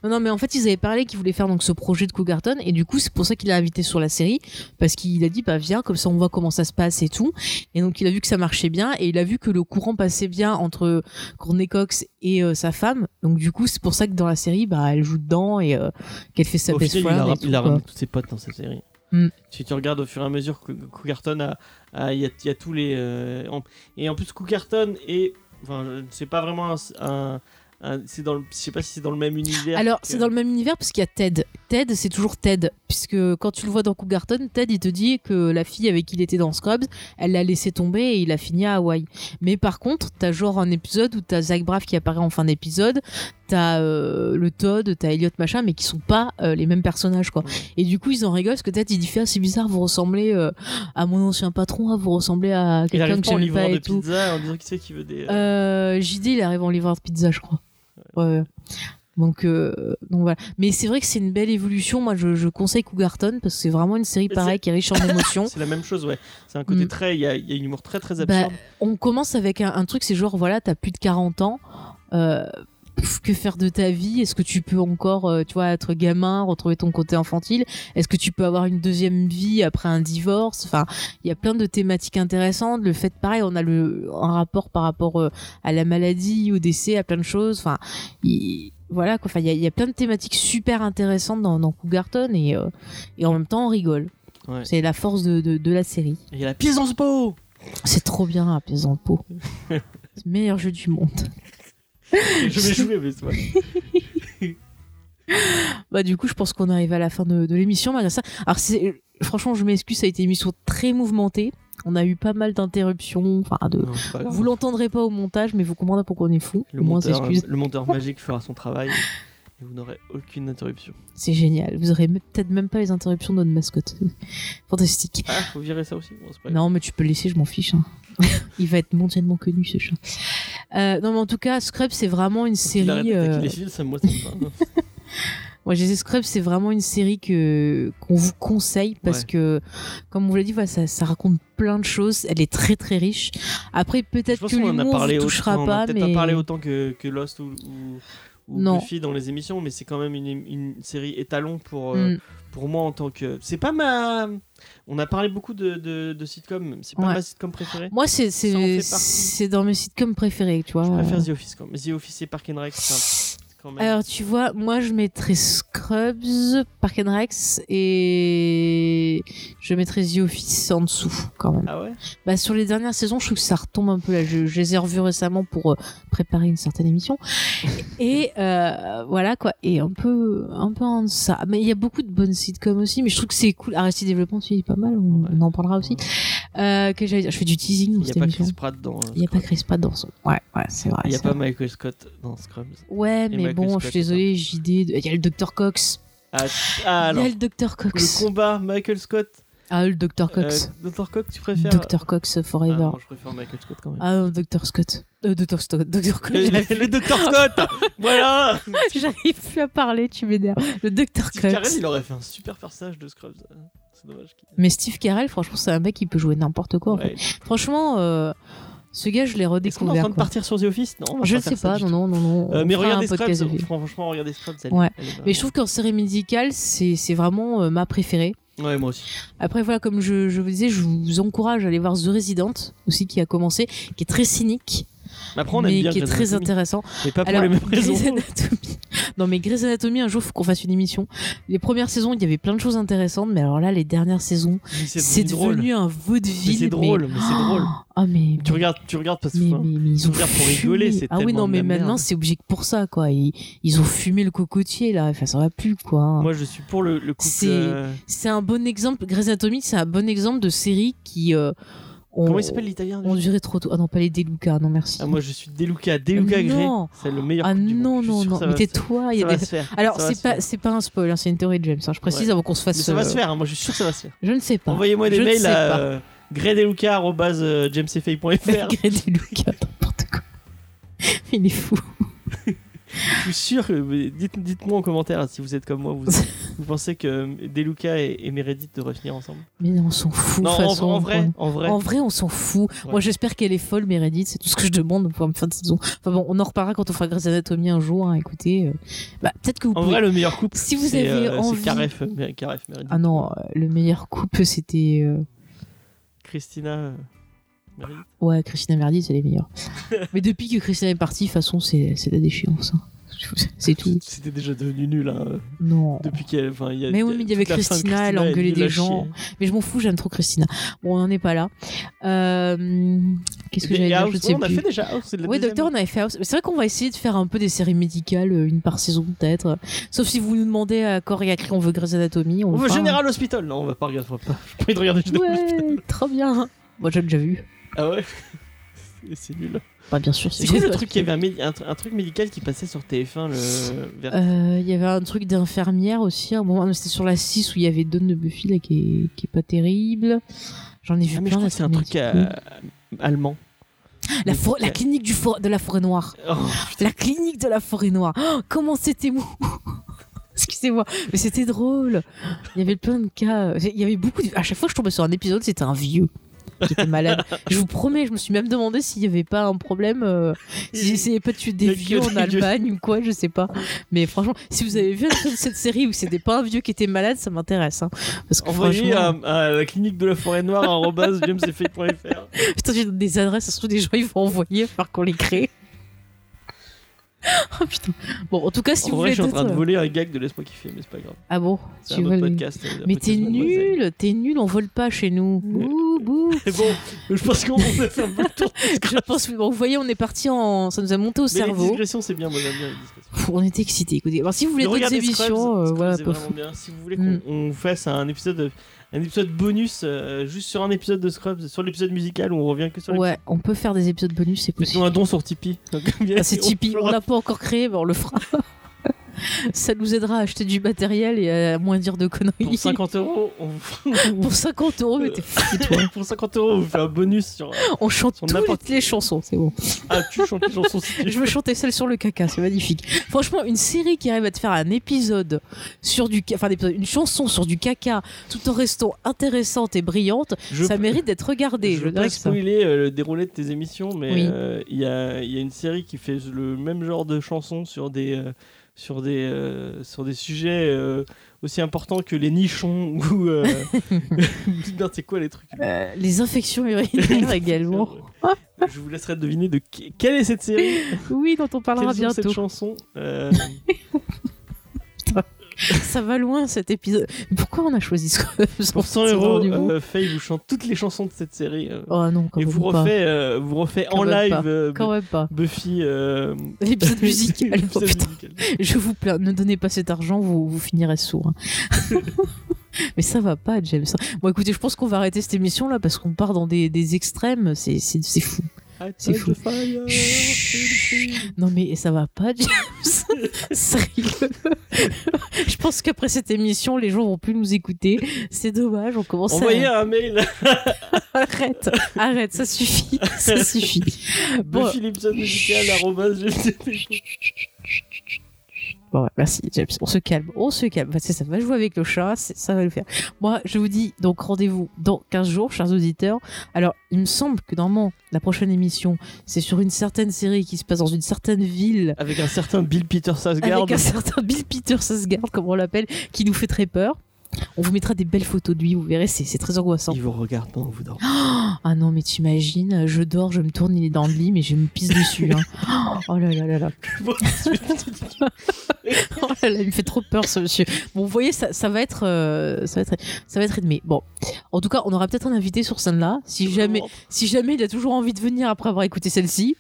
non, non, mais en fait, ils avaient parlé qu'ils voulaient faire donc ce projet de Cougarton, et du coup, c'est pour ça qu'il l'a invité sur la série, parce qu'il a dit, bah viens, comme ça on voit comment ça se passe et tout. Et donc, il a vu que ça marchait bien, et il a vu que le courant passait bien entre Courtney Cox et euh, sa femme. Donc, du coup, c'est pour ça que dans la série, bah elle joue dedans et euh, qu'elle fait sa Au best final, il a, friend. ra- et tout, il a quoi. ramené tous ses potes dans cette série. Mm. Si tu regardes au fur et à mesure, Cou- Cougarton a, a- il y, a, il y a tous les. euh, en- et en plus, Cougarton est. Enfin, je- c'est pas vraiment un. un- un- c'est dans le, je sais pas si c'est dans le même univers. Alors, c'est dans le même univers parce qu'il y a Ted. Ted, c'est toujours Ted, puisque quand tu le vois dans Cougarton, Ted, il te dit que la fille avec qui il était dans Scrubs, elle l'a laissé tomber et il a fini à Hawaï. Mais par contre, t'as genre un épisode où t'as Zach Braff qui apparaît en fin d'épisode, t'as euh, le Todd, t'as Elliot, machin, mais qui sont pas euh, les mêmes personnages, quoi. Ouais. Et du coup, ils en rigolent parce que Ted, il dit fait, Ah, c'est bizarre, vous ressemblez euh, à mon ancien patron, ah, vous ressemblez à Il quelqu'un arrive que pas en j'aime pas livrant de et tout. pizza en disant qui c'est qui veut des. Euh, JD, il arrive en livreur de pizza, je crois. Ouais. ouais. Donc, euh, donc voilà. Mais c'est vrai que c'est une belle évolution. Moi, je, je conseille Cougarton parce que c'est vraiment une série Mais pareille qui est riche en émotions. C'est la même chose, ouais. C'est un côté Mm. très. Il y a, il y a une humour très très Bah, absurde. on commence avec un, un truc, c'est genre, voilà, t'as plus de 40 ans. euh, pff, que faire de ta vie Est-ce que tu peux encore, euh, tu vois, être gamin, retrouver ton côté infantile Est-ce que tu peux avoir une deuxième vie après un divorce Enfin, il y a plein de thématiques intéressantes. Le fait, pareil, on a le un rapport par rapport euh, à la maladie, au décès, à plein de choses. Enfin, il- voilà, quoi. Enfin, il y, a- il y a plein de thématiques super intéressantes dans, dans Cougarton et euh, et en même temps, on rigole. Ouais. C'est la force de- de- de la série. Et Il y a la Piaisance Beau C'est trop bien, la pièce en pot. C'est le meilleur jeu du monde. Je vais jouer, mais c'est pas- Bah, du coup, je pense qu'on arrive à la fin de, de l'émission, malgré ça. Alors, c'est, euh, franchement, je m'excuse, ça a été une émission très mouvementée. On a eu pas mal d'interruptions, enfin, de. Non, c'est pas grave. Vous l'entendrez pas au montage, mais vous comprendrez pourquoi on est fou. Le au moins, on monteur, s'excuse. le monteur magique fera son travail et vous n'aurez aucune interruption. C'est génial. Vous aurez même- peut-être même pas les interruptions de notre mascotte. Fantastique. Ah, faut virer ça aussi Bon, c'est pas grave. Non, mais tu peux le laisser, je m'en fiche. hein. Il va être mondialement connu, ce chat. Euh, non, mais en tout cas, Scrub, c'est vraiment une Faut qu'il arrête série. avec euh, les fils, ça, moi, ça me va. Moi, Jésus Scrubs, c'est vraiment une série que qu'on vous conseille parce Ouais. que, comme on vous l'a dit, voilà, ça, ça raconte plein de choses. Elle est très très riche. Après, Je peut-être pense que qu'on en a l'humour parlé ne autant- touchera on en a pas, peut-être mais pas parlé autant que, que Lost ou, ou, ou Non. Buffy dans les émissions, mais c'est quand même une, une série étalon pour, euh, Mm. pour moi en tant que. C'est pas ma. On a parlé beaucoup de, de, de sitcoms, mais c'est pas Ouais. ma sitcom préférée. moi, c'est Ça en fait c'est partie. c'est dans mes sitcoms préférés, tu vois. Je préfère The Office quand même. The Office et Park and Rec, c'est un- c'est quand même. Alors, tu vois, moi, je mettrais Scrubs, Park and Rex et je mettrais The Office en dessous quand même. ah ouais Bah, sur les dernières saisons, je trouve que ça retombe un peu là. Je, je les ai revus récemment pour euh, préparer une certaine émission. Et euh, voilà quoi. Et un peu, un peu en ça. Mais il y a beaucoup de bonnes sitcoms aussi. Mais je trouve que c'est cool. Arrested Development, c'est pas mal. On, Ouais. on en parlera aussi. Euh, que j'allais dire Je fais du teasing Il dans n'y a cette pas émission. Chris Pratt dans. euh, Il n'y a pas Scrubs. Chris Pratt dans son. Ouais, ouais, c'est vrai. Il n'y a c'est pas vrai. Michael Scott dans Scrubs. Ouais, et mais Michael bon, Scott, je suis c'est ça. désolée, JD. Il y a le Dr. Cox. Ah, Il ah, y alors, a le Dr. le Cox. combat Michael Scott. Ah, le Dr. Cox. Euh, Dr. Cox, tu préfères Dr. Cox Ah Forever. non, je préfère Michael Scott quand même. Ah, non, Dr. Scott. Euh, Dr. Scott. Dr. Cox. le, j'avais le- le Dr. Scott Voilà J'arrive plus à parler, tu m'énerves. Le Dr. Steve Carell, Cox. il aurait fait un super personnage de Scrubs. euh, C'est dommage. qu'il- Mais Steve Carell, franchement, c'est un mec qui peut jouer n'importe quoi. en fait. Ouais. Franchement, euh, ce gars, je l'ai Est-ce qu'on est en redécouvert. train quoi. de partir sur The Office Non, on va Je pas ne sais faire ça pas, du non, tout. non, non, non. Euh, on mais fera un regardez podcast Scrubs, avec lui. franchement, regardez Scrubs. elle- Ouais. elle est vraiment- Mais je trouve que série médicale, c'est c'est vraiment euh, ma préférée. Ouais, moi aussi. Après, voilà, comme je, je vous disais, je vous encourage à aller voir The Resident, aussi, qui a commencé, qui est très cynique, Mais après, on aime mais bien qui est Grey's très Anatomy, intéressant. Mais pas pour Alors, les mêmes Grey's raisons. Anatomy. Non, mais Grey's Anatomy, un jour, faut qu'on fasse une émission. Les premières saisons, il y avait plein de choses intéressantes, mais alors là, les dernières saisons, Mais C'est drôle. devenu un Mais vaudeville. c'est drôle, mais c'est drôle. Ah mais. Tu regardes, tu regardes parce que. Mais, mais- mais ils ont Regarde pour fumé. rigoler, c'est ah oui tellement non de mais la maintenant merde. c'est obligé que pour ça quoi. Ils, ils ont fumé le cocotier là, enfin ça va plus quoi. Moi, je suis pour le, le couple. C'est- euh, C'est un bon exemple. Grey's Anatomy c'est un bon exemple de série qui euh, ont, Comment il s'appelle l'italien déjà ont duré trop tôt. Ah non pas les Deluca non merci. Ah, moi je suis Deluca, Deluca Grey, Non. c'est le meilleur Ah couple du monde. non Je non suis sûr que non. Mais ça va se- tais-toi. il y ça a va des- se faire. Alors ça va c'est se pas faire. c'est pas un spoil, hein, c'est une théorie de James. hein, je précise Ouais. avant qu'on se Mais fasse. ça va se euh, faire, hein, moi je suis sûr que ça va se faire. Je ne sais pas. Envoyez-moi Je des ne mails sais à pas. euh, greydeluca.gmcfay.fr. Grey Deluca n'importe quoi. Il est fou. Je suis sûr que. mais dites- Dites-moi en commentaire hein, si vous êtes comme moi, vous, vous pensez que euh, Deluca et, et Meredith devraient finir ensemble. Mais on s'en fout. non, de en, toute façon, en quoi. vrai, en vrai. En vrai, on s'en fout. Ouais. Moi, j'espère qu'elle est folle, Meredith. C'est tout ce que je demande pour me fin de saison. Enfin bon, on en reparlera quand on fera Grey's Anatomy un jour. hein, Écoutez, euh, bah, peut-être que vous En pouvez. vrai, le meilleur couple, Si vous c'est avez euh, c'est envie. Caref, mais- Caref, Meredith. Ah non, euh, le meilleur couple, c'était euh, Christina, euh, Meredith. ouais, Christina Verdi, c'est les meilleurs. Mais depuis que Christina est partie, de toute façon, c'est c'est la déchéance. hein. C'est tout. C'était déjà devenu nul hein, Non. depuis qu'elle. enfin, il y a- Mais oui, mais il y avait toute la fin de Christina, elle est engueulait nulle à des gens. chier. Mais je m'en fous, j'aime trop Christina. Bon, on n'en est pas là. Euh, Qu'est-ce que Et j'allais dire House, Je ne ouais, sais on a plus. fait déjà House, c'est la Oui, deuxième. docteur, on avait fait House. C'est vrai qu'on va essayer de faire un peu des séries médicales, euh, une par saison peut-être. Sauf si vous nous demandez à corps et à cri, on veut Grey's Anatomy. On On le veut fera. hein. General Hospital. Non, on va pas regarder. on va pas- J'ai pas envie de regarder General Hospital. Ouais, trop bien. Moi, j'ai déjà vu. Ah ouais C'est- C'est nul. Bah, bien sûr, C'est c'est quoi nul, le parce truc que- qu'il y avait un, mé- un tr- un truc médical qui passait sur TF1 le vers- Euh, Il y avait un truc d'infirmière aussi. À un moment, c'était sur la 6 où il y avait Don de Buffy là, qui, est... qui est pas terrible. J'en ai vu Ah, plein. mais je crois là, que c'est un sur truc Netflix. euh, allemand. La, for- la clinique du for- de la forêt noire. Oh, La clinique de la forêt noire. Oh, comment c'était mou Excusez-moi, mais c'était drôle. Il y avait plein de cas. Il y avait beaucoup. De... À chaque fois que je tombais sur un épisode, c'était un vieux qui était malade. je vous promets, je me suis même demandé s'il n'y avait pas un problème, euh, si j'essayais pas de tuer Il y des a que vieux en des Allemagne ou quoi, je sais pas. Mais franchement, si vous avez vu cette série où c'était pas un vieux qui était malade, ça m'intéresse. hein. Parce que Envoyez franchement, à, à la clinique de la forêt noire arobase jameseffect.fr. Putain, j'ai donné des adresses, ça se trouve, des gens, ils vont envoyer, par qu'on les crée. oh putain. Bon, en tout cas, si En vous vrai, voulez euh, je suis en train de d'autres- voler un gag de Laisse-moi kiffer, mais c'est pas grave. Ah bon C'est tu un autre voles- podcast. euh, un Mais podcast t'es mademoiselle. nul, t'es nul, on vole pas chez nous. Bouh, bouh. C'est bon, je pense qu'on a fait un peu le tour. Je pense que, bon, vous voyez, on est parti en. Ça nous a monté au Mais les cerveau. digressions, c'est bien, moi j'aime bien les digressions. Pff, on était excités, écoutez. Alors, si vous voulez Mais d'autres regardez Scrubs, émissions, euh, Scrubs, voilà. Mm. c'est peu- vraiment bien. Si vous voulez qu'on on fasse un épisode, un épisode bonus, euh, juste sur un épisode de Scrubs, sur l'épisode musical, où on revient que sur les. Ouais, on peut faire des épisodes bonus, c'est possible. Mettons un don sur Tipeee. Ah, c'est Tipeee, on l'a pas encore créé, mais on le fera. Ça nous aidera à acheter du matériel et à moins dire de conneries. Pour Euh, 50 euros, on vous- Pour 50 euros, mais t'es fou, toi. pour 50 euros, on vous fait un bonus sur. On chante Sur n'importe toutes les chansons, c'est bon. Ah, tu chantes les chansons si tu Je veux chanter celle sur le caca, c'est magnifique. Franchement, une série qui arrive à te faire un épisode sur du, ca- enfin, un épisode- une chanson sur du caca, tout en restant intéressante et brillante, Je- ça mérite d'être regardé. hein. Je Je veux dirais pas que ça. spoiler euh, le déroulé de tes émissions, mais Oui. euh, il y, a, il y a une série qui fait le même genre de chansons sur des, euh, sur des, euh, sur des sujets euh, aussi importants que les nichons ou. euh, Merde, c'est quoi les trucs Euh, Euh, les infections urinaires également. Je vous laisserai deviner de qui- quelle est cette série, Oui, dont on parlera quelle est cette bientôt. chanson. euh, Ça va loin cet épisode. Pourquoi on a choisi ce pour 100 euros, euh, Faye vous chante toutes les chansons de cette série. euh, Oh non, quand et même vous pas. refait, euh, vous refait Quand en même live pas. euh, Quand même pas. Buffy. euh, L'épisode musical. l'épisode oh, putain. musical. Je vous plains, ne donnez pas cet argent, vous, vous finirez sourd. hein. Mais ça va pas, James. Bon, écoutez, je pense qu'on va arrêter cette émission là parce qu'on part dans des, des extrêmes. C'est, c'est, c'est fou. I C'est touch fou. the fire, Chut. feel the Non, mais ça va pas, James. Sérieux. je pense qu'après cette émission, les gens vont plus nous écouter. C'est dommage. On commence Envoyez à. un mail Arrête, arrête, ça suffit. Ça suffit. à Bon. buffylipsodemusical.com. Bon, ouais, merci James. On se calme, on se calme. Enfin, c'est ça va jouer avec le chat, c'est- ça va le faire. Moi, je vous dis donc rendez-vous dans 15 jours, chers auditeurs. Alors, il me semble que normalement, la prochaine émission, c'est sur une certaine série qui se passe dans une certaine ville. Avec un certain Bill Peter Sasgard. Avec un certain Bill Peter Sasgard, comme on l'appelle, qui nous fait très peur. On vous mettra des belles photos de lui, vous verrez, c'est c'est très angoissant. Il vous regarde pendant que vous dormez. Ah non, mais t'imagines, je dors, je me tourne, il est dans le lit, mais je me pisse dessus. hein. Oh là là là là. Oh là là, il me fait trop peur ce monsieur. Bon, vous voyez, ça, ça va être, euh, ça va être, ça va être ennemi. Bon, en tout cas, on aura peut-être un invité sur scène-là, si jamais, si jamais il a toujours envie de venir après avoir écouté celle-ci.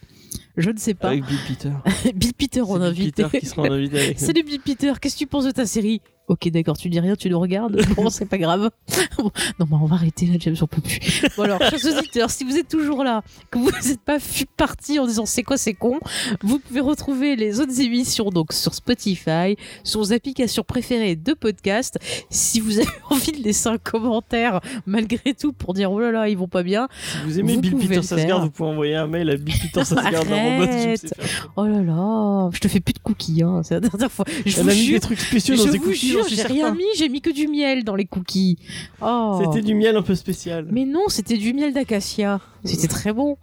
Je ne sais pas. Avec Bill Peter. Bill Peter C'est en Bill Ah, invité. Peter qui sera en invité avec nous. Salut Bill Peter, qu'est-ce que tu penses de ta série Ok, d'accord, tu dis rien, tu le regardes. Bon, c'est pas grave. Bon, non, mais on va arrêter là, James, on peut plus. Bon, alors, chers auditeurs, si vous êtes toujours là, que vous n'êtes pas fu- parti en disant c'est quoi, c'est con, vous pouvez retrouver les autres émissions donc sur Spotify, sur vos applications préférées de podcast. Si vous avez envie de laisser un commentaire, malgré tout, pour dire oh là là, ils vont pas bien, Si vous aimez Vous Bill pouvez Peter le Sasgard, faire. vous pouvez envoyer un mail à Bill Peter Sasgard. Arrête. oh là là, je te fais plus de cookies, hein, c'est la dernière fois. Je Elle vous a mis jure. des trucs spéciaux je dans ses vous cookies, j'en jure, suis j'ai rien certain. mis, j'ai mis que du miel dans les cookies. Oh. C'était du miel un peu spécial. Mais non, c'était du miel d'acacia. C'était très bon.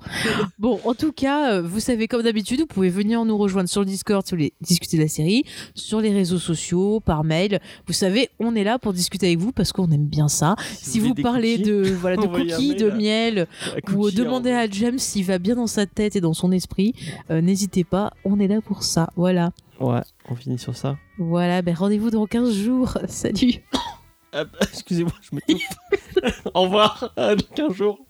Bon, en tout cas, euh, vous savez, comme d'habitude, vous pouvez venir nous rejoindre sur le Discord, si vous voulez discuter de la série, sur les réseaux sociaux, par mail. Vous savez, on est là pour discuter avec vous parce qu'on aime bien ça. Si voulez vous des parlez cookies, de voilà de envoyez un cookies, mail de à- miel, à ou cookies, demander hein. à James s'il va bien dans sa tête et dans son esprit, euh, n'hésitez pas, on est là pour ça. Voilà. Ouais, on finit sur ça. Voilà, ben rendez-vous dans 15 jours. Salut Ah bah, Excusez-moi, je me Au revoir, à 15 jours.